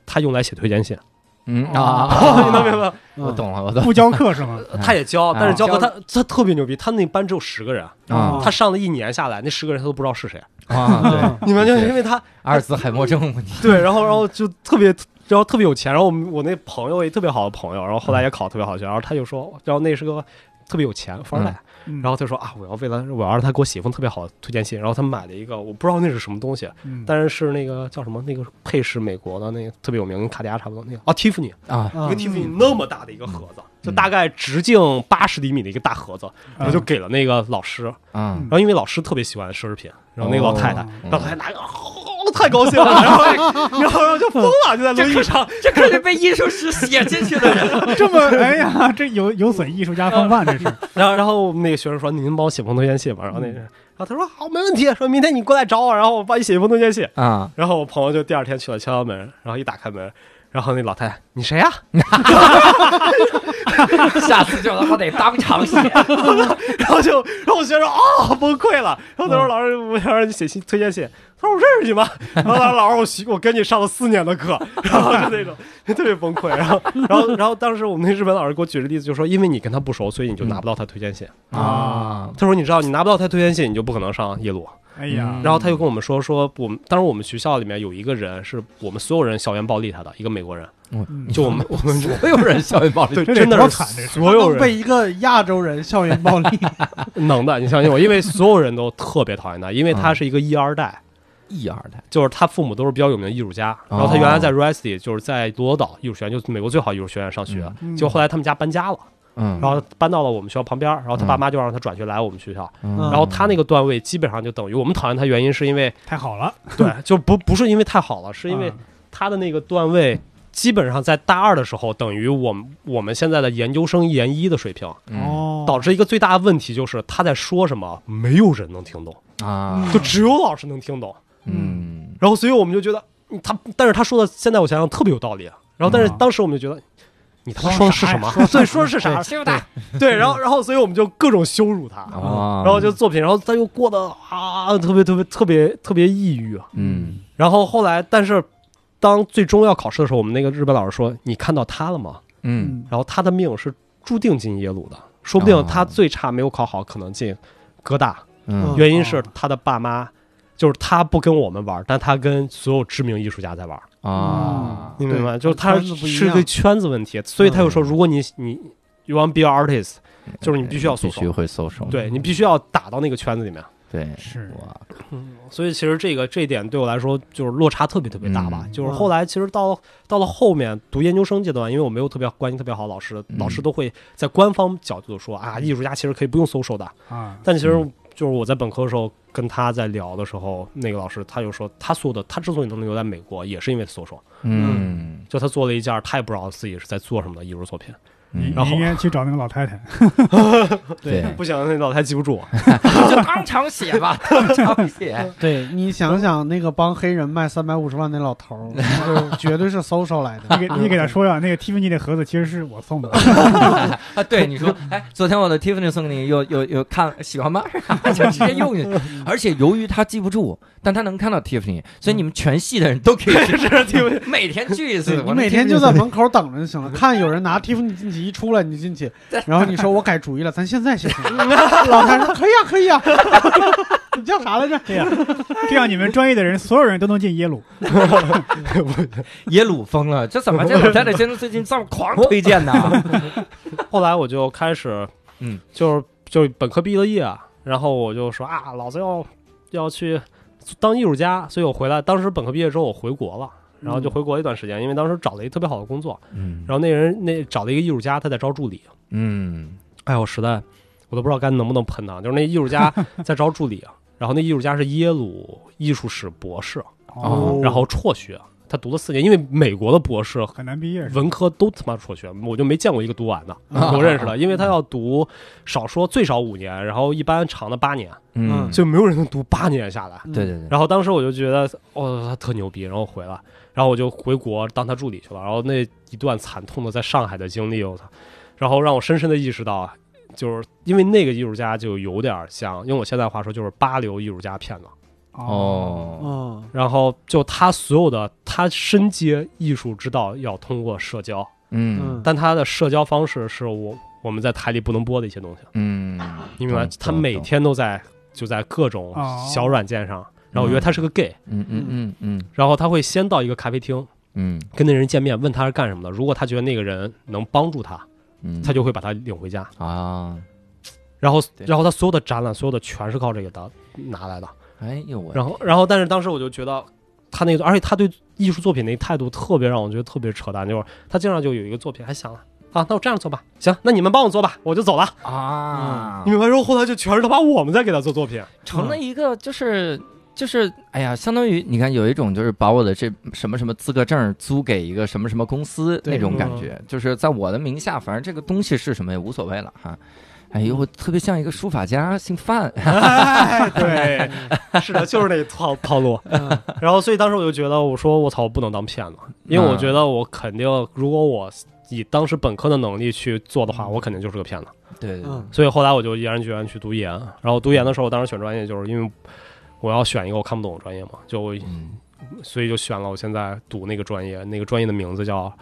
S4: 他用来写推荐信，
S1: 嗯
S4: [laughs] 你能明白
S1: 啊，
S4: 吗？
S1: 我
S2: 嗯
S1: 懂了，我懂
S3: 不教课是吗？
S4: [laughs] 他也教，
S1: 啊
S4: 但是教课他他特别牛逼，他那班只有十个人，
S1: 啊
S4: 他上了一年下来，那十个人他都不知道是谁，
S1: 啊，对，
S4: 你们就
S1: 对
S4: 因为他
S1: 阿尔兹海默症问题，
S4: 对，然后然后就特别，然后特别有钱。然后我们我那朋友也特别好的朋友，然后后来也考特别好的学校，然后他就说，然后那是个特别有钱富二代，
S3: 然
S4: 然后他说啊，我要为了我要让他给我写一封特别好的推荐信，然后他买了一个我不知道那是什么东西，
S3: 嗯
S4: 但是是那个叫什么那个配饰美国的那个特别有名，跟卡地亚差不多那个啊 Tiffany，
S1: 啊，
S4: 一
S2: 啊
S4: 个 Tiffany 那么大的一个盒子，就大概直径八十厘米的一个大盒子，
S3: 呃
S4: 然
S3: 嗯
S4: 后就给了那个老师，然
S1: 啊，
S4: 后因为老师特别喜欢奢侈品，然后那个老太太。
S1: 嗯
S4: 嗯然后还拿个，哦太高兴了，
S1: [laughs]
S4: 然后然后然后就疯了，就在轮椅上，
S1: 这可是被艺术史写进去的人，
S3: 这么，哎呀，这有有损艺术家风范，这
S4: [laughs]
S3: 是。
S4: 然后然后我们那个学生说：“您帮我写封推荐信吧。”然后那
S1: 嗯
S4: 人，然后他说：“好，没问题。”说明天你过来找我，然后我帮你写一封推荐信。
S1: 啊，
S4: 然后我朋友就第二天去了敲敲门，然后一打开门，然后那老太太：“你谁呀、啊
S1: 下次就他妈得当场写，
S4: 然后就然后我学生哦崩溃了，然后他说：“老师，我想让你写信推荐信。”他说：“我认识你吗？”然后他说：“老师，我学我跟你上了四年的课。”然后就那种特别崩溃。然后然后然后当时我们那日本老师给我举的例子，就说因为你跟他不熟，所以你就拿不到他推荐信。
S1: 啊，
S4: 他说：“你知道，你拿不到他推荐信，你就不可能上耶鲁。
S3: 哎呀，
S4: 然后他又跟我们说，说我们当时我们学校里面有一个人是我们所有人校园暴力他的一个美国人，就我们我们
S1: 所有人校园暴力，
S4: 对
S3: 这得
S4: 真的
S3: 多
S4: 是
S3: 惨这是
S4: 所有
S2: 能被
S4: 人
S2: 一个亚洲人校园暴力，
S4: [laughs] 能的，你相信我，因为所有人都特别讨厌他，因为
S3: 嗯
S4: 他是一个一二代，
S1: 一二代，
S4: 就是他父母都是比较有名的艺术家，然后他
S3: 哦
S4: 原来在 RISD 就是在罗德岛艺术学院，就是美国最好艺术学院上学，
S3: 嗯
S4: 结果后来他们家搬家了，
S1: 嗯，
S4: 然后搬到了我们学校旁边，然后他
S3: 嗯
S4: 爸妈就让他转学来我们学校，
S1: 嗯
S4: 然后他那个段位基本上就等于我们讨厌他原因是因为
S3: 太好了，
S4: 对，就不不是因为太好了，是因为
S3: 嗯
S4: 他的那个段位基本上在大二的时候，等于我们我们现在的研究生研一的水平，
S1: 哦
S3: 哦，
S4: 导致一个最大的问题就是他在说什么，没有人能听懂，
S1: 啊，
S4: 就只有老师能听懂。
S1: 嗯
S4: 然后，所以我们就觉得嗯他，但是他说的，现在我想想特别有道理。然后，但是
S3: 嗯
S4: 当时我们就觉得，你他妈说的是什么？对，说的是啥？
S1: 欺负他
S4: 对，嗯然后然后所以我们就各种羞辱他，
S1: 啊，
S4: 然后就作品，然后他又过得啊特别特别特别特别抑郁啊。
S1: 嗯
S4: 然后后来，但是当最终要考试的时候，我们那个日本老师说：“你看到他了吗？”
S1: 嗯
S2: 嗯，
S4: 然后他的命是注定进耶鲁的，说不定他
S1: 哦
S4: 最差没有考好，可能进哥大。
S1: 嗯
S4: 原因
S2: 哦
S4: 是他的爸妈，就是他不跟我们玩，但他跟所有知名艺术家在玩，
S1: 啊，
S4: 你明白吗？
S2: 嗯对
S4: 就是他
S2: 圈子不一样
S4: 是个圈子问题，所以他又说，
S1: 嗯
S4: 如果你你 you want to be an artist，就是你必须要搜
S1: 必须
S4: 索，
S1: 会搜索，
S4: 对你必须要打到那个圈子里面。
S1: 对，
S3: 是
S1: 哇，
S4: 所以其实这个这一点对我来说就是落差特别特别大吧。
S1: 嗯
S4: 就是后来其实到到了后面读研究生阶段，因为我没有特别关系特别好的老师，
S1: 嗯
S4: 老师都会在官方角度说啊，艺术家其实可以不用 social 的。
S3: 啊，
S4: 但其实
S1: 嗯
S4: 就是我在本科的时候跟他在聊的时候，那个老师他就说，他做的他之所以能留在美国，也是因为 social，
S1: 嗯，
S4: 就他做了一件他也不知道自己是在做什么的艺术作品。
S3: 你
S1: 嗯
S4: 然后
S3: 你应该去找那个老太
S4: [laughs]
S3: 太，
S1: [laughs] 对，
S4: 不行，那老太记
S1: [laughs]
S4: 不住我。
S1: 就当场写吧，当场写，
S2: 对你想想那个帮黑人卖三百五十万那老头儿，就是绝对是 social 来的。
S3: 你给你给他说呀，那个 Tiffany 的盒子其实是我送的，
S4: [laughs]
S1: 啊，对，你说，哎，昨天我的 Tiffany 送给你，有有有看喜欢
S4: [laughs]
S1: 吗？ [laughs] 就直接用进去，而且由于他记不住，但他能看到 Tiffany，所以你们全系的人都
S4: [laughs]
S1: 可以去
S4: 啊
S1: Tiffany，每天聚一次，
S2: 对
S1: 我
S2: 你
S1: 那
S2: 每
S1: Tiffany
S2: 天就在门口等着就行了，看有人拿 Tiffany 进去，一出来你就进去，然后你说我改主意了，咱现在写信。老太太说可以啊，可以啊。你叫啥来着？
S3: 这样这样你们专业的人，所有人都能进耶鲁。
S1: 耶鲁疯了，这怎么这老太太现在最近这么狂推荐呢？
S4: [laughs] 后来我就开始，
S1: [laughs] 嗯，
S4: 就是就是本科毕了业，然后我就说啊，老子要要去当艺术家，所以我回来，当时本科毕业之后我回国了。然后就回国一段时间，因为当时找了一特别好的工作，
S1: 嗯
S4: 然后那人那找了一个艺术家，他在招助理。
S1: 嗯
S4: 哎呦，我实在我都不知道该能不能喷他，就是那艺术 [laughs] 家在招助理，啊然后那艺术家是耶鲁艺术史博士，
S1: 哦
S4: 然后辍学，啊他读了四年，因为美国的博士
S3: 很难毕业是吧，
S4: 文科都他妈辍学，我就没见过一个读 [laughs] 完的，
S1: 啊
S4: 我认识的，因为他要读少说最少五年，然后一般长的八年，
S1: 嗯，
S4: 就没有人能读八年下来。
S1: 对对对，
S4: 然后当时我就觉得，哦，他特牛逼，然后回来，然后我就回国当他助理去了。然后那一段惨痛的在上海的经历，我操，然后让我深深的意识到，啊，就是因为那个艺术家就有点像，用我现在话说就是八流艺术家骗子。
S1: 哦，
S2: 嗯，
S4: 然后就他所有的他深接艺术之道要通过社交，
S1: 嗯
S4: 但他的社交方式是我我们在台里不能播的一些东西，
S1: 嗯，
S4: 你明白？
S1: 懂
S4: 他每，
S1: 懂懂
S4: 天都在就在各种
S3: 哦
S4: 小软件上，然后我觉得他是个 gay，
S1: 嗯嗯嗯嗯
S4: 然后他会先到一个咖啡厅。
S1: 嗯
S4: 跟那人见面，问他是干什么的。如果他觉得那个人能帮助他，
S1: 嗯，
S4: 他就会把他领回家。
S1: 啊，
S4: 然后，
S1: 对
S4: 然后他所有的展览，所有的全是靠这个的拿来的。
S1: 哎呦我，
S4: 然后，然后，但是当时我就觉得他那个，而且他对艺术作品那态度特别让我觉得特别扯淡，就是他经常就有一个作品，还想了啊，那我这样做吧，行，那你们帮我做吧，我就走了。
S1: 啊
S4: 你，明白？然后后来就全是他妈我们在给他做作品，
S1: 成了一个就是。就是，哎呀，相当于你看，有一种就是把我的这什么什么资格证租给一个什么什么公司
S2: 对
S1: 那种
S4: 嗯
S1: 感觉，就是在我的名下，反正这个东西是什么也无所谓了哈。哎呦，我特别像一个书法家，姓范， [laughs]
S4: 哎，对， [laughs] 是的，就是那套套路。啊然后，所以当时我就觉得，我说我操，我不能当骗子，因为我觉得我肯定，如果我以当时本科的能力去做的话，我肯定就是个骗子。
S1: 对对对，
S2: 嗯
S4: 所以后来我就毅然决然去读研。然后读研的时候，我当时选专业就是因为我要选一个我看不懂的专业嘛，就我
S1: 嗯
S4: 所以就选了我现在读那个专业，那个专业的名字叫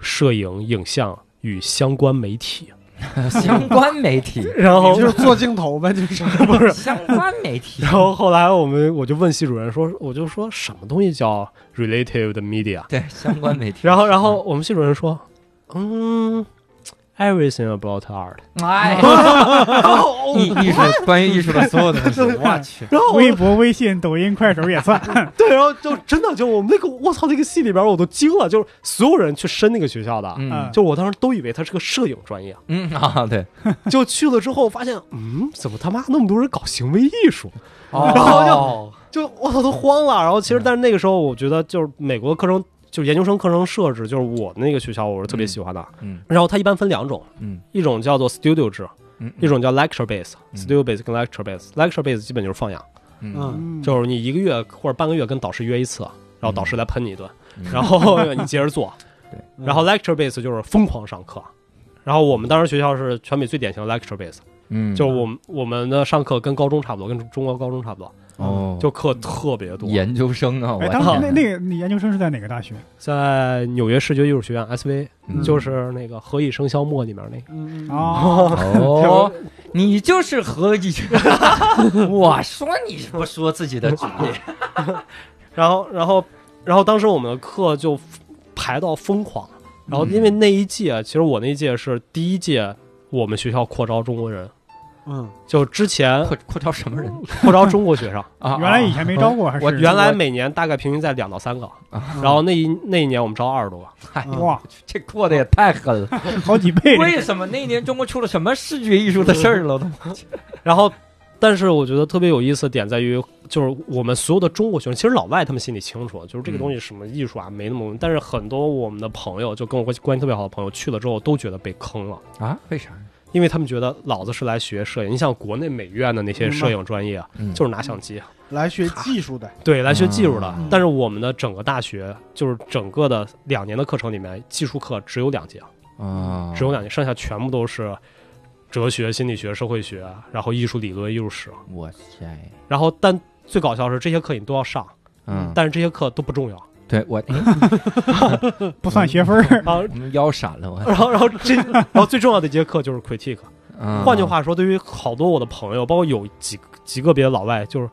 S4: 摄影影像与相关媒体。
S1: 嗯 [laughs] 相关媒体，
S4: [laughs] 然后
S2: 你就是做镜头呗，就是。
S4: 不是
S1: 相关媒体
S4: 然后后来我们我就问系主任说，我就说什么东西叫 relative 的 media？
S1: 对，相关媒体。
S4: 然后然后我们系主任说，嗯，everything about art。 [laughs]
S1: 哎，
S4: 哦
S1: 艺艺术关于艺术的所有的东西，
S2: [laughs]
S1: 我去，
S4: 然后我
S3: 哦微博、微信、抖音、快手也
S4: [laughs]
S3: 算，
S4: 对，然后就真的就我们那个我操那个系里边我都惊了，就是所有人去申那个学校的，
S1: 嗯
S4: 就我当时都以为它是个摄影专业，
S1: 嗯啊，对，
S4: 就去了之后发现，嗯，怎么他妈那么多人搞行为艺术？
S2: 哦
S1: 然
S4: [laughs] 然后
S1: 哦
S4: 就我操都慌了。然后其实，但是那个时候我觉得就是美国课程，就是研究生课程设置，就是我那个学校我是特别喜欢的。
S1: 嗯
S4: 然后它一般分两种，
S1: 嗯
S4: 一种叫做 studio 制，
S1: 嗯
S4: 一种叫 lecture base、
S1: 嗯
S4: studio base 跟 lecture base。lecture base 基本就是放养，
S1: 嗯
S2: 嗯，
S4: 就是你一个月或者半个月跟导师约一次，然后
S1: 嗯
S4: [laughs] 导师来喷你一顿，
S1: 嗯
S4: 然后你接着做
S1: 对。
S4: 然后 lecture base 就是疯狂上课。然后我们当时学校是全美最典型的 lecture base，
S1: 嗯，
S4: 就是我们我们的上课跟高中差不多，跟中国高中差不多，
S1: 哦，
S4: 就课特别
S1: [laughs]
S4: 多。
S1: 研究生啊，我
S3: 哎，当时
S1: 天
S3: 那那个你研究生是在哪个大学？
S4: 在纽约视觉艺术学院 SV，、
S1: 嗯
S4: 就是那个《何以笙箫默》里面那个。
S2: 嗯，
S3: 哦，
S1: 哦，你就是何
S4: [laughs]
S1: 以？我说你不说自己的职
S4: [laughs]
S1: 业，
S4: 然后，然后，然后当时我们的课就排到疯狂。然后，
S1: 嗯
S4: 因为那一届，其实我那一届是第一届，我们学校扩招中国人，
S2: 嗯，
S4: 就之前
S1: 扩扩招什么人
S4: [laughs] 扩招中国学生，
S1: 啊？
S3: 原来以前没招过，还是
S4: 我原来每年大概平均在两到三个，
S2: 嗯
S4: 然后那一那一年我们招二十多个。
S1: 嗨
S3: 哇，
S1: 这扩的也太狠了！
S3: 好几倍
S1: [laughs]
S3: 呢，
S1: 为什么那一年中国出了什么视觉艺术的事儿了？都
S4: 然后，但是我觉得特别有意思的点在于，就是我们所有的中国学生，其实老外他们心里清楚，就是这个东西什么艺术啊，没那么。但是很多我们的朋友，就跟我关关系特别好的朋友，去了之后都觉得被坑了，
S1: [laughs] 啊？为啥？
S4: 因为他们觉得老子是来学摄影。你像国内美院的那些摄影专业啊，
S1: 嗯
S4: 就是拿相机，
S2: 来学技术的，
S4: 对，来学技术的
S1: 嗯。
S4: 但是我们的整个大学，就是整个的两年的课程里面，技术课只有两节，
S1: 啊，
S4: 只有两节，剩下全部都是哲学、心理学、社会学，啊然后艺术理论、艺术史。
S1: 我天，
S4: 然后但最搞笑的是这些课你都要上，
S1: 嗯，
S4: 但是这些课都不重要
S1: 对我，哎
S3: 不算学分儿。
S4: 啊。
S1: 我们腰闪 [laughs] 了，我。
S4: 然后，然后这， [laughs] 然后最重要的一节课就是 critique。
S1: 嗯
S4: 换句，话说，对于好多我的朋友，包括有几几个别的老外，就是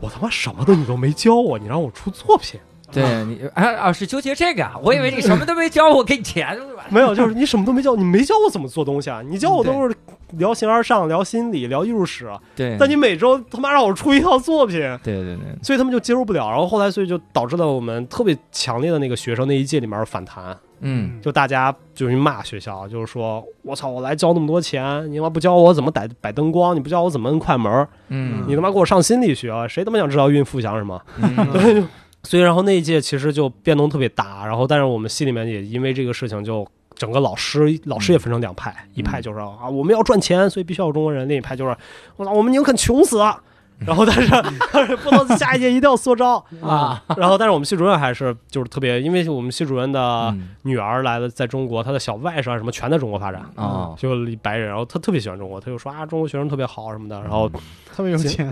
S4: 我他妈什么都你都没教我，你让我出作品，
S1: 对你啊啊是纠结这个啊，我以为你什么都没教我，给你钱是吧？
S4: [laughs] 没有，就是你什么都没教，你没教我怎么做东西啊？你教我都是聊形而上、聊心理、聊艺术史，啊
S1: 对，
S4: 但你每周他妈让我出一套作品。
S1: 对对对，
S4: 所以他们就接受不了，然后后来，所以就导致了我们特别强烈的那个学生那一届里面反弹，
S1: 嗯，
S4: 就大家就是骂学校，就是说我操，我来交那么多钱，你他妈不教我怎么摆摆灯光，你不教我怎么摁快门儿，
S1: 嗯，
S4: 你他妈给我上心理学，啊谁他妈想知道孕妇想什么？
S1: 嗯
S4: 所以然后那一届其实就变动特别大，然后但是我们系里面也因为这个事情就。整个老师，老师也分成两派，一派就是啊，我们要赚钱，所以必须要有中国人；另一派就是，我操，我们宁肯穷死，啊然后但是但是不能下一届一定要缩招啊。然后但是我们系主任还是就是特别，因为我们系主任的
S1: 嗯
S4: 女儿来了，在中国，她的小外甥啊什么全在中国发展，
S1: 哦， [laughs]
S4: 就白人，然后她特别喜欢中国，她就说啊中国学生特别好什么的，然后
S2: 特别有钱，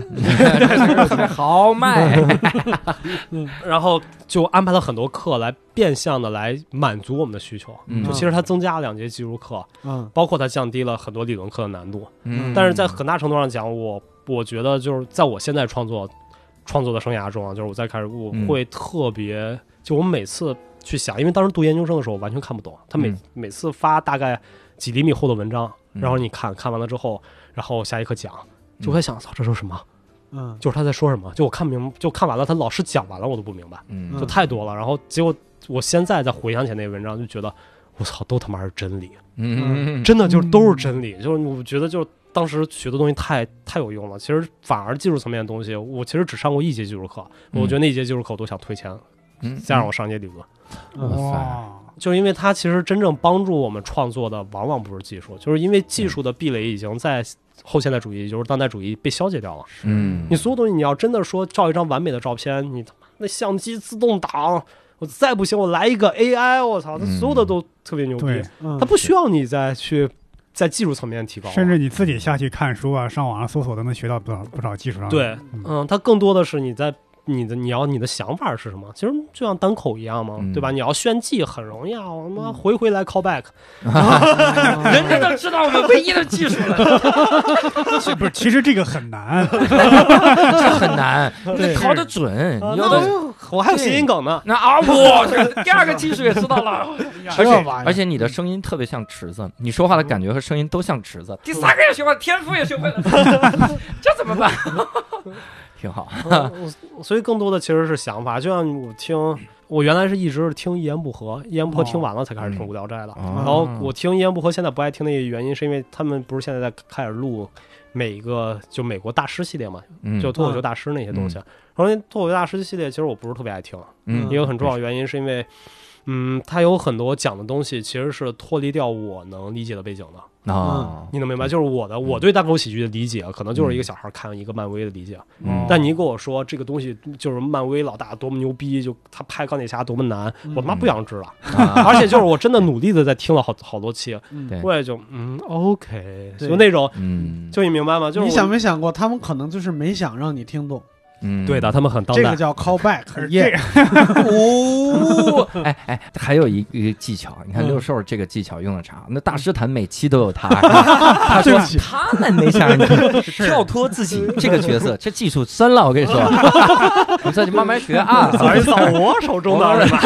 S1: 特别豪迈，
S4: 然后就安排了很多课来变相的来满足我们的需求。
S1: 嗯
S4: 就其实它增加了两节技术课，
S2: 嗯
S4: 包括它降低了很多理论课的难度。
S1: 嗯
S4: 但是在很大程度上讲，我我觉得就是在我现在创作创作的生涯中啊，就是我在开始我
S1: 嗯
S4: 会特别，就我每次去想，因为当时读研究生的时候我完全看不懂，他每、
S1: 嗯
S4: 每次发大概几厘米厚的文章，
S1: 嗯
S4: 然后你看看完了之后，然后下一课讲，就会想，操，这是什么？
S2: 嗯，
S4: 就是他在说什么？就我看明，就看完了，他老师讲完了，我都不明白。
S1: 嗯
S4: 就太多了。然后结果我现在再回想起那文章，就觉得我操，都他妈是真理，
S1: 嗯
S4: 真的就是都是真理。就是我觉得就是当时学的东西太太有用了。其实反而技术层面的东西，我其实只上过一节技术课，
S1: 嗯
S4: 我觉得那一节技术课我都想退钱，
S1: 嗯
S4: 再让我上一节理论。
S3: 哇，
S4: 就因为它其实真正帮助我们创作的，往往不是技术，就是因为技术的壁垒已经在后现代主义，就是当代主义被消解掉了。
S1: 嗯
S4: 你所有东西，你要真的说照一张完美的照片，你他妈那相机自动挡，我再不行我来一个 AI，我操，它
S1: 嗯
S4: 所有的都特别牛逼，
S3: 对，
S2: 嗯
S4: 它不需要你再去在技术层面提高了，
S3: 甚至你自己下去看书啊，上网上搜索都能学到不少不少技
S1: 啊
S3: 术上的。
S4: 对
S3: 嗯，
S4: 嗯，它更多的是你在。你的你要你的想法是什么？其实就像单口一样嘛，
S1: 嗯
S4: 对吧？你要炫技很容易啊，我他妈回回来 call back，
S2: 嗯
S1: 人家都知道我们唯一的技术了，
S3: 是不是，其实这个很难。
S1: [laughs] 这很 [laughs] 难，那逃得准，
S4: 啊
S1: 有
S4: 那
S1: 的。
S4: 我还有谐音梗呢。
S1: 那啊，我这第二个技术也知道了， [laughs] 而
S2: [laughs] 这
S1: 且
S2: 玩意儿
S1: 而且你的声音特别像池子，你说话的感觉和声音都像池子。第三个也学会了，天赋也学会了， [laughs] 这怎么办？挺好，
S4: 我所以更多的其实是想法，就像我听，我原来是一直是听一言不合，一言不合听完了才开始听
S1: 嗯
S4: 无聊斋的。
S1: 然
S4: 然后我听一言不合，现在不爱听的原因是因为他们不是现在在开始录每一个就美国大师系列嘛，
S1: 嗯
S4: 就脱口秀大师那些东西。然后那脱口秀大师系列其实我不是特别爱听，
S1: 嗯
S4: 一个很重要的原因是因为嗯，他有很多讲的东西其实是脱离掉我能理解的背景的。
S1: 啊，
S4: 你能明白？就是我的我对单口喜剧的理解，可能就是一个小孩看一个漫威的理解。
S1: 嗯
S4: 但你跟我说这个东西就是漫威老大多么牛逼，就他拍钢铁侠多么难，我他妈不想知道。
S1: 啊
S4: [laughs] 而且就是我真的努力的在听了好好多期，
S2: 嗯
S1: 对
S4: 我也就嗯 OK，
S2: 对
S4: 就那种，
S1: 嗯，
S4: [laughs] 就你明白吗？就是
S2: 你
S4: 我
S2: 想没想过，他们可能就是没想让你听懂，
S1: 嗯
S4: 对的，他们很当
S2: 这
S4: 代
S2: [laughs] 个。叫 callback，
S3: 这
S2: 耶
S3: 个，
S4: [laughs]
S1: 哦，哎哎，还有一一个技巧，你看
S2: 嗯
S1: 六兽这个技巧用的差，那大师谈每期都有
S4: [laughs]
S1: 他，他说
S2: 对不起
S1: 他们没想让你跳脱自己这个角色，这技术深了，我跟你
S4: [laughs]
S1: 说，我说你慢慢学啊，
S4: 早一早我手中的是吧？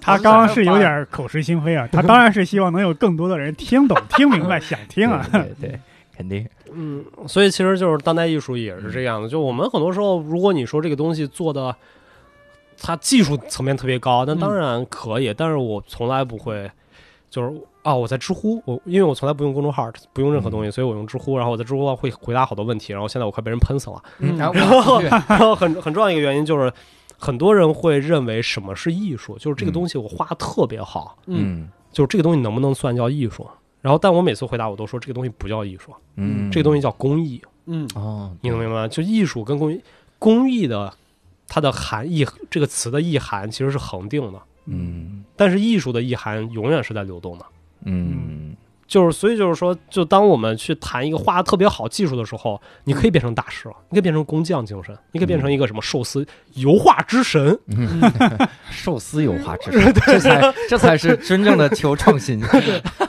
S3: 他刚刚是有点口是心非啊，他当然是希望能有更多的人听懂、听明白、想听啊。
S1: 对对对，肯定，
S4: 嗯，所以其实就是当代艺术也是这样的。就我们很多时候，如果你说这个东西做的，它技术层面特别高，那
S1: 嗯
S4: 当然可以。但是我从来不会，就是啊，我在知乎，我因为我从来不用公众号，不用任何东
S1: 嗯
S4: 西，所以我用知乎。然后我在知乎上会回答好多问题，然后现在我快被人喷死了。
S1: 嗯，然后
S4: [laughs] 然后很很重要一个原因就是，很多人会认为什么是艺术，就是这
S1: 嗯
S4: 个东西我画得特别好，
S1: 嗯
S4: 就是这个东西能不能算叫艺术？然后，但我每次回答我都说这个东西不叫艺术，
S1: 嗯，
S4: 这个东西叫工艺。
S2: 嗯，
S1: 哦，
S4: 你能明白吗？就艺术跟工艺，工艺的它的含义，这个词的意涵其实是恒定的，
S1: 嗯
S4: 但是艺术的意涵永远是在流动的。
S1: 嗯
S4: 就是，所以就是说，就当我们去谈一个画的特别好技术的时候，你可以变成大师了，你可以变成工匠精神，你可以变成一个什么寿司油画之神，
S1: 嗯， [laughs] 寿司有花
S4: [laughs]
S1: 之神，这才这才是真正的求创新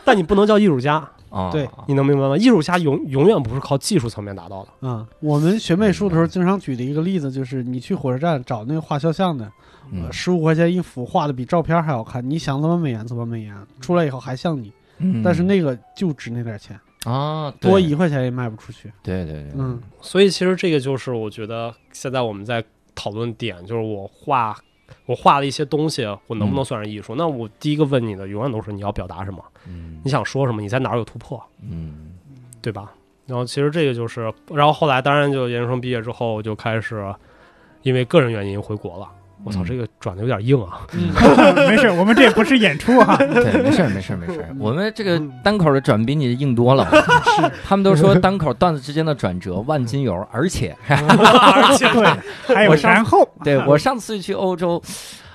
S4: 但你不能叫艺术家，
S1: 啊，
S4: 你能明白吗？艺术家永永远不是靠技术层面达到的。
S2: 啊，我们学美术的时候经常举的一个例子就是，你去火车站找那个画肖像的，
S1: 嗯
S4: 嗯
S2: 十五块钱一幅，画的比照片还好看，你想怎么美颜怎么美颜，出来以后还像你，
S1: 嗯，
S2: 但是那个就值那点钱，
S1: 啊，
S2: 多一块钱也卖不出去。
S1: 对对对，
S2: 嗯，
S4: 所以其实这个就是我觉得现在我们在讨论点，就是我画我画了一些东西，我能不能算是艺术？那我第一个问你的永远都是你要表达什么，
S1: 嗯
S4: 你想说什么，你在哪儿有突破，
S1: 嗯
S4: 对吧？然后其实这个就是，然后后来当然就研究生毕业之后，我就开始因为个人原因回国了。我操，
S1: 嗯
S4: 这个转的有点硬啊！ [laughs]
S2: 嗯
S3: [laughs] 没事，我们这不是演出啊，
S1: [laughs] 对，没事儿没事儿没事
S2: 嗯
S1: 儿，我们这个单口的转比你硬多了。
S2: [laughs]
S1: 他们都说单口段子之间的转折万金油，而且
S3: [laughs]
S2: [laughs]
S3: 对，还有
S1: 我上
S3: 然后，啊
S1: 对我上次去欧洲，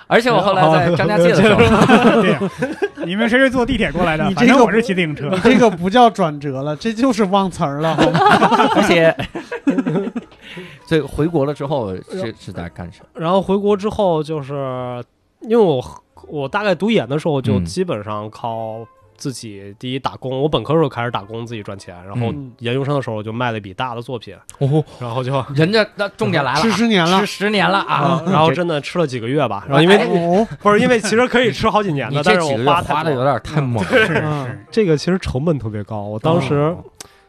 S1: 而 [laughs] 且我后来在张家界的时候，[laughs]
S3: [laughs]
S2: 哦
S3: 对，哦你们谁是坐地铁过来的？
S2: 你
S3: 反
S2: 这
S3: 正
S2: 个
S3: 我是骑自行车
S2: 你。这个不叫转折了， [laughs] 这就是忘词儿了。好吗
S1: 而
S2: [laughs]
S1: 且，所以回国了之后是是在干啥？
S4: 然后回国之后，就是因为我我大概读研的时候，就
S1: 嗯
S4: 基本上靠自己第一打工。我本科时候开始打工，自己赚钱，然后
S2: 嗯
S4: 研究生的时候就卖了一笔大的作品，
S1: 哦，
S4: 然后 [laughs] 就
S1: 人家那重点来了
S2: 吃
S1: 啊，
S2: 十年了
S1: 吃，十年了啊
S4: 啊，，然后真的吃了几个月吧。然后因
S1: 哎
S4: 为
S2: 哦，
S4: 不是因为其实可以吃好几年
S1: 你
S4: 的，但
S1: 这
S4: 是
S1: 几
S4: 我
S1: 个月
S4: 花
S1: 花
S4: 太
S1: 的
S4: 多
S1: 有
S4: 了
S1: 点太猛
S2: [laughs]
S1: 了，
S3: 是
S2: 嗯
S3: 是，
S4: 这个其实成本特别高，我当时。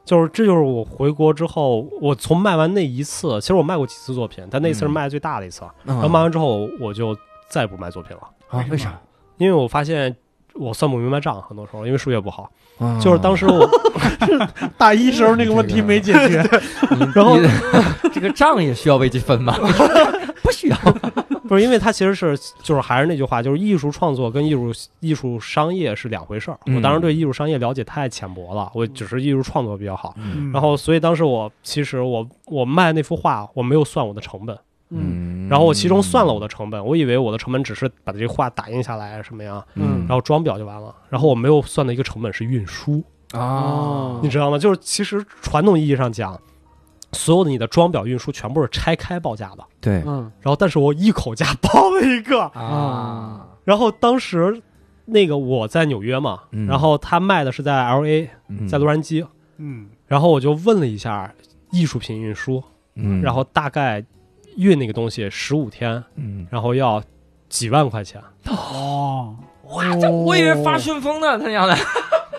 S4: 就是，这就是我回国之后，我从卖完那一次，其实我卖过几次作品，但那次是
S1: 嗯
S4: 卖的最大的一次。
S1: 然
S4: 然
S2: 啊
S4: 后卖完之后，我就再也不卖作品了。
S1: 啊？为啥？
S4: 因为我发现我算不明白账，很多时候因为数学不好，
S1: 啊
S4: 就是当时我
S2: 哎大一时候那个问题没解决，
S1: [laughs] 你
S4: 然后
S1: 嗯你这个账也需要微积分吗？不需要。
S4: 不是因为它其实是就是还是那句话，就是艺术创作跟艺术艺术商业是两回事儿。
S1: 嗯
S4: 我当时对艺术商业了解太浅薄了，我只是艺术创作比较好。
S3: 嗯
S4: 然后，所以当时我其实我我卖那幅画，我没有算我的成本，
S2: 嗯
S1: 嗯
S4: 然后我其中算了我的成本，我以为我的成本只是把这画打印下来什么呀，
S2: 嗯
S4: 然后装裱就完了。然后我没有算的一个成本是运输，
S1: 啊，
S4: 你知道吗？就是其实传统意义上讲，所有的你的装裱运输全部是拆开报价的。
S1: 对
S2: 嗯
S4: 然后，但是我一口价 [laughs] 包了一个。
S1: 啊，
S4: 然后当时那个我在纽约嘛，
S1: 嗯
S4: 然后他卖的是在 L A，
S1: 嗯
S4: 在洛杉矶。
S3: 嗯，
S4: 然后我就问了一下艺术品运输，
S1: 嗯，
S4: 然后大概运那个东西十五天，
S1: 嗯，
S4: 然后要几万块钱。
S3: 哦，
S1: 哇，这我以为
S4: 哦
S1: 发旋风呢，他娘的，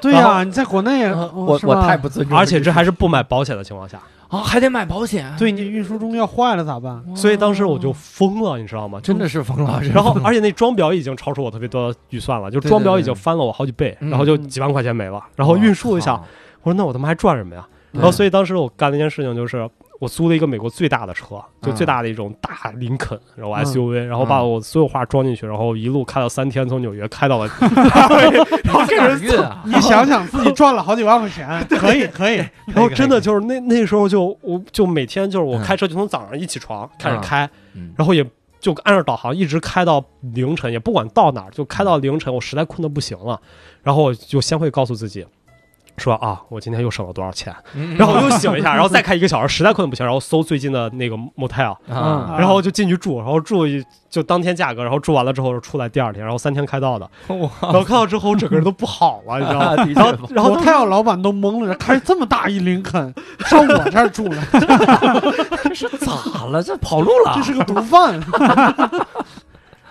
S2: 对
S4: 然
S2: 呀，
S4: 后
S2: 你在国内，
S1: 啊 [laughs]
S2: 哦
S1: 我
S2: 是
S1: 我
S2: 吧
S1: 太不尊重，
S4: 而且这还是不买保险的情况下，
S1: 啊，还得买保险，
S2: 对你运输中要坏了
S1: [laughs]
S2: 咋办？
S4: 所以当时我就疯了，你知道吗？
S1: 哦真的是疯了，
S4: 然后，而且那装裱已经超出我特别多的预算了，就装裱已经翻了我好几倍，
S1: 对对
S4: 然后就几万块钱没了。然后运输一下，，我说那我他妈还赚什么呀？然后，所以当时我干了一件事情，就是我租了一个美国最大的车，就
S2: 嗯
S4: 最大的一种大林肯，然后
S2: 嗯
S4: SUV，、然后把
S1: 嗯
S4: 我所有画装进去，然后一路开到三天，从纽约开到了，然后给
S1: 哪儿
S4: 人
S1: 运啊？
S2: 你想想自己赚了好几万
S1: [laughs]
S2: 块钱，可以可以，
S4: 然后真的就是那那时候就我就每天就是我开车就从早上一起床开始开，
S1: 嗯
S4: 然后也就按照导航一直开到凌晨，也不管到哪儿就开到凌晨，我实在困得不行了，然后我就先会告诉自己。说啊，我今天又省了多少钱？
S1: 嗯
S4: 然后我又醒一下，然后再开一个小时，实在困得不行，然后搜最近的那个 motel，
S1: 啊，
S4: 然后就进去住，然后住一就当天价格，然后住完了之后就出来第二天，然后三天开到的，然后开到之后我整个人都不好了，嗯你知道
S1: [laughs]
S4: 吗？
S1: 啊的确
S4: 然后然后
S2: 我太老板都懵了，开这么大一林肯上我这儿住
S1: [laughs]
S2: 了，
S1: 咋了？这跑路了
S2: 这？是个毒贩。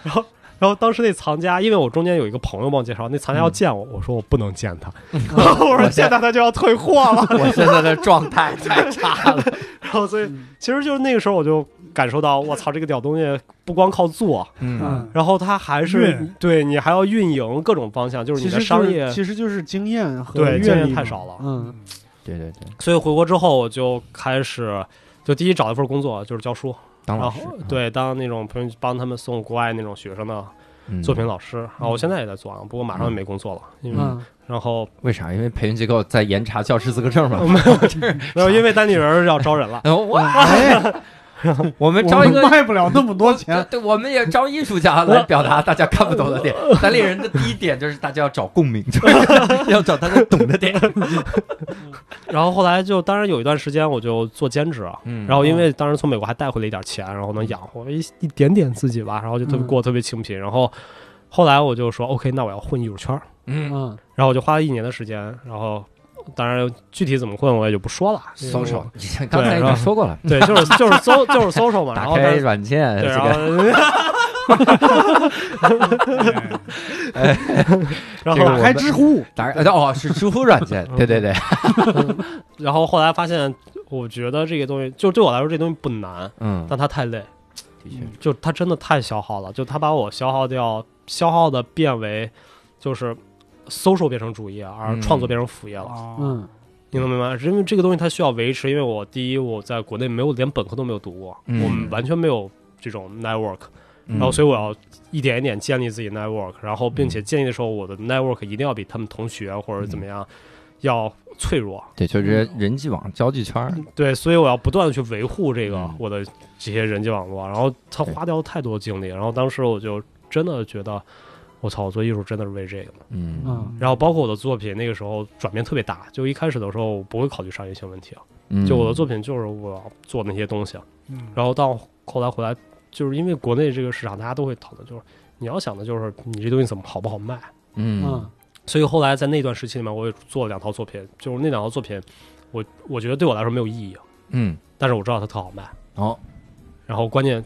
S4: 然后，然后当时那藏家，因为我中间有一个朋友帮我介绍，那藏家要见我，我说我不能见他， [laughs] 我说见他他就要退货
S1: [laughs]
S4: 了。
S1: 我现在的状态太差了。
S4: [laughs] 然后，所以其实就是那个时候我就感受到，我操，这个屌东西不光靠做，
S1: 嗯
S2: 嗯，
S4: 然后它还是
S3: 运
S4: 对你还要运营各种方向，就是
S2: 其
S4: 你
S2: 实
S4: 的商
S2: 就是
S4: 业
S2: 其实就是经验和
S4: 对经
S2: 阅
S4: 验
S2: 历
S4: 太
S2: 嘛
S4: 少了。
S2: 嗯，
S1: 对对对，
S4: 所以回国之后，我就开始。就第一找一份工作就是教书，
S1: 当
S4: 然
S1: 老师啊
S4: 后，对当那种朋友帮他们送国外那种学生的
S1: 嗯
S4: 作品老师，然后我现在也在做啊，不过马上就没工作了，因为
S2: 嗯，
S4: 然后
S1: 为啥？因为培训机构在严查教师资格证嘛。
S4: 没有，因为单立人儿要招人了
S1: [laughs] 。然后我
S2: 哎，
S1: 我们招
S2: 我
S1: 一
S2: 们
S1: 个
S2: 卖不了那么多钱
S1: [laughs] 对，对，我们也招艺术家来表达大家看不懂的点。单立人的第一点就是大家要找共
S2: [laughs]
S1: 鸣，就是要找大家懂的点。
S4: 然后后来就，当然有一段时间我就做兼职啊。
S1: 嗯
S4: 然后因为当时从美国还带回了一点钱，然后能养活一一点点自己吧，然后就特别
S2: 嗯
S4: 过得特别清贫。然后后来我就说，OK，那我要混艺术圈儿。
S1: 嗯
S2: 嗯，
S4: 然后我就花了一年的时间，然后当然具体怎么混我也就不说了。
S1: 搜手，你像
S4: 对
S1: 刚才已经
S4: 然后
S1: 说过了，
S4: 对，就是就是搜就是搜
S1: [laughs]
S4: 搜嘛，然
S1: 打
S4: 后
S1: 开
S4: 但是
S1: 软件，
S4: 对，
S1: 这
S4: 然
S1: 个
S4: 后
S3: 哎
S1: [laughs] 这
S4: 然
S1: 个
S4: 后
S1: 我
S2: 还
S1: 们
S2: 知乎，
S1: 打开哦是知乎软
S4: 嗯
S1: 件，对对对，
S4: 然后后来发现，我觉得这个东西就对我来说这东西不难，
S1: 嗯，
S4: 但它嗯太累。
S1: 的确是
S4: 就他真的太消耗了，就他把我消耗掉，消耗的变为就是搜索变成主业，而
S1: 嗯
S4: 创作变成副业了。
S3: 哦
S2: 嗯
S4: 你能明白吗？因为这个东西它需要维持，因为我第一我在国内没有连本科都没有读过，
S1: 嗯
S4: 我们完全没有这种 network，、
S1: 嗯
S4: 然后所以我要一点一点建立自己 network，然后并且
S1: 嗯
S4: 建立的时候我的 network 一定要比他们同学或者怎么样、
S1: 嗯
S4: 要脆弱。
S1: 对，就是人际网交际圈儿，
S4: 对，所以我要不断的去维护这个、
S1: 嗯
S4: 我的这些人际网络，啊然后他花掉了太多精力，然后当时我就真的觉得，我操，我做艺术真的是为这个的。
S1: 嗯
S2: 嗯
S4: 然后包括我的作品，那个时候转变特别大，就一开始的时候我不会考虑商业性问题啊，
S1: 嗯，
S4: 就我的作品就是我要做那些东西啊，
S3: 嗯
S4: 然后到后来回来，就是因为国内这个市场大家都会讨论，就是你要想的就是你这东西怎么好不好卖，
S1: 嗯
S2: 嗯
S4: 所以后来在那段时期里面，我也做了两套作品，就是那两套作品，我我觉得对我来说没有意义啊，
S1: 嗯，
S4: 但是我知道它特好卖。
S1: 哦，
S4: 然后关键，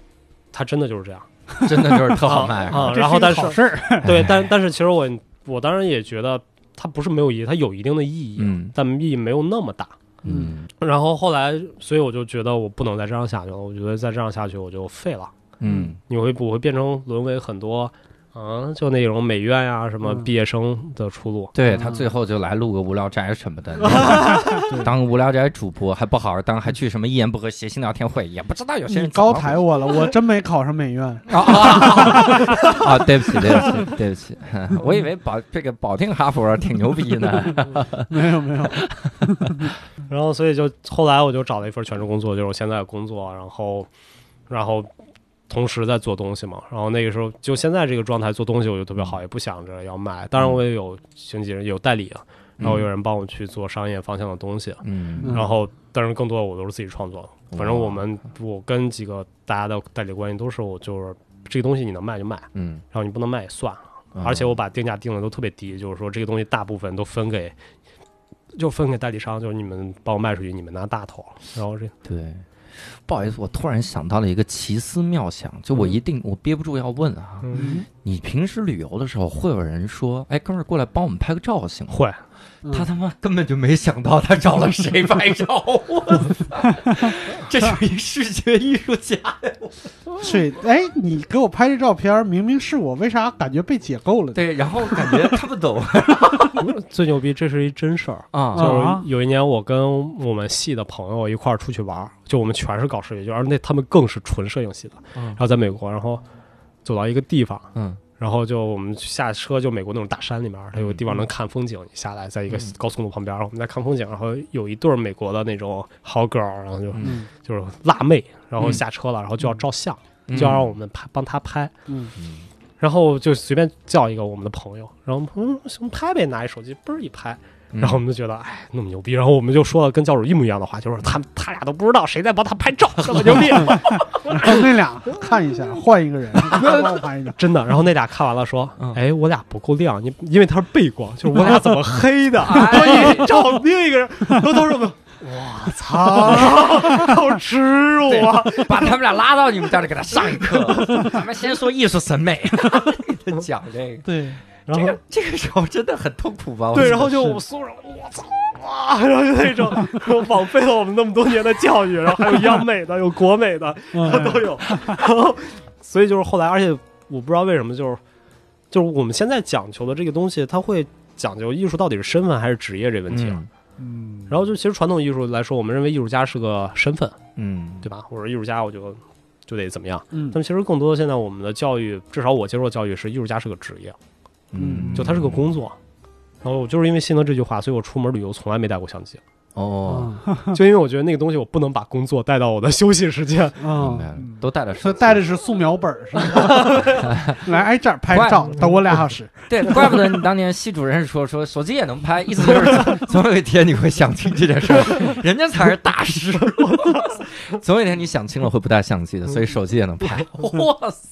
S4: 它真的就
S1: [laughs]
S4: 是这样，
S1: 真的就是特好
S4: [laughs]
S1: 卖，啊哎
S4: 啊。
S3: 这是
S4: 然后
S3: 一个
S4: 但
S3: 好
S4: 是
S3: 事儿，
S4: 对，但但是其实我我当然也觉得它不是没有意义，它有一定的意义，
S1: 嗯
S4: 但意义没有那么大。
S1: 嗯
S4: 然后后来，所以我就觉得我不能再这样下去了，我觉得再这样下去我就废了。
S1: 嗯
S4: 你会我会变成沦为很多，嗯，就那种美院呀、什么
S2: 嗯
S4: 毕业生的出路。
S1: 对
S2: 嗯
S1: 他最后就来录个无聊斋什么
S4: [laughs]
S1: 的，当无聊斋主播还不好好当，还去什么一言不合谐星聊天会，也不知道有些
S2: 你
S1: 人
S2: 高抬我了，我真没考上美院。
S1: 啊啊啊！啊对不起，对不起，对不起， [laughs] 我以为保这个保定哈佛挺牛逼
S4: [laughs]
S1: 呢。
S2: 没有没有，
S4: 然后所以就后来我就找了一份全职工作，就是我现在的工作，然后然后同时在做东西嘛。然后那个时候就现在这个状态做东西，我就特别好，也不想着要卖。当然我也有经纪人，有代理啊，然后有人帮我去做商业方向的东西。
S1: 嗯哦
S2: 嗯
S4: 然后，但是更多我都是自己创作的。反正我们我跟几个大家的代理关系都是我就是这个东西你能卖就卖，
S1: 嗯，
S4: 然后你不能卖也算了。啊
S1: 嗯
S4: 而且我把定价定的都特别低，就是说这个东西大部分都分给，就分给代理商，就是你们帮我卖出去，你们拿大头。然后这
S1: 对，不好意思，我突然想到了一个奇思妙想，就我一定我憋不住要问啊，
S4: 嗯 [laughs]
S1: 你平时旅游的时候会有人说，哎，哥们儿过来帮我们拍个照行吗？
S4: 会
S2: 嗯
S1: 他他妈根本就没想到他找了谁拍照，我操这是一视觉艺术家。
S2: 是，哎，你给我拍这照片儿，明明是我，为啥感觉被解构了
S1: [laughs]
S2: 呢？
S1: 对，然后感觉看不懂
S4: 嗯最牛逼，这是一真事儿。
S1: [laughs] 啊
S4: 就
S3: 啊
S4: 是有一年，我跟我们系的朋友一块儿出去玩儿，就我们全是搞摄影，就而那他们更是纯摄影系的。
S1: 嗯
S4: 然后在美国，然后走到一个地方，
S1: 嗯
S4: 然后就我们下车，就美国那种大山里面，它有个地方能看风景，你下来在一个
S1: 嗯
S4: 高速公路旁边，我们在看风景，然后有一对儿美国的那种好 girl，然后就
S1: 嗯
S4: 就是辣妹，然后
S1: 嗯
S4: 下车了，然后就要照相，
S1: 嗯
S4: 就要让我们拍帮她拍。
S2: 嗯
S4: 然后就随便叫一个我们的朋友，然后我们朋友说行拍呗，拿一手机嘣儿一拍，
S1: 嗯
S4: 然后我们就觉得哎那么牛逼，然后我们就说了跟教主一模一样的话，就是他们他俩都不知道谁在帮他拍照，这么牛
S1: [laughs]
S4: 逼，
S2: 就那俩看一下，换一个人，帮我拍一张。
S4: 真的。然后那俩看完了说
S1: 嗯，
S4: 哎我俩不够亮，因因为他是背光，就是我俩怎么
S1: [laughs]
S4: 黑的，
S1: 哎
S4: 所以找另一个人，然后都是我们。我操！ [laughs] 好耻辱啊！
S1: 嗯把他们俩拉到你们这儿来给他上一课。 [laughs] 咱们先说艺术审 [laughs] 美，讲这个，
S2: 对，
S4: 然后
S1: 这个这个时候哦真的很痛苦吧？我
S4: 对，
S1: 觉
S4: 然
S1: 得
S4: 后就我们所有人，我操哇！然后就那种 [laughs] 说枉费了我们那么多年的教育，然后还有央美的，有国美的，
S2: 嗯
S4: 都有。然后，所以就是后来，而且我不知道为什么，就是就是我们现在讲求的这个东西，它会讲究艺术到底是身份还是职业这问题了。
S1: 嗯
S3: 嗯，
S4: 然后就其实传统艺术来说，我们认为艺术家是个身份，
S1: 嗯
S4: 对吧？我是艺术家，我就就得怎么样。
S2: 嗯
S4: 但其实更多的现在我们的教育，至少我接受的教育是艺术家是个职业，
S1: 嗯，
S4: 就它是个工作。然后我就是因为信了这句话，所以我出门旅游从来没带过相机，
S1: 哦，
S2: 嗯
S4: 就因为我觉得那个东西我不能把工作带到我的 [laughs] 休息时间。
S1: 明
S2: 嗯
S1: 白，了
S3: 嗯，
S1: 哦都带着
S2: 所
S1: 手
S2: 以
S1: 机
S2: 带的是素描本儿是吧？来，哎，这儿拍个照，等我俩小时。
S1: [laughs] 对，怪不得你当年系主任说说手机也能拍，意思就是总有一天你会想清这件事儿，人家才是大师。 [laughs] 总有一天你想清了会不带相机的，所以手机也能拍。哇塞！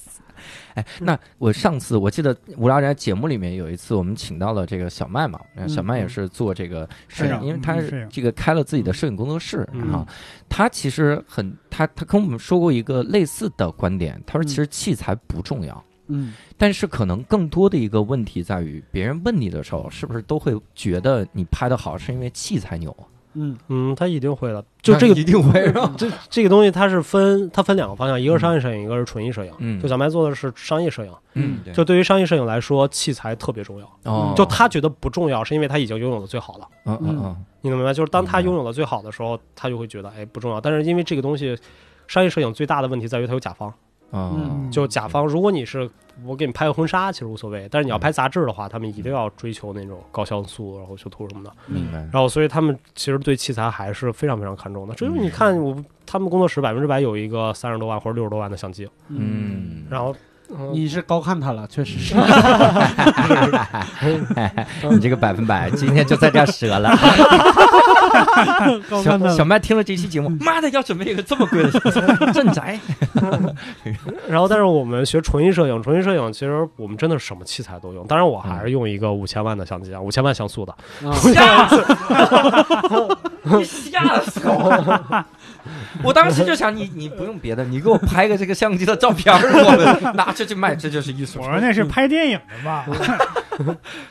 S1: 哎，那我上次我记得无聊斋节目里面有一次我们请到了这个小麦嘛，
S2: 嗯
S1: 小麦也是做这个摄
S2: 摄
S1: 影，
S2: 影
S1: 因为他
S3: 嗯摄影
S1: 这个开了自己的摄影工作室，
S4: 嗯
S1: 然后他其实很他他跟我们说过一个类似的观点，他说其实器材不重要。
S2: 嗯
S1: 但是可能更多的一个问题在于，别人问你的时候，是不是都会觉得你拍的好是因为器材牛啊？
S2: 嗯
S4: 嗯，他一定会的。就这个
S1: 一定会
S4: [laughs]
S1: 让
S4: 这这个东西它是分它分两个方向，一个是商业摄影，一个是纯艺摄影。
S1: 嗯
S4: 就小麦做的是商业摄影，
S1: 嗯，对
S4: 就对于商业摄影来说，器材特别重要。
S1: 哦，
S4: 就他觉得不重要，是因为他已经拥有了最好了。
S1: 嗯嗯嗯
S4: 你能明白？就是当他
S1: 明白
S4: 拥有了最好的时候，他就会觉得哎不重要。但是因为这个东西，商业摄影最大的问题在于它有甲方，
S1: 嗯
S2: 嗯
S4: 就甲方，如果你是我给你拍个婚纱，其实无所谓。但是你要拍杂志的话，他们一定要追求那种高像素，然后修图什么的。
S1: 明白。
S4: 然后，所以他们其实对器材还是非常非常看重的。这就是你看我他们工作室百分之百有一个三十多万或者六十多万的相机，
S2: 嗯，
S1: 嗯，
S4: 然后。嗯
S2: 你是高看他了，确实是。
S1: 你这个百分百今天就在这儿折了。
S2: 高看他
S1: 小小
S2: 了。
S1: 麦听了这期节
S4: 嗯
S1: 目，妈的要准备一个这么贵的镇宅，
S4: 然后，但是我们学纯艺摄影，纯艺摄影其实我们真的是什么器材都用。当然，我还是用一个五千万的相机啊，五千万像素的。
S2: 嗯
S1: 吓死我！你吓死我！
S4: [laughs]
S1: 我当时就想你，你不用别的，你给我拍个这个相机的照片儿，我们拿出去卖，这就是艺术
S3: [laughs] 我。说那是拍电影啊的吧？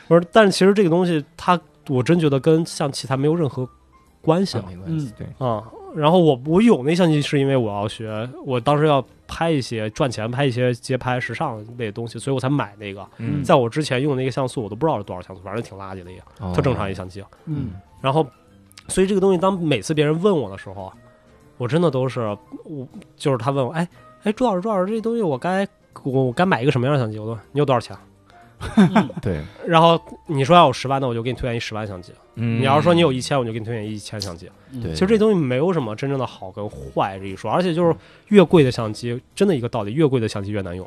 S4: 我说，但是其实这个东西它，我真觉得跟像器材没有任何关系
S1: 行，
S4: 啊。
S1: 没关系，对，
S4: 啊、然后我我有那相机是因为我要学，我当时要拍一些赚钱，拍一些街拍、时尚类的东西，所以我才买那个。
S1: 嗯
S4: 在我之前用的那个像素，我都不知道是多少像素，反正挺垃圾的也，
S1: 哦
S4: 特正常一
S1: 些。
S4: 相机。
S2: 嗯
S4: 然后，所以这个东西，当每次别人问我的时候，啊我真的都是我就是他问我，哎哎，朱老师，朱老师，这东西我该我我该买一个什么样的相机？我说你有多少钱？
S1: 嗯对，
S4: 然后你说要有十万，那我就给你推荐一十万相机；
S1: 嗯
S4: 你要是说你有一，千，我就给你推荐一千相机。
S2: 嗯
S1: 对，
S4: 其实这东西没有什么真正的好跟坏这一说，而且就是越贵的相机，真的一个道理，越贵的相机越难用。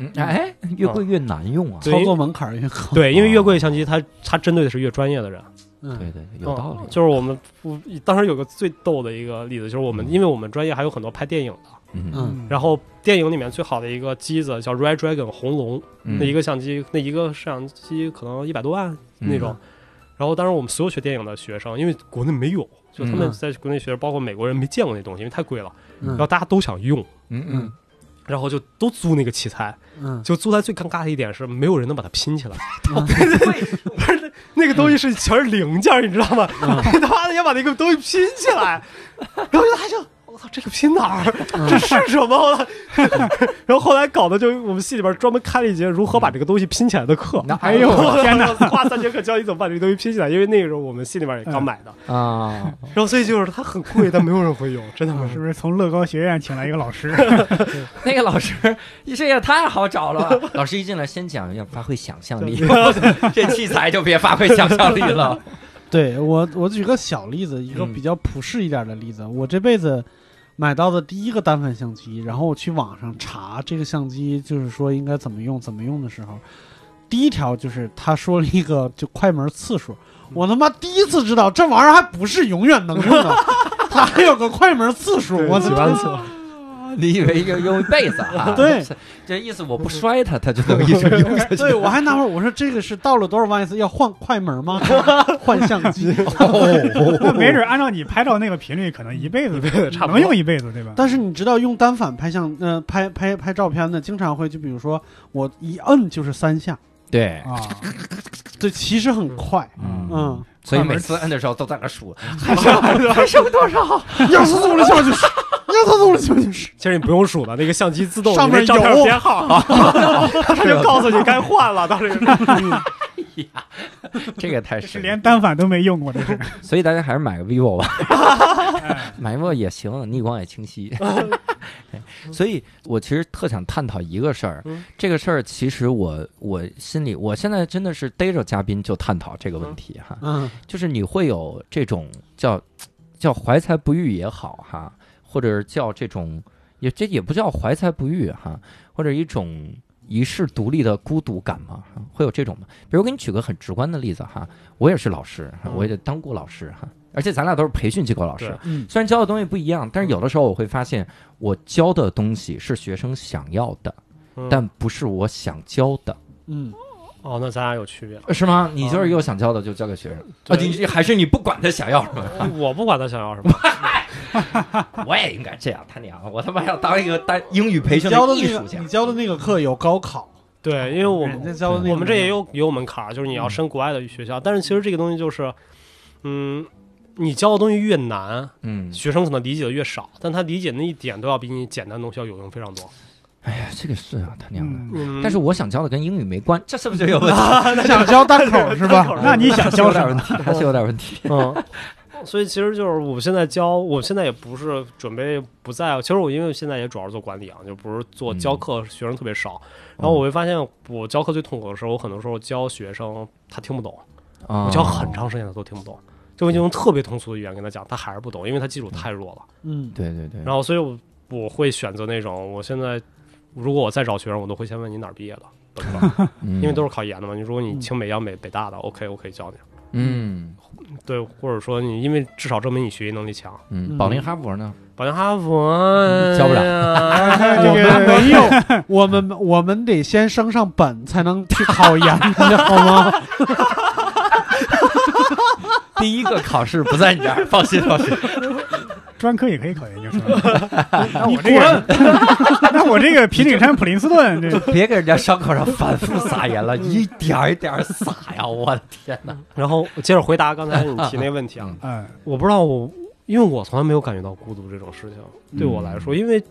S1: 嗯哎，越贵越难用啊。
S4: 对
S2: 操作门槛儿越高。
S4: 对，
S1: 哦
S4: 因为越贵的相机它，它针对的是越专业的人。
S1: 对
S2: 嗯
S1: 对，有道理
S4: 嗯。就是我们我当时有个最逗的一个例子，就是我们因为我们专业还有很多拍电影的，
S1: 嗯
S2: 嗯
S4: 然后电影里面最好的一个机子叫 Red Dragon 红龙，
S1: 嗯
S4: 那一个相机，那一个摄像机可能一百多万
S1: 嗯
S4: 那种。然后当时我们所有学电影的学生，因为国内没有，就他们
S2: 嗯
S4: 在国内学，包括美国人没见过那东西，因为太贵了。然后
S2: 嗯
S4: 大家都想用，
S1: 嗯嗯
S2: 嗯
S4: 然后就都租那个器材，
S3: [laughs]
S2: 嗯，
S4: 就租来最尴尬的一点是，没有人能把它拼起来。
S1: 对，
S4: 不是那那个东西是全是零件儿，你知道吗？
S3: 嗯
S4: 他妈的要把那个东西拼起
S3: [laughs]
S4: 来，然后我就还想。我操，这个拼哪儿？
S3: 嗯
S4: 这是什么？我操！ [laughs] 然后后来搞的就我们系里边专门开了一节如何把这个东西拼起来的课。
S3: 哎呦
S4: 我
S3: 天哪！
S4: 哪！花三节课教你怎么把这个东西拼起来，因为那个时候我们系里边也刚买的，
S1: [laughs] 啊，
S3: 嗯
S4: 然后所以就是它很贵，但没有人会用，真的没有人
S3: 是不是从乐高学院请来一个老师？
S1: 那个老师，这也太好找 [laughs] 了吧。老师一进来先讲要发挥想象力， [laughs] 这器材就别发挥想象力了。
S2: 对我，我举个小例子，一个
S1: 嗯
S2: 比较普世一点的例子。我这辈子买到的第一个单反相机，然后我去网上查这个相机，就是说应该怎么用，怎么用的时候，第一条就是他说了一个就快门次数，
S4: 嗯
S2: 我他妈第一次知道这玩意儿还不是永远能用
S4: [laughs]
S2: 的，它还有个快门次数，
S4: 对
S3: [laughs]
S2: 我
S4: 几
S2: 操
S4: 万次。
S1: [laughs] 你以为要用一辈子
S4: [laughs]
S1: 啊？
S2: 对，
S1: 这意思我不摔它，它就能 [laughs] 一直用下去。
S2: 对，我还纳闷，我说这个是到了多少万一次要换快门
S4: [laughs]
S2: 吗？换相机？
S1: 哦
S3: 那没准按照你拍照那个频率，可能一辈子一辈子
S4: 差不多
S3: 能用一辈子，对吧？
S2: 但是你知道用单反拍相，呃，拍拍拍照片的，经常会就比如说我一摁就是三下，
S1: [laughs] 对，
S3: 啊，
S2: 这其实很快，
S1: 嗯，
S2: 嗯，
S1: 所以每次摁的时候都在那数，还剩 [laughs] 还剩多少？
S2: 要是做了效就是，要是做了效就是，
S4: 其实你不用数了，那个相机自动
S2: 上
S4: 你那
S2: 面
S4: 照片
S2: 有
S4: 编啊号，它就告诉你该换了。到这 [laughs] 个
S1: [laughs] 这个太
S3: 这是
S1: 神了。
S3: 连单反都没用过，这是。
S1: 所以大家还是买个 vivo 吧，买 vivo 也行，逆光也清晰。所以我其实特想探讨一个事儿
S4: 嗯，
S1: 这个事儿其实我我心里，我现在真的是逮着嘉宾就探讨这个问题哈，
S2: 嗯，
S1: 就是你会有这种叫叫怀才不遇也好哈，或者叫这种也这也不叫怀才不遇哈，或者一种一世独立的孤独感吗？哈会有这种吗？比如我给你举个很直观的例子哈，我也是老师，哈
S4: 嗯
S1: 我也当过老师哈，而且咱俩都是培训机构老师
S4: 对，
S2: 嗯
S1: 虽然教的东西不一样，但是有的时候我会发现我教的东西是学生想要的，但不是我想教的，
S2: 嗯，
S4: 嗯哦，那咱俩有区别了。
S1: 呃是吗？你就是又想教的就教给学生，啊，
S4: 对
S1: 你你还是你不管他想要什么。
S4: 我不管他想要什
S1: [laughs]
S4: 么，
S1: 我也应该这样，他娘，我他妈要当一个当英语培
S2: 你
S1: 训
S2: 教的
S1: 的艺
S2: 那
S1: 术
S2: 个
S1: 家
S2: 你。教的那个课有高考，
S4: 对，因为
S1: 嗯
S4: 我
S2: 人
S4: 们
S2: 家教的那个
S4: 我们这也有也有门槛儿，就是你要升国外的学校，但是其实这个东西就是，嗯，你教的东西越难，
S1: 嗯，
S4: 学生可能理解的越少，但他理解那一点都要比你简单的东西要有用非常多。
S1: 哎呀，这个是啊，他娘的。
S3: 嗯，
S4: 嗯，
S1: 但是我想教的跟英语没关，这是不是就有 [laughs] 问题？
S2: 想教单
S3: [laughs]
S2: 口是吧？
S3: 那你想
S1: 是有
S3: 教
S1: 点
S3: 什
S1: 问
S3: 么？
S1: 题， [laughs] 还是有点问 [laughs] 题。
S4: 嗯， [laughs] 所以其实就是我现在教，我现在也不是准备不在，其实我因为现在也主要是做管理啊，就不是做教课，学生特别少。然后我会发现，我教课最痛苦的时候，我很多时候教学生他听不懂，
S1: 我
S4: 我教很，长时间他都听不懂，就我已经用特别通俗的语言跟他讲，他还是不懂，因为他基础太弱了。
S2: 嗯，
S1: 对对对。
S4: 然后所以我我会选择那种，我现在如果我再找学生，我都会先问你哪儿毕业的。都知道
S1: 因
S4: 因为都是考研的嘛。你如果你清北、央美、北大的，OK，我可以教你。
S1: 嗯
S4: 对，或者说你因为至少证明你学习能力强。
S1: 嗯，
S2: 嗯
S1: 保定哈佛呢？
S4: 保定哈佛哎
S1: 教不了
S4: 了，
S2: 我们没有，我们我们得先升上本才能去考研，你知道吗？
S1: [laughs] 第一个考试不在你这儿， [laughs] 放心放心。
S3: 专科也可以考研究生。
S4: [laughs]
S3: 那我这个， [laughs] 那我这个皮景山普林斯顿，这
S1: 别给人家伤口上反复撒盐了，一点儿一点儿撒呀！我的天哪！
S4: 然后我接着回答刚才你提那个问题啊
S1: 嗯，
S3: 嗯，
S4: 我不知道我，因为我从来没有感觉到孤独这种事情，对我来
S1: 嗯
S4: 说，因为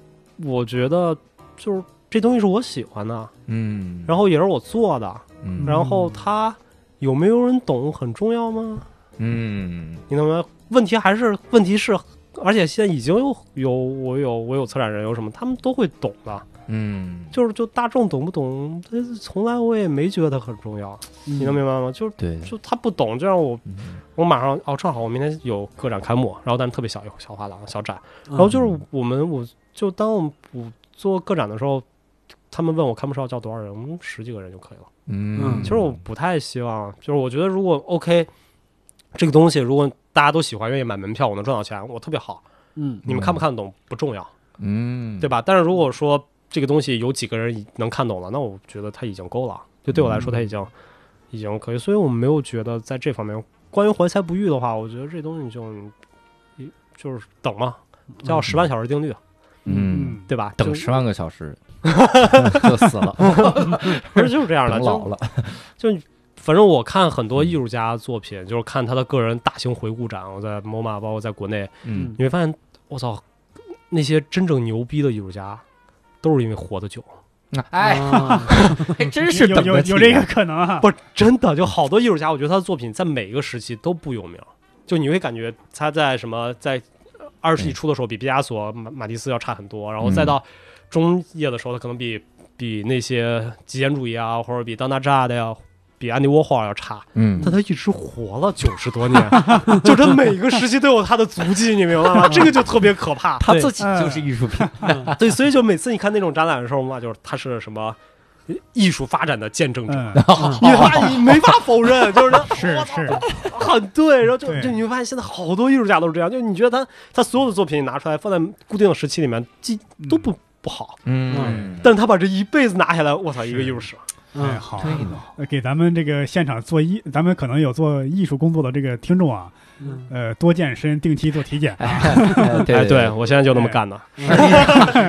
S4: 我觉得就是这东西是我喜欢的，
S1: 嗯，
S4: 然后也是我做的，
S1: 嗯
S4: 然后它有没有人懂很重要吗？
S1: 嗯
S4: 你懂吗？问题还是问题是，而且现在已经有有我有我有策展人有什么，他们都会懂的。
S1: 嗯，
S4: 就是就大众懂不懂，这从来我也没觉得很重要， [laughs] 你
S2: 你
S4: 能明白吗？就是
S1: 对，
S4: 就他不懂，就让我
S1: 嗯
S4: 我马上哦，正好我明天有个展开幕，然后但是特别小一个小画廊小展，
S2: 嗯
S4: 然后就是我们我就当我们我做个展的时候。他们问我看不上叫多少人，嗯十几个人就可以了。
S1: 嗯，
S2: 嗯
S4: 其实我不太希望，就是我觉得如果 OK，这个东西如果大家都喜欢，愿意买门票，我能赚到钱，我特别好。
S2: 嗯
S4: 你们看不看得懂不重要，
S1: 嗯，
S4: 对吧？但是如果说这个东西有几个人已能看懂了，那我觉得它已经够了。就对我来说，
S1: 嗯
S4: 它已经、已经可以，所以我没有觉得在这方面，关于怀才不遇的话，我觉得这东西就一就是等嘛，叫十万小时定律，
S1: 嗯。
S3: 嗯，
S4: 对吧？
S1: 等
S4: 就
S1: 十万个小 [laughs] 时就死了，
S4: 不是就是这样
S1: [laughs]
S4: 的，
S1: 等老嗯
S4: 就
S1: 了。
S4: 就反正我看很多艺术家作品，就是看他的个人大型回顾展，我在 MoMA 包括在国内，
S1: 嗯
S4: 你会发现，我操，那些真正牛逼的艺术家，都是因为活得久。
S1: 哎，
S2: 啊
S1: 还真是
S3: 有
S1: 等
S3: 有
S1: 着
S3: 有这个
S1: 体
S3: 可能啊，
S4: 不，真的就好多艺术家，我觉得他的作品在每一个时期都不有名，就你会感觉他在什么在二十世纪初的时候比毕加索、马马蒂斯要差很多，然后再到中叶的时候，他可能比比那些极简主义啊，或者比当代炸的呀。比安迪沃霍尔要差，
S1: 嗯
S4: 但他一直活了九十多 [laughs] 年，就他每个时期都有他的足迹，你明白吗？ [laughs] 这个就特别可怕。
S1: 他
S2: 对
S1: 自己就是艺术品，
S4: 对，所以就每次你看那种展览的时候嘛，就是他是什么艺术发展的见证者，
S3: 嗯，
S4: 你发你没法否认，就是他
S3: 是是，
S4: 很对，然后就
S3: 对
S4: 就你会发现现在好多艺术家都是这样，就你觉得他他所有的作品拿出来放在固定的时期里面，既 [laughs] 都不不好，
S1: 嗯，
S4: 但是他把这一辈子拿下来，我操，一个
S3: 是
S4: 艺术史，
S3: 哎
S2: 嗯，
S3: 好，
S1: 对呢，
S3: 呃给咱们这个现场做艺，咱们可能有做艺术工作的这个听众啊，
S2: 嗯
S3: 呃，多健身，定期做体
S4: [laughs]
S3: 检，
S1: 哎
S4: 哎，
S1: 对
S4: 对，我现在就那么干的，
S1: [laughs]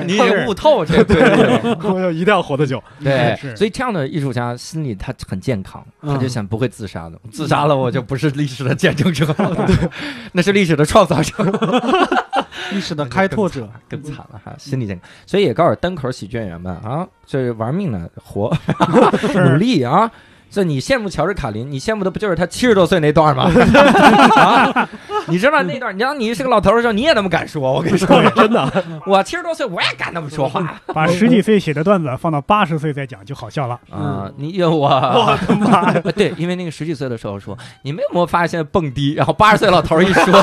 S1: 你已经悟透这个 [laughs] 对
S4: 我就一定要活得久，
S1: 对对，
S3: 是
S1: 所以这样的艺术家心里他很健康，
S2: 嗯
S1: 他就想不会自杀的，自杀了我就不是历史的见证者了，对， [laughs] 那是历史的创造者，
S2: 历史的开拓者，
S1: [laughs] 更惨了哈，心理健康。所以也告诉单口喜剧演员们啊，这玩命的活，努
S3: 是
S1: 力啊。这你羡慕乔治卡林，你羡慕的不就是他七十多岁那段吗？ [laughs] 啊，你知道那段，你让你是个老头儿的时候，你也那么敢说。我跟你说，
S4: 真的，
S1: [laughs] 我七十多岁我也敢那么说话啊、
S3: [laughs] 把十几岁写的段子放到八十岁再讲就好笑了， [laughs]
S2: 嗯
S1: 啊你我我的妈！ [laughs] 对，因为那个十几岁的时候说，你们有没有发现现在蹦迪？然后八十岁老头儿一说，
S2: [laughs]
S1: 这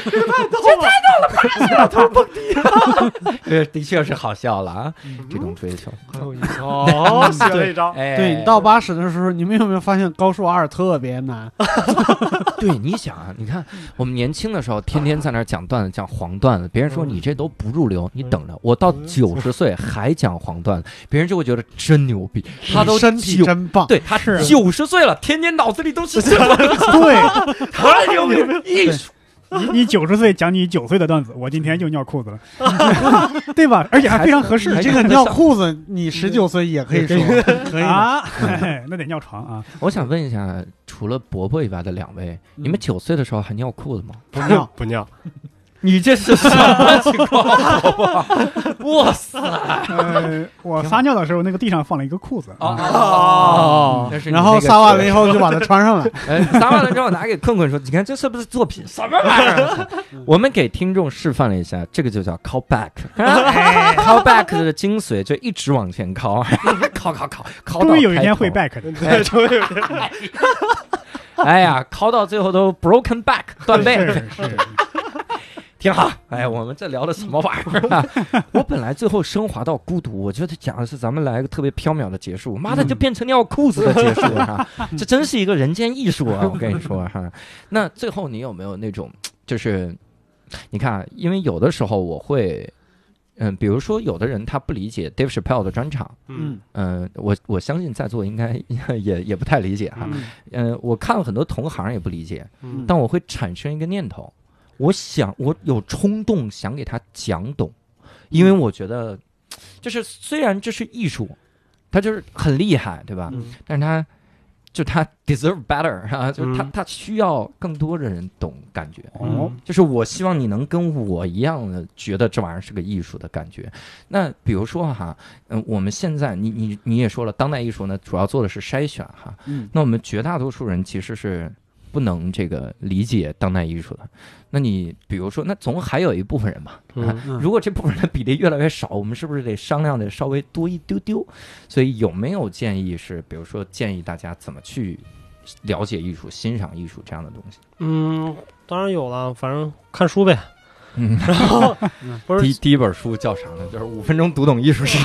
S1: 太逗了，八十岁老头蹦迪，对，的确是好笑了啊，这种追求。
S4: 哦， [laughs] 写了一张，
S1: 哎，
S2: 对你到八十的时候，你们有没有发现高数二特别 [laughs] 难？
S1: 对，你想啊，你看我们年轻的时候，天天在那儿讲段子，讲黄段子，别人说你这都不入
S2: 嗯
S1: 流，你等着，我到九十岁还讲黄段子，别人就会觉得真牛逼，他都
S2: 身体
S1: 九
S2: 真棒，
S1: 对他
S3: 是
S1: 九十岁了，天天脑子里都
S2: [laughs]
S1: 是什么？
S3: 对
S1: 太牛逼 [laughs] 了，艺术
S3: 你你九十岁讲你九岁的段子，我今天又尿裤子了， [laughs] 对吧？而且还非常合适
S1: 还
S2: 你这个
S3: [laughs]
S2: 尿裤子，你十九岁也可以说，可以的
S3: 啊，嘿嘿 [laughs] 那得尿
S1: [laughs]
S3: 床啊，
S1: 我想问一下，除了伯伯以外的两位，你们九岁的时候还尿裤子吗？
S2: 不尿。
S4: [laughs] 不尿，
S1: 你这是什么情况，伯伯？哇塞！
S3: 呃，我撒尿的时候那个地上放了一个裤子啊，
S1: 哦，那是你
S2: 嗯然后
S1: 那个
S2: 撒完
S1: 学
S2: 了以后就把它穿上来。
S1: [laughs] 哎，撒完了之后拿给困困说：“你看这是不是作品？什么玩意儿？” [laughs] 我们给听众示范了一下，这个就叫 call [laughs] back。call back 的精髓就一直往前 [laughs] call，call call call，call 到
S3: 终于有一
S1: 开
S3: 天
S1: 头嗯
S3: 会 back 的。
S4: 对，终于有这张
S3: [laughs]
S1: 哎呀，call 到最后都 broken back 断背，
S3: 是是，
S1: [laughs] 挺好。哎，我们这聊的什么玩意儿、啊？ [laughs] 我本来最后升华到孤独，我觉得讲的是咱们来个特别缥缈的结束，妈的就变成尿裤子的结束了、
S3: [laughs]
S1: 哈这真是一个人间艺术啊！ [laughs] 我跟你说哈、那最后你有没有那种，就是你看啊，因为有的时候我会，嗯，比如说有的人他不理解 Dave Chappelle 的专场，
S4: 嗯，
S1: 嗯，我我相信在座应该也也不太理解哈、
S4: 嗯
S1: 嗯，我看了很多同行也不理解，
S4: 嗯
S1: 但我会产生一个念头，我想我有冲动想给他讲懂，因
S4: 嗯
S1: 为我觉得，就是虽然这是艺术，他就是很厉害，对吧？
S4: 嗯
S1: 但是他就他 [laughs] deserve better 啊，就是他、
S4: 嗯
S1: 他需要更多的人懂感觉。
S3: 哦，
S1: 就是我希望你能跟我一样的觉得这玩意儿是个艺术的感觉。那比如说哈，嗯，我们现在你你你也说了，当代艺术呢主要做的是筛选哈。
S2: 嗯
S1: 那我们绝大多数人其实是不能这个理解当代艺术的。那你比如说，那总还有一部分人嘛，啊
S4: 嗯
S2: 嗯
S1: 如果这部分人的比例越来越少，我们是不是得商量的稍微多一丢丢？所以有没有建议是，比如说建议大家怎么去了解艺术、欣赏艺术这样的东西？
S4: 嗯，当然有了，反正看书呗，
S1: 嗯。
S4: 不
S1: 第
S4: 是
S1: 第一本书叫啥呢？就是五分钟读懂艺术史。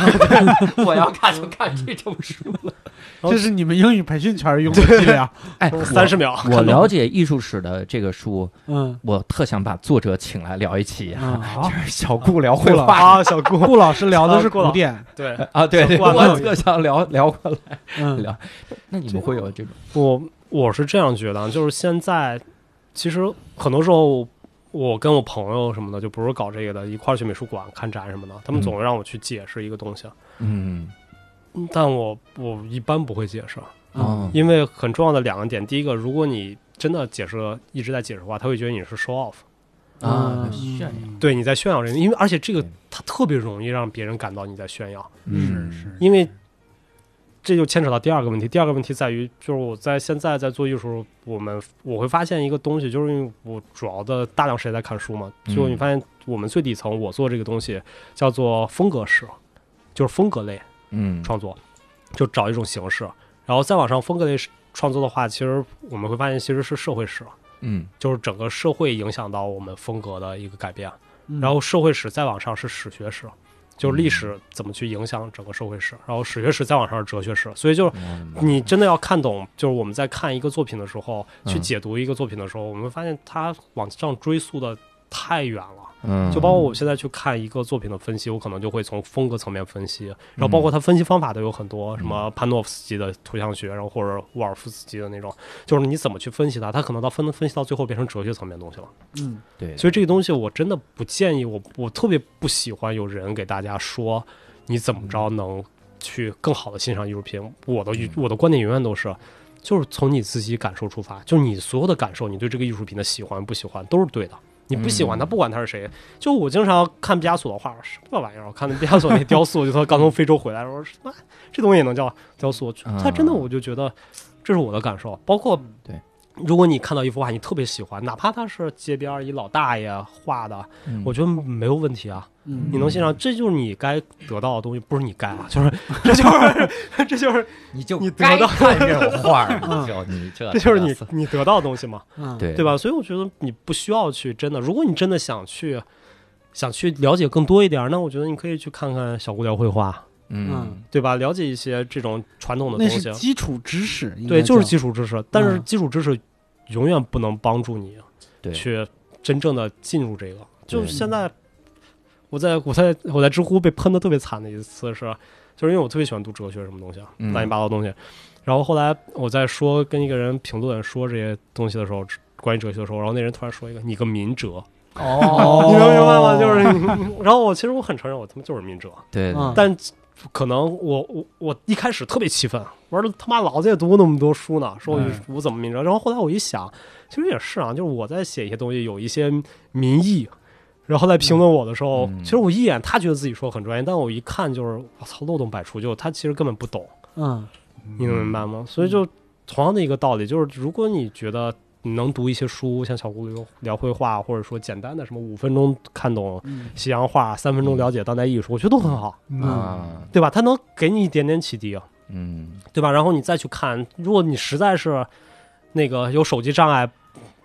S1: [laughs] 我要看就看这种书了。
S2: 这是你们英语培训圈用的伎俩。
S1: [laughs] 哎，
S4: 三十秒，
S1: 我。我了解艺术史的这个书，
S2: 嗯
S1: 我特想把作者请来聊一期
S4: [laughs]
S1: 啊，
S2: 啊，
S3: 好，
S1: 小顾聊 [laughs] 绘画
S4: 啊，小顾，
S2: 顾老师聊的是
S4: 啊顾老
S2: 古典。
S4: [laughs] 对，
S1: 啊，对对，
S4: 小顾啊 [laughs]
S1: 我特想聊聊过来。
S2: 嗯
S1: 聊那你们会有这种？
S4: 我我是这样觉得啊，就是现在其实很多时候，我跟我朋友什么的，就不是搞这个的，一块儿去美术馆看展什么的，他们
S1: 嗯
S4: 啊总让我去解释一个东西，
S1: 嗯
S4: 但我我一般不会解释，啊
S1: 哦
S2: 嗯
S4: 因为很重要的两个点，第一个，如果你真的解释了一直在解释的话，他会觉得你是 show off，
S1: 啊，
S2: 嗯
S1: 炫耀，
S4: 对你在炫耀人，因为而且这个
S1: 对
S4: 他特别容易让别人感到你在炫耀，
S1: 嗯
S3: 是是，
S4: 因为这就牵扯到第二个问题。第二个问题在于，就是我在现在在做艺术，我们我会发现一个东西，就是因为我主要的大量时间在看书嘛，
S1: 嗯
S4: 最后你发现我们最底层，我做这个东西叫做风格式，就是风格类
S1: 嗯，
S4: 创作，就找一种形式，然后再往上风格类创作的话，其实我们会发现其实是社会史，
S1: 嗯
S4: 就是整个社会影响到我们风格的一个改变。
S2: 嗯
S4: 然后社会史再往上是史学史，就是历史怎么去影响整个社会史，然后史学史再往上是哲学史，所以就是。你真的要看懂，就是我们在看一个作品的时候，去
S1: 嗯
S4: 解读一个作品的时候，我们会发现它往上追溯的太远了。
S1: 嗯，
S4: 就包括我现在去看一个作品的分析，我可能就会从风格层面分析，然后包括它分析方法都有很多，什么潘诺夫斯基的图像学，然后或者沃尔夫斯基的那种，就是你怎么去分析它，它可能到分分析到最后变成哲学层面的东西了。
S2: 嗯
S1: 对，
S4: 所以这个东西我真的不建议，我我特别不喜欢有人给大家说你怎么着能去更好的欣赏艺术品。我的
S1: 嗯
S4: 我的观点永远都是，就是从你自己感受出发，就是你所有的感受，你对这个艺术品的喜欢不喜欢都是对的。你不喜欢
S1: 嗯
S4: 他，不管他是谁，就我经常看毕加索的画，什么玩意儿？我看那毕加索那雕塑，就他刚从非洲回来，我说什么这东西也能叫雕塑？
S2: 啊
S1: 嗯
S4: 他真的，我就觉得这是我的感受，包括
S2: 嗯
S1: 对。
S4: 如果你看到一幅画，你特别喜欢，哪怕它是街边儿一老大爷画的，
S1: 嗯
S4: 我觉得没有问题啊。
S2: 嗯
S4: 你能欣赏，这就是你该得到的东西，不是你该啊，就是
S2: [laughs]
S4: 这就是这就是
S1: 你就
S4: 你得
S1: 该
S4: 到
S1: 看这
S4: [laughs]
S1: 种画儿，
S2: 嗯
S1: 就你这
S4: 这就是你
S1: 嘚瑟
S4: 你得到的东西嘛，
S2: 嗯
S1: 对
S4: 对？吧？所以我觉得你不需要去真的，如果你真的想去想去了解更多一点儿，那我觉得你可以去看看小姑娘绘画，
S1: 嗯
S2: 嗯
S4: 对吧？了解一些这种传统的
S2: 那
S4: 东西啊
S2: 是，基础知识，应
S4: 对，
S2: 该
S4: 就是
S2: 叫
S4: 基础知识，但是
S2: 嗯
S4: 基础知识永远不能帮助你
S1: 对
S4: 去真正的进入这个。就
S1: 对
S4: 现在，我在我在我在知乎被喷的特别惨的一次是，就是因为我特别喜欢读哲学什么东西啊，
S1: 嗯
S4: 乱七八糟的东西。然后后来我在说跟一个人评论说这些东西的时候，关于哲学的时候，然后那人突然说一个“你个民哲”，
S1: 哦，
S4: [laughs] 你能明白吗？就是你， [laughs] 然后我其实我很承认我他妈就是民哲，
S1: 对，对
S2: 嗯
S4: 但可能我我我一开始特别气愤，我说他妈老子也读过那么多书呢，说我
S3: 嗯
S4: 我怎么明哲？然后后来我一想，其实也是啊，就是我在写一些东西有一些民意，然后在评论我的时候，
S1: 嗯
S4: 其实我一眼他觉得自己说很专业，但我一看就是我操漏洞百出，就他其实根本不懂，
S2: 嗯
S4: 你能明白吗？所以就同样的一个道理，就是如果你觉得。你能读一些书，像小狐狸聊绘画，或者说简单的什么五分钟看懂
S2: 嗯
S4: 西洋画，三分钟了解当代艺术，我觉得都很好。
S3: 嗯
S1: 啊，
S4: 对吧？它能给你一点点启迪，哦
S1: 嗯
S4: 对吧？然后你再去看，如果你实在是那个有手机障碍，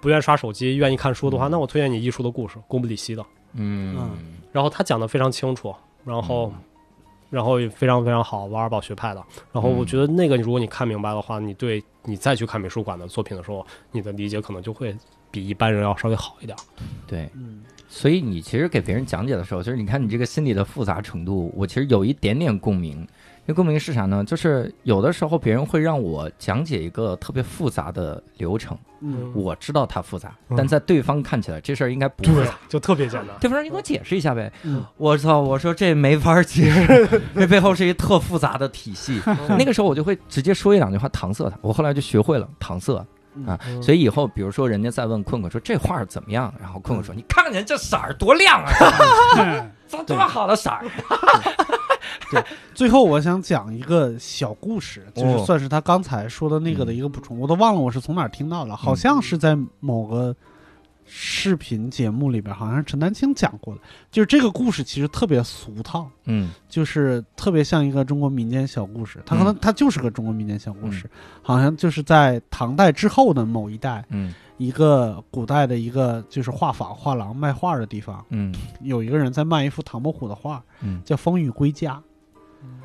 S4: 不愿刷手机，愿意看书的话，
S1: 嗯
S4: 那我推荐你《艺术的故事》，贡布里希的。
S1: 嗯
S4: 然后他讲的非常清楚，然后、然后也非常非常好，瓦尔堡学派的。然后我觉得那个，如果你看明白的话，你对你再去看美术馆的作品的时候，你的理解可能就会比一般人要稍微好一点。
S1: 对，
S2: 嗯
S1: 所以你其实给别人讲解的时候，就是你看你这个心理的复杂程度，我其实有一点点共鸣。那共鸣是啥呢？就是有的时候别人会让我讲解一个特别复杂的流程，
S2: 嗯
S1: 我知道它复杂，
S4: 嗯啊
S1: 但在对方看起来这事儿应该不复杂。，
S4: [laughs] 就特别简单。
S1: 对方说：“你给我解释一下呗。
S2: 嗯”
S1: 我操！我说这没法解释，这背后是一特复杂的体系。
S4: 嗯
S1: 那个时候我就会直接说一两句话搪塞他。我后来就学会了搪塞，
S4: 嗯
S1: 所以以后比如说人家再问困困说这画儿怎么样，然后困困
S4: 嗯
S1: 说：“你看看人这色儿多亮啊，
S3: 嗯
S1: 这多好的色儿。”
S2: 最后我想讲一个小故事，就是
S1: 哦
S2: 算是他刚才说的那个的一个补充，我都忘了我是从哪儿听到了，好像是在某个视频节目里边，好像是陈丹青讲过的。就是这个故事其实特别俗套，
S1: 嗯
S2: 就是特别像一个中国民间小故事，它可能它就是个中国民间小故事，好像就是在唐代之后的某一代，
S1: 嗯
S2: 一个古代的一个就是画坊、画廊卖画的地方，
S1: 嗯
S2: 有一个人在卖一幅唐伯虎的画，
S1: 嗯
S2: 叫《风雨归家》，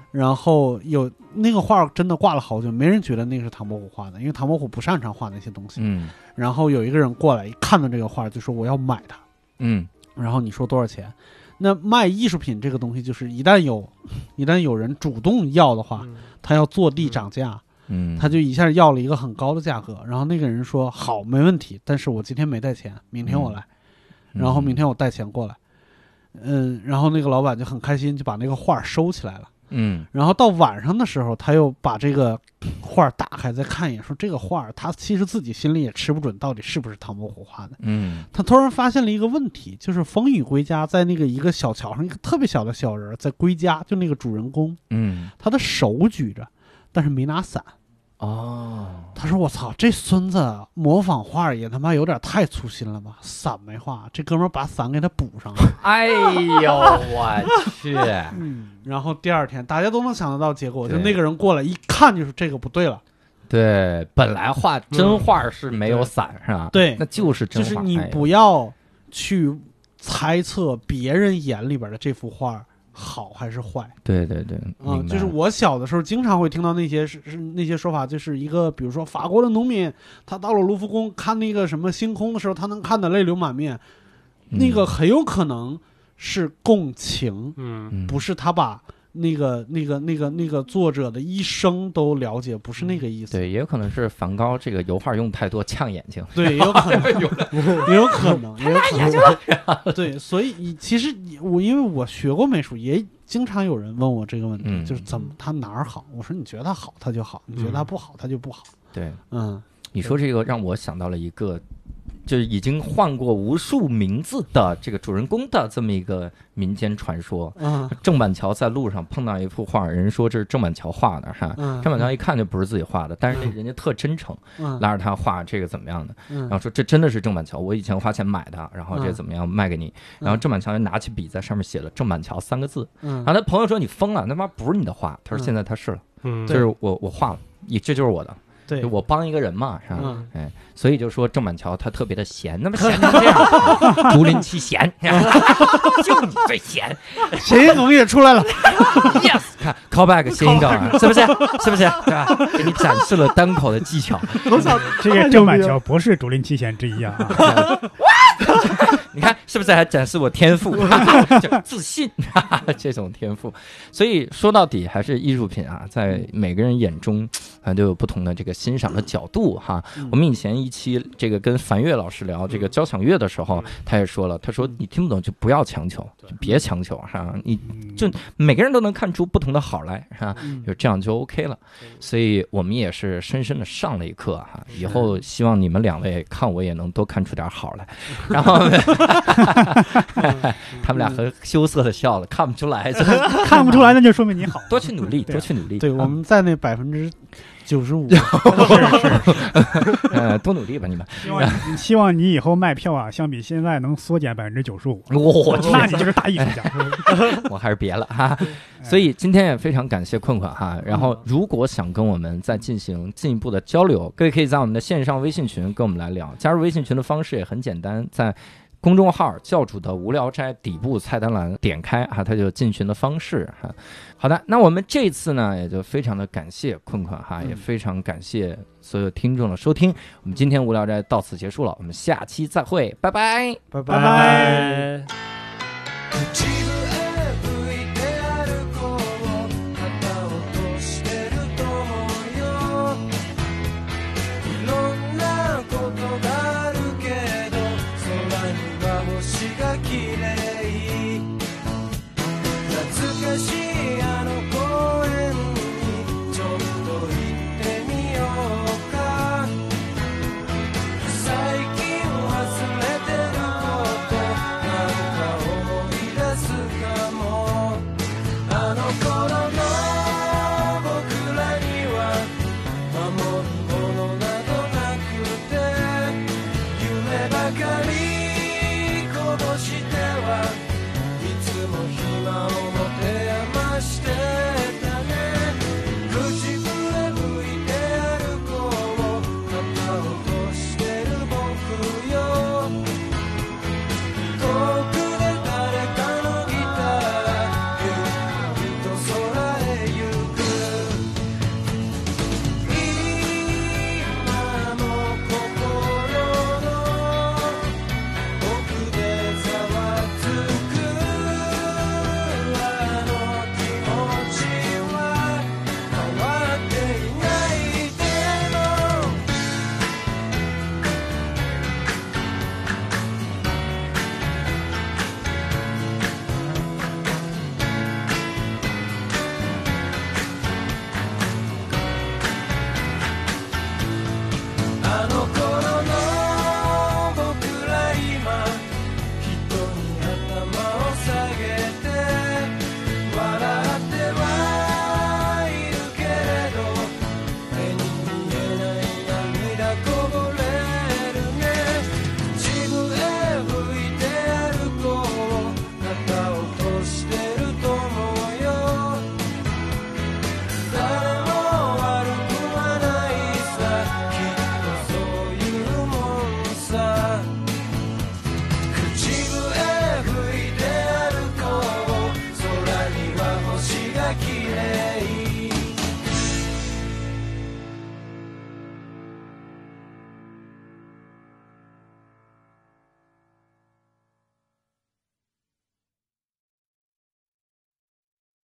S2: 然后有那个画真的挂了好久，没人觉得那个是唐伯虎画的，因为唐伯虎不擅长画那些东西。
S1: 嗯
S2: 然后有一个人过来，一看到这个画就说我要买它，
S1: 嗯
S2: 然后你说多少钱？那卖艺术品这个东西，就是一旦有， [laughs] 一旦有人主动要的话，
S4: 嗯
S2: 他要坐地涨价，
S1: 嗯，
S2: 他就一下要了一个很高的价格。然后那个人说好，没问题，但是我今天没带钱，明天我来。然嗯后明天我带钱过来，嗯，然后那个老板就很开心，就把那个画收起来了。
S1: 嗯
S2: 然后到晚上的时候，他又把这个画儿打开再看一眼，说这个画儿他其实自己心里也吃不准到底是不是唐伯虎画的。
S1: 嗯
S2: 他突然发现了一个问题，就是风雨归家在那个一个小桥上，一个特别小的小人儿在归家，就那个主人公，
S1: 嗯，
S2: 他的手举着，但是没拿伞。
S1: 哦，
S2: 他说：“我操，这孙子模仿画儿也他妈有点太粗心了吧？伞没画，这哥们儿把伞给他补上了。”
S1: 哎呦，我
S2: [laughs]
S1: 去，
S2: 嗯，然后第二天大家都能想得到结果，就
S1: 对
S2: 那个人过来一看就是这个不对了，
S1: 对，本来画真画是没有伞是吧？
S2: 嗯对
S1: 那就是真
S2: 就
S1: 画，
S2: 是你
S1: 哎
S2: 不要去猜测别人眼里边的这幅画好还是坏
S1: 对对对，
S2: 啊、
S1: 嗯明白
S2: 就是我小的时候经常会听到那些是是那些说法，就是一个比如说法国的农民，他到了卢浮宫看那个什么星空的时候，他能看得泪流满面，
S1: 嗯
S2: 那个很有可能是共情，
S4: 嗯
S1: 嗯
S2: 不是他把。那个、那个、那个、那个作者的一生都了解，不
S1: 嗯
S2: 是那个意思。
S1: 对，也有可能是梵高这个油画用太多呛眼睛。
S2: 对，也有可
S1: [laughs]
S2: 能，也 [laughs] 有可 [laughs] 能，也有可能。 [laughs] 对，所以你其实你我因为我学过美术，也经常有人问我这个问题，
S1: 嗯
S2: 就是怎么他哪儿好？我说你觉得他好，他就好；你觉得他不好，他就不好。
S1: 对，
S2: [laughs] 嗯，
S1: 你说这个让我想到了一个，就是已经换过无数名字的这个主人公的这么一个民间传说。
S2: 嗯
S1: 郑板桥在路上碰到一幅画，人说这是郑板桥画的哈。
S2: 嗯
S1: 郑板桥一看就不是自己画的，但是人家特真诚，
S2: 嗯
S1: 拉着他画这个怎么样的，然
S2: 嗯
S1: 后说这真的是郑板桥，我以前花钱买的，然后这怎么样卖给你，然后郑板桥就拿起笔在上面写了“郑板桥”三个字，然
S2: 嗯
S1: 后他朋友说你疯了，他妈不是你的画，他说现在他是了，
S4: 嗯，
S1: 就是我我画了，你这就是我的，
S2: 对
S1: 就，我帮一个人嘛，是吧？
S2: 嗯
S1: 哎，所以就说郑板桥他特别的闲，那么
S2: [laughs]
S1: 闲成这样，竹林七贤， [laughs] 就你最闲
S2: 谐音梗也出来了。
S1: ，yes，看 callback 谐音梗啊，
S2: [laughs]
S1: 是不是？是不是？对吧？给你展示了单口的技
S2: [laughs]
S1: 巧，
S2: 我操，
S3: [laughs] 这个郑板桥不是竹林七贤之
S1: [laughs]
S3: 一啊，啊
S1: 你看是不是还展示我天
S2: [laughs]
S1: 赋，就自信 [laughs] 这种天赋？所以说到底还是艺术品啊，在每个人眼中啊都有不同的这个欣赏的角度哈。
S2: 嗯
S1: 我们以前一期这个跟樊月老师聊这个交响乐的时候
S4: 嗯，
S1: 他也说了，他说你听不懂就不要强求，
S4: 对
S1: 就别强求哈、你
S3: 嗯
S1: 就每个人都能看出不同的好来哈、
S2: 嗯
S1: 就这样就 OK 了
S4: 对，
S1: 所以我们也是深深的上了一课哈、
S4: 嗯是
S1: 以后希望你们两位看我也能多看出点好
S4: [laughs]
S1: 来，然后
S4: 嗯
S1: [laughs] 他们俩很羞涩的笑了，看不出
S4: [laughs]
S1: 来，真的
S3: [laughs] 看
S1: [laughs]
S3: 不出来，那就说明你好。
S1: 多去努力，
S3: 对啊
S1: 多去努力，
S2: 对，我们在那百分之九十五。
S1: 啊呃多努力吧你们，
S3: 希望
S1: [laughs]
S3: 你希望你以后卖票啊，相比现在能缩减百分之九十五，
S1: 我去，
S3: 那你就是大艺术家。 [laughs]
S1: 我还是别了哈。 [laughs]
S3: 哎
S1: 所以今天也非常感谢困困哈。然后，如果想跟我们再进行进一步的交流，各位可以在我们的线上微信群跟我们来聊。加入微信群的方式也很简单，在公众号教主的无聊斋底部菜单栏点开啊，它就有进群的方式哈。好的，那我们这次呢，也就非常的感谢困困哈，
S2: 嗯
S1: 也非常感谢所有听众的收听。我们今天无聊斋到此结束了，我们下期再会，拜拜。
S2: 拜
S3: 拜拜
S4: 拜。
S5: Thank